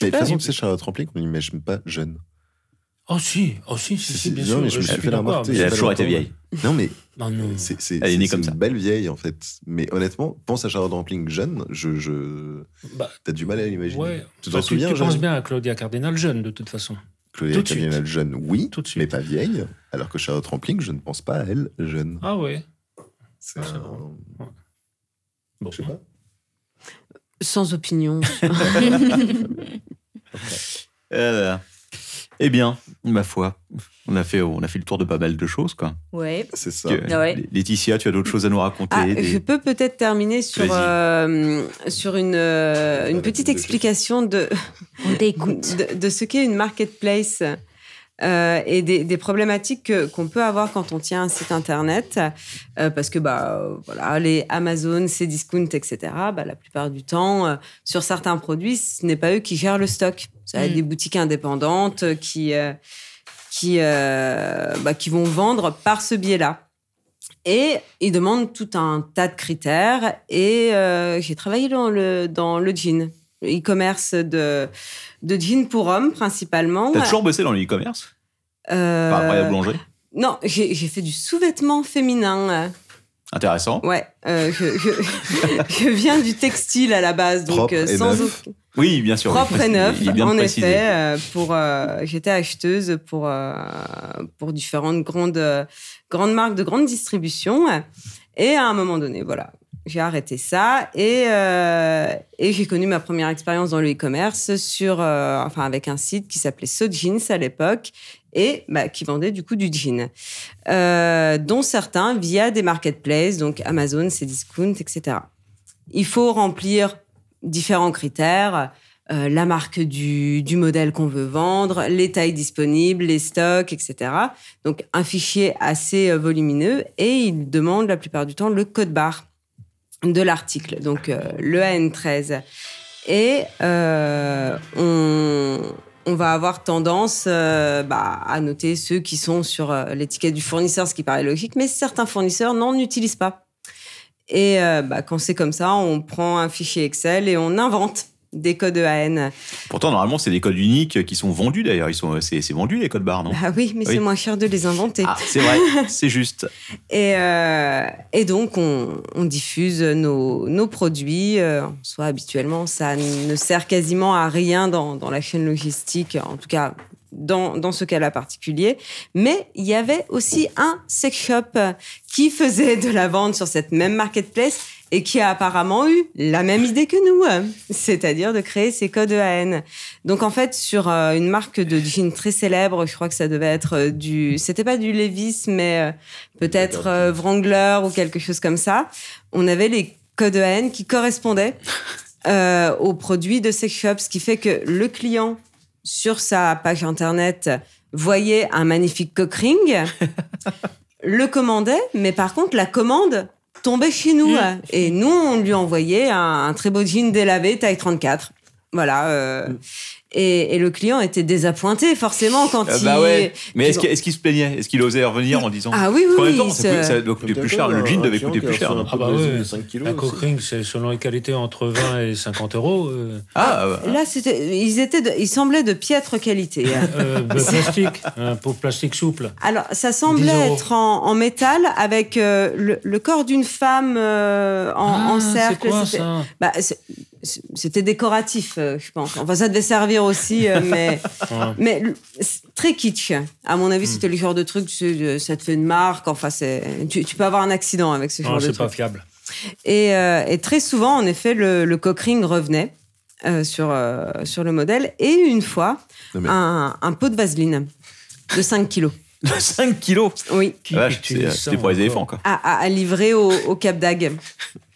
Mais de toute façon, c'est Charlotte Rampling qu'on n'imagine pas jeune. Oh si, oh si, si, si, Si, bien non, sûr. mais je me suis fait la d'accord, remarque, mais il y Elle a a c'est toujours pas été longtemps. vieille. Non, mais Non, non. c'est c'est- Elle est née c'est comme ça. une belle vieille, en fait. Mais honnêtement, pense à Charlotte Rampling jeune, je, je... Bah, t'as du mal à l'imaginer. ouais. Tu Bah, t'en tu, souviens, tu jeune penses bien à Claudia Cardinal jeune, de toute façon. Claudia tout de suite. Cardinal jeune, oui, Tout de suite. mais pas vieille. Alors que Charlotte Rampling, je ne pense pas à elle jeune. Ah ouais. C'est c'est un- vrai. Je sais pas. Sans opinion. Euh, eh bien, ma foi, on a fait, on a fait le tour de pas mal de choses, quoi. Ouais. C'est ça. Que- Ouais. Laetitia, tu as d'autres choses à nous raconter Ah, des- je peux peut-être terminer sur, Vas-y. euh, sur une, euh, Avec une une petite de- explication de, On t'écoute. de, de ce qu'est une marketplace euh, et des, des problématiques que- qu'on peut avoir quand on tient un site internet, euh, parce que bah euh, voilà, les Amazon, Cdiscount, etc. Bah, la plupart du temps, euh, sur certains produits, ce n'est pas eux qui gèrent le stock. Ça va être Mm. des boutiques indépendantes euh, qui euh, qui euh, bah, qui vont vendre par ce biais-là. Et ils demandent tout un tas de critères. Et euh, j'ai travaillé dans le dans le jean, le e-commerce de de jeans pour hommes principalement. T'as toujours bossé dans le e-commerce Euh, Par après la boulangerie non, j'ai j'ai fait du sous-vêtement féminin. Intéressant. Ouais, euh, je, je- je viens du textile à la base, donc Propre euh, et sans neuf. aucun- Oui, bien sûr. propre oui. et neuf. Il est bien en précisé. effet, euh, pour euh, j'étais acheteuse pour euh, pour différentes grandes euh, grandes marques de grande distribution. Et à un moment donné, voilà, j'ai arrêté ça et euh, et j'ai connu ma première expérience dans le e-commerce sur euh, enfin avec un site qui s'appelait So Jeans à l'époque et bah, qui vendait du coup du jean, euh, dont certains via des marketplaces, donc Amazon, Cdiscount, etc. Il faut remplir différents critères, euh, la marque du, du modèle qu'on veut vendre, les tailles disponibles, les stocks, etc. Donc un fichier assez euh, volumineux et il demande la plupart du temps le code barre de l'article, donc euh, le AN13. Et euh, on, on va avoir tendance euh, bah, à noter ceux qui sont sur euh, l'étiquette du fournisseur, ce qui paraît logique, mais certains fournisseurs n'en utilisent pas. Et euh, bah, quand c'est comme ça, on prend un fichier Excel et on invente des codes AN. Pourtant, normalement, c'est des codes uniques qui sont vendus d'ailleurs. Ils sont, euh, c'est, c'est vendu les codes barres, non Ah oui, mais Oui. c'est moins cher de les inventer. Ah, c'est vrai, c'est juste. Et, euh, et donc, on, on diffuse nos, nos produits. euh, en soi, habituellement, ça ne sert quasiment à rien dans, dans la chaîne logistique, en tout cas dans, dans ce cas-là particulier. Mais il y avait aussi un sex shop euh, qui faisait de la vente sur cette même marketplace et qui a apparemment eu la même idée que nous, euh, c'est-à-dire de créer ces codes AN. Donc en fait, sur euh, une marque de jeans très célèbre, je crois que ça devait être euh, du... C'était pas du Levis, mais... euh, peut-être euh, Wrangler ou quelque chose comme ça. On avait les codes AN qui correspondaient euh, aux produits de sex shop, ce qui fait que le client sur sa page internet voyait un magnifique cockring, le commandait, mais par contre la commande tombait chez nous et nous on lui envoyait un, un très beau jean délavé taille 34. Voilà. euh, Mm. et, et le client était désappointé, forcément, quand Ah il. bah ouais. Mais est-ce qu'ils qu'il est-ce qu'il se plaignait Est-ce qu'il osait revenir en disant Ah oui, oui, En même temps, oui, ça, coûte- c'est- ça doit coûter plus cher. Le jean devait coûter plus hein. cher. Ah bah ouais, la coquering, c'est selon les qualités entre 20 et 50 euros. euh. Ah, Là, c'était, ils, étaient de- ils semblaient de piètre qualité. hein. Euh, bah, plastique, euh, pour plastique souple. Alors, ça 10 semblait euros. être en, en métal avec euh, le, le corps d'une femme euh, en, Ah, en c'est cercle. quoi, C'était- ça bah, c'est- C'était décoratif, euh, je pense. Enfin, ça devait servir aussi, euh, mais, mais le- c'est très kitsch. À mon Hmm. avis, c'était le genre de truc, tu sais, euh, ça te fait une marque. Enfin, c'est tu, tu peux avoir un accident avec ce genre Non, de c'est truc. Ah, pas fiable. Et, euh, et très souvent, en effet, le, le cockring revenait euh, sur, euh, sur le modèle. Et une fois, Non, mais- un, un pot de vaseline de 5 kilos. De 5 euh, kilos Oui. la vache, c'est- euh, C'était pour les éléphants, quoi. À, à- à livrer au, au Cap d'Agde.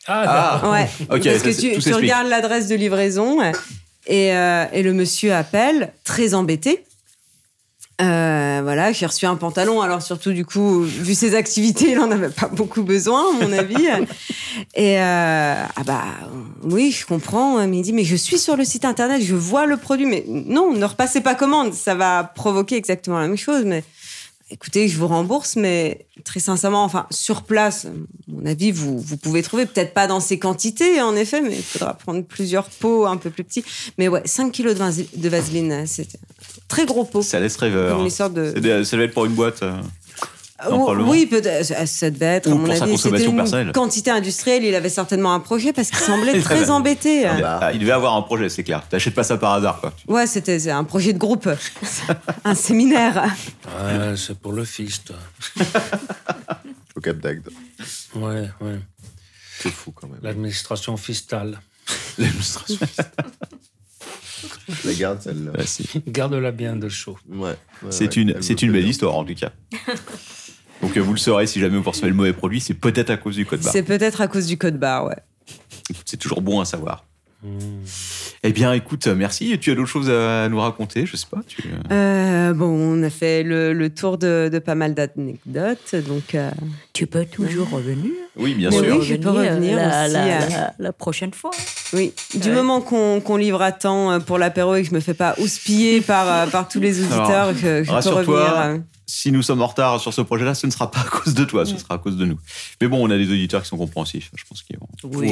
Ah, d'accord. ouais. Ok, Parce ça, que c'est- tu, tout tu s'explique. regardes l'adresse de livraison et, euh, et le monsieur appelle, très embêté. Euh, voilà, j'ai reçu un pantalon. Alors surtout du coup, vu ses activités, il en avait pas beaucoup besoin, à mon avis. Et euh, ah bah oui, je comprends. Mais il dit mais je suis sur le site internet, je vois le produit. Mais non, ne repassez pas commande, ça va provoquer exactement la même chose. Mais écoutez, je vous rembourse, mais très sincèrement, enfin sur place, à mon avis, vous vous pouvez trouver peut-être pas dans ces quantités en effet, mais il faudra prendre plusieurs pots un peu plus petits. Mais ouais, 5 kilos de vas- de vaseline, c'était un très gros pot. Ça laisse rêveur. Une sorte de- C'est des- Ça devait être pour une boîte. euh. Non, Ou- probablement. Oh, oui, peut-être. Ça- Ça devait être, Ou à mon pour sa avis, consommation c'était une personnelle. quantité industrielle. Il avait certainement un projet parce qu'il semblait Très très bien. embêté. Ah, Il devait avoir un projet, c'est clair. T'achètes pas ça par hasard, quoi. Ouais, c'était c'est un projet de groupe, un séminaire. Bah. Ouais, c'est pour le fils, toi. Au Cap d'Agde. Ouais, ouais. C'est fou quand même. L'administration fiscale. L'administration La garde, celle-là. Ouais, c'est- Garde-la bien de chaud. Ouais. C'est une, elle c'est une belle histoire, en tout cas. Donc, euh, vous le saurez si jamais vous recevez le mauvais produit, c'est peut-être à cause du code barre. C'est peut-être à cause du code barre, ouais. C'est toujours bon à savoir. Eh bien, écoute, euh, merci. Tu as d'autres choses à nous raconter Je sais pas. Tu... euh, Euh, bon, on a fait le, le tour de, de pas mal d'anecdotes, donc. euh, Tu peux toujours revenir. Oui, bien Mais sûr. oui, je peux revenir la, aussi, la- euh. la- la prochaine fois. Oui, du Ouais. moment qu'on qu'on livre à temps euh, pour l'apéro et que je me fais pas houspiller par, euh, par tous les auditeurs, Alors, que je peux revenir. Rassure-toi, euh. si nous sommes en retard sur ce projet-là, ce ne sera pas à cause de toi, ce sera à cause de nous. Mais bon, on a des auditeurs qui sont compréhensifs. Je pense qu'ils vont. Oui.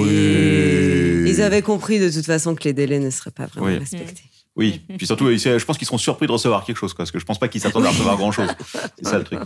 Ils avaient compris de toute façon que les délais ne seraient pas vraiment Oui. respectés. Oui, puis surtout, ils- je pense qu'ils seront surpris de recevoir quelque chose, quoi, parce que je pense pas qu'ils s'attendent à recevoir grand-chose. C'est ça le truc.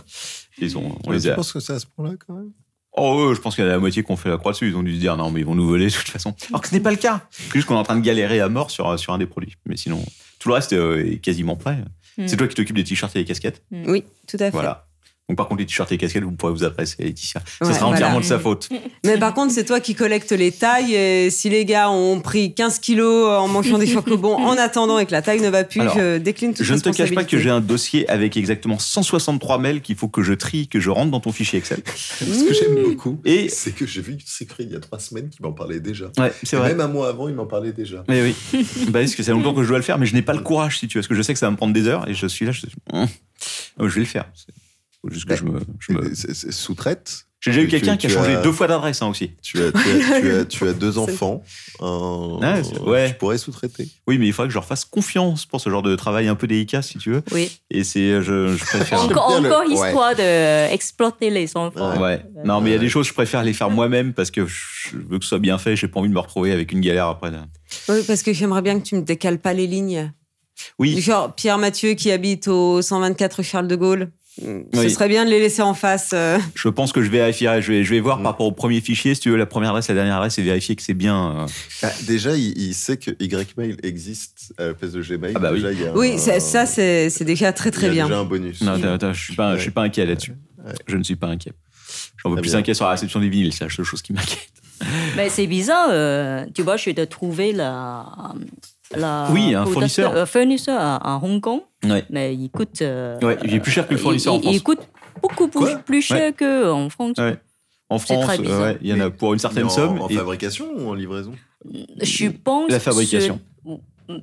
Ils ont, on les Je a. pense que c'est à ce point-là quand même. Oh, ouais, je pense qu'il y en a la moitié qu'on fait la croix dessus. Ils ont dû se dire non, mais ils vont nous voler de toute façon. Alors que ce n'est pas le cas. C'est juste qu'on est en train de galérer à mort sur, sur un des produits. Mais sinon, tout le reste euh, est quasiment prêt. Hmm. Mm. C'est toi qui t'occupes des t-shirts et des casquettes. Oui, tout à fait. Mmh. Voilà. Donc par contre, les t-shirts et les casquettes, vous pourrez vous adresser à Laetitia. Ça Ouais, sera entièrement voilà. Hmm. de sa faute. Mais par contre, c'est toi qui collectes les tailles. Et si les gars ont pris 15 kilos euh, en mangeant des chocobons en attendant et que la taille ne va plus, Alors, je décline toute Je ne te cache pas que responsabilité. j'ai un dossier avec exactement 163 mails qu'il faut que je trie, que je rentre dans ton fichier Excel. Ce que j'aime beaucoup, Mmh. Et- c'est que j'ai vu Secret il y a trois semaines qui m'en parlait déjà. Ouais, c'est Et vrai. Même un mois avant, il m'en parlait déjà. Mais oui, bah, parce que c'est longtemps que je dois le faire, mais je n'ai pas le courage, si tu veux, parce que je sais que ça va me prendre des heures, et je suis là, je, Hum, je vais le faire. C'est- Faut juste que je me... je me- C'est- c'est Sous-traite. J'ai déjà eu Tu- quelqu'un qui tu a changé as- deux fois d'adresse hein, aussi. Tu as, tu, as, tu, as, tu as deux enfants. un- Ah, c'est- ouais. Tu pourrais sous-traiter. Oui, mais il faudrait que je leur fasse confiance pour ce genre de travail un peu délicat, si tu veux. Oui. Et c'est... euh, Je, je préfère... Encore, bien le- encore ouais. histoire de euh, exploiter les enfants. Oh, Ouais. Non, mais il y a des choses, je préfère les faire moi-même parce que je veux que ce soit bien fait. J'ai pas envie de me retrouver avec une galère après. là. Oui, parce que j'aimerais bien que tu me décales pas les lignes. Oui. Genre Pierre Mathieu qui habite au 124 Charles de Gaulle. Mm. Ce Oui. serait bien de les laisser en face. euh. Je pense que je vérifierai. Je vais, je vais voir par rapport au premier fichier, si tu veux, la première adresse, la dernière adresse, et vérifier que c'est bien. euh, Ah, déjà, il, il sait que Ymail existe à la place de Gmail. Ah bah oui. Déjà, il y a un- Oui, ça, ça, c'est c'est déjà très très Euh, il y bien. a déjà un bonus. Non, attends, attends, je suis pas, je suis pas inquiet là-dessus. Ouais. Je ne suis pas inquiet. J'en veux Très plus bien. inquiet sur la réception des vinyles, c'est la seule chose qui m'inquiète. Mais c'est bizarre, euh, tu vois, je de trouver la, la Oui, un producteur- fournisseur. euh, fournisseur à, à Hong Kong, Ouais. mais il coûte. euh, Ouais, il est plus cher que le il- fournisseur en il, il France. coûte beaucoup plus, Quoi plus cher Ouais. qu'en France. Ouais. En C'est France, très euh, bizarre. ouais, il y en a pour une Mais certaine en, somme. en et- fabrication ou en livraison Je pense. La fabrication. ce-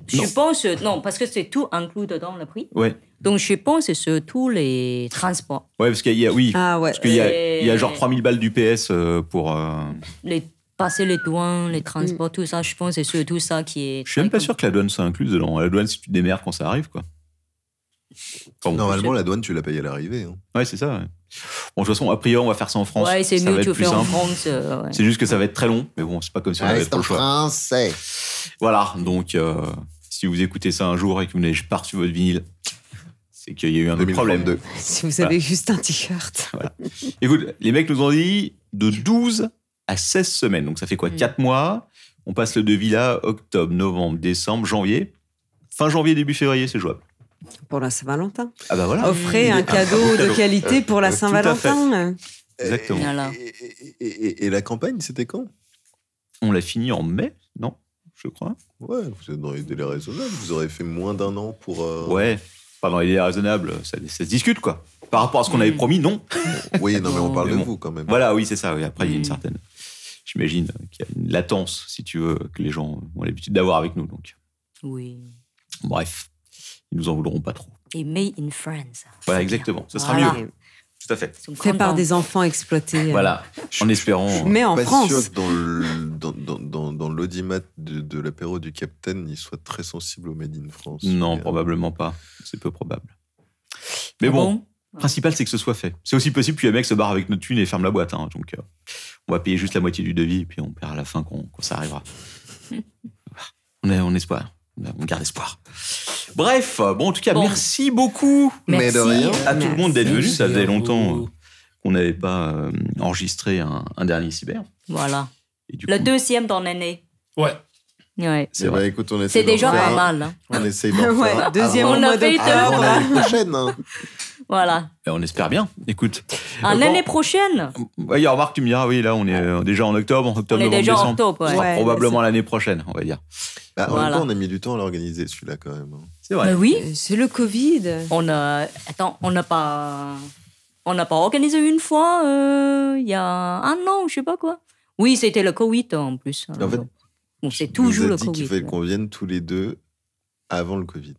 je Non. pense non parce que c'est tout inclus dedans le prix. Ouais. Donc je pense c'est surtout les transports, ouais, parce qu'il y a, oui, Ah ouais. parce qu'il y a, Et- il y a genre 3000 balles du PS euh, pour. euh, les passer les douanes, les transports, tout ça, je pense que c'est surtout ça qui est. Je suis même pas sûr que la douane soit incluse dedans. La douane, si tu te démerdes quand ça arrive, quoi. Enfin, bon. Normalement, la douane, tu la payes à l'arrivée. hein. Ouais, c'est ça. ouais. Bon, de toute façon, a priori, on va faire ça en France. Ouais, c'est Ça mieux va que être tu le plus fais en simple. France. euh, ouais. C'est juste que ça va être très long, mais bon, c'est pas Ah, comme si on avait trop le choix. français. Voilà, donc euh, si vous écoutez ça un jour et que vous n'avez pas reçu votre vinyle, c'est qu'il y a eu un autre problème. Si vous Voilà. avez juste un t-shirt. Écoute, les mecs nous ont dit de 12 à 16 semaines, donc ça fait quoi Hmm. 4 mois On passe le devis là, octobre, novembre, décembre, janvier. Fin janvier, début février, c'est jouable. Pour la Saint-Valentin. Ah bah voilà. Offrez un cadeau beau de qualité pour la Tout à Saint-Valentin. fait. Exactement. Et, et- et la campagne, c'était quand On l'a fini en mai, non Je crois. Ouais, vous êtes dans les délais raisonnables. Vous aurez fait moins d'un an pour. euh, Ouais, pas dans les délais raisonnables, ça, ça se discute quoi. Par rapport à ce qu'on avait promis, non. Oui, non, mais on parle de bon. vous quand même. Voilà, oui, c'est ça. oui. Après, il y a une certaine. J'imagine qu'il y a une latence, si tu veux, que les gens ont l'habitude d'avoir avec nous. Donc, Oui. bref, ils nous en voudront pas trop. Et made in France. Voilà, exactement. Ce sera Voilà. mieux. Tout à fait. Fait par des enfants exploités. Voilà, en espérant. Mais en Pas France. sûr que dans le- dans, dans- dans- dans l'audimat de, de l'apéro du Capitaine, il soit très sensible au Made in France. Non, Mais, euh, probablement pas. C'est peu probable. Mais Ah bon, bon le principal, c'est que ce soit fait. C'est aussi possible que les mecs se barrent avec notre thune et ferment la boîte. hein. Donc, euh, on va payer juste la moitié du devis et puis on paiera à la fin quand, quand ça arrivera. on, a, on espère. On garde espoir. Bref, bon, en tout cas, merci beaucoup. Mais de rien. à tout le monde d'être venu. Merci Ça à faisait vous. longtemps euh, qu'on n'avait pas euh, enregistré un, un dernier cyber. Voilà. Le deuxième dans l'année. Ouais. Ouais. Eh ben, écoute, on essaie C'est d'en déjà faire pas un. mal, hein. On essaye d'en faire Ouais, un deuxième avant- au mois d'octobre. avant l'année prochaine. hein. Voilà. Et on espère bien. Écoute. À euh, l'année prochaine. bon, ouais, remarque, tu me diras, oui, là, on est euh, déjà en octobre, en octobre, Ah. On est novembre, déjà en décembre. octobre, ouais. Ce sera Ouais, probablement c'est- l'année prochaine, on va dire. Bah, en Voilà. même temps, on a mis du temps à l'organiser, celui-là, quand même. hein. C'est vrai. Bah oui. Euh, C'est le Covid. On a. Attends, on n'a pas. On n'a pas organisé une fois euh, il y a un an, je sais pas quoi. Oui, c'était le Covid en plus. hein. En fait, bon, c'est Il nous toujours a le dit qu'il Covid. fallait qu'on vienne tous les deux avant le Covid.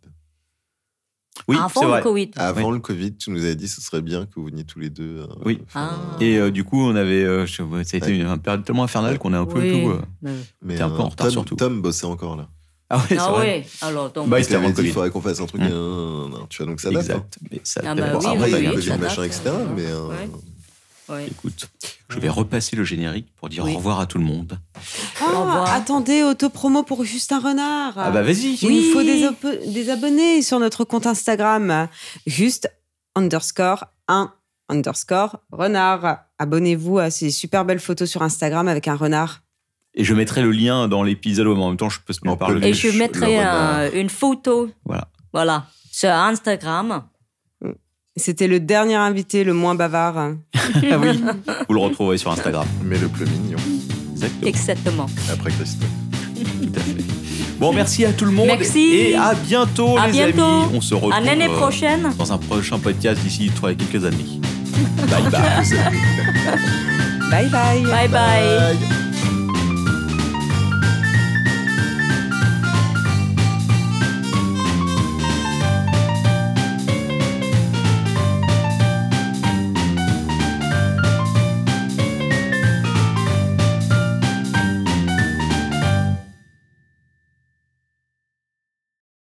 Oui, Avant c'est le vrai. Covid. Avant le Covid, tu nous avais dit que ce serait bien que vous veniez tous les deux. euh, Oui. Ah. Et euh, du coup, on avait. euh, je sais pas, ça a été une, un période tellement infernale qu'on a un peu Oui. tout. euh, Ouais. Mais t'es un peu en euh, retard Tom, surtout. Tom bossait encore là. Ah ouais, c'est ah vrai. ouais. Alors donc. Bah, Parce c'était qu'il avant le avait dit, Covid. il faudrait qu'on fasse un truc. Mm. euh, non, non, non, Tu vois, donc ça date. Exact. hein. Mais ça Ah fait bah pas oui, ça, oui, ça oui, vient. ça Covid, date, machin, ça etc. date. Mais euh, Ouais. Écoute, Mm. je vais repasser le générique pour dire au revoir à tout le monde. Ah, attendez, autopromo pour Justin Renard. Ah bah vas-y. Il Oui. nous faut des, op- des abonnés sur notre compte Instagram. Juste underscore 1 underscore renard. Abonnez-vous à ces super belles photos sur Instagram avec un renard. Et je mettrai le lien dans l'épisode, mais en même temps, je peux se mettre par le Et je mettrai un- une photo. Voilà. Voilà. Sur Instagram. C'était le dernier invité, le moins bavard. Ah oui. Vous le retrouverez sur Instagram. Mais le plus mignon. Exactement. Exactement. Après Christophe. Bon, merci à tout le monde. Merci. Et à bientôt, À les bientôt. amis. On se retrouve. À l'année euh, prochaine. Dans un prochain podcast d'ici trois- quelques années. bye bye. Bye bye. bye. bye.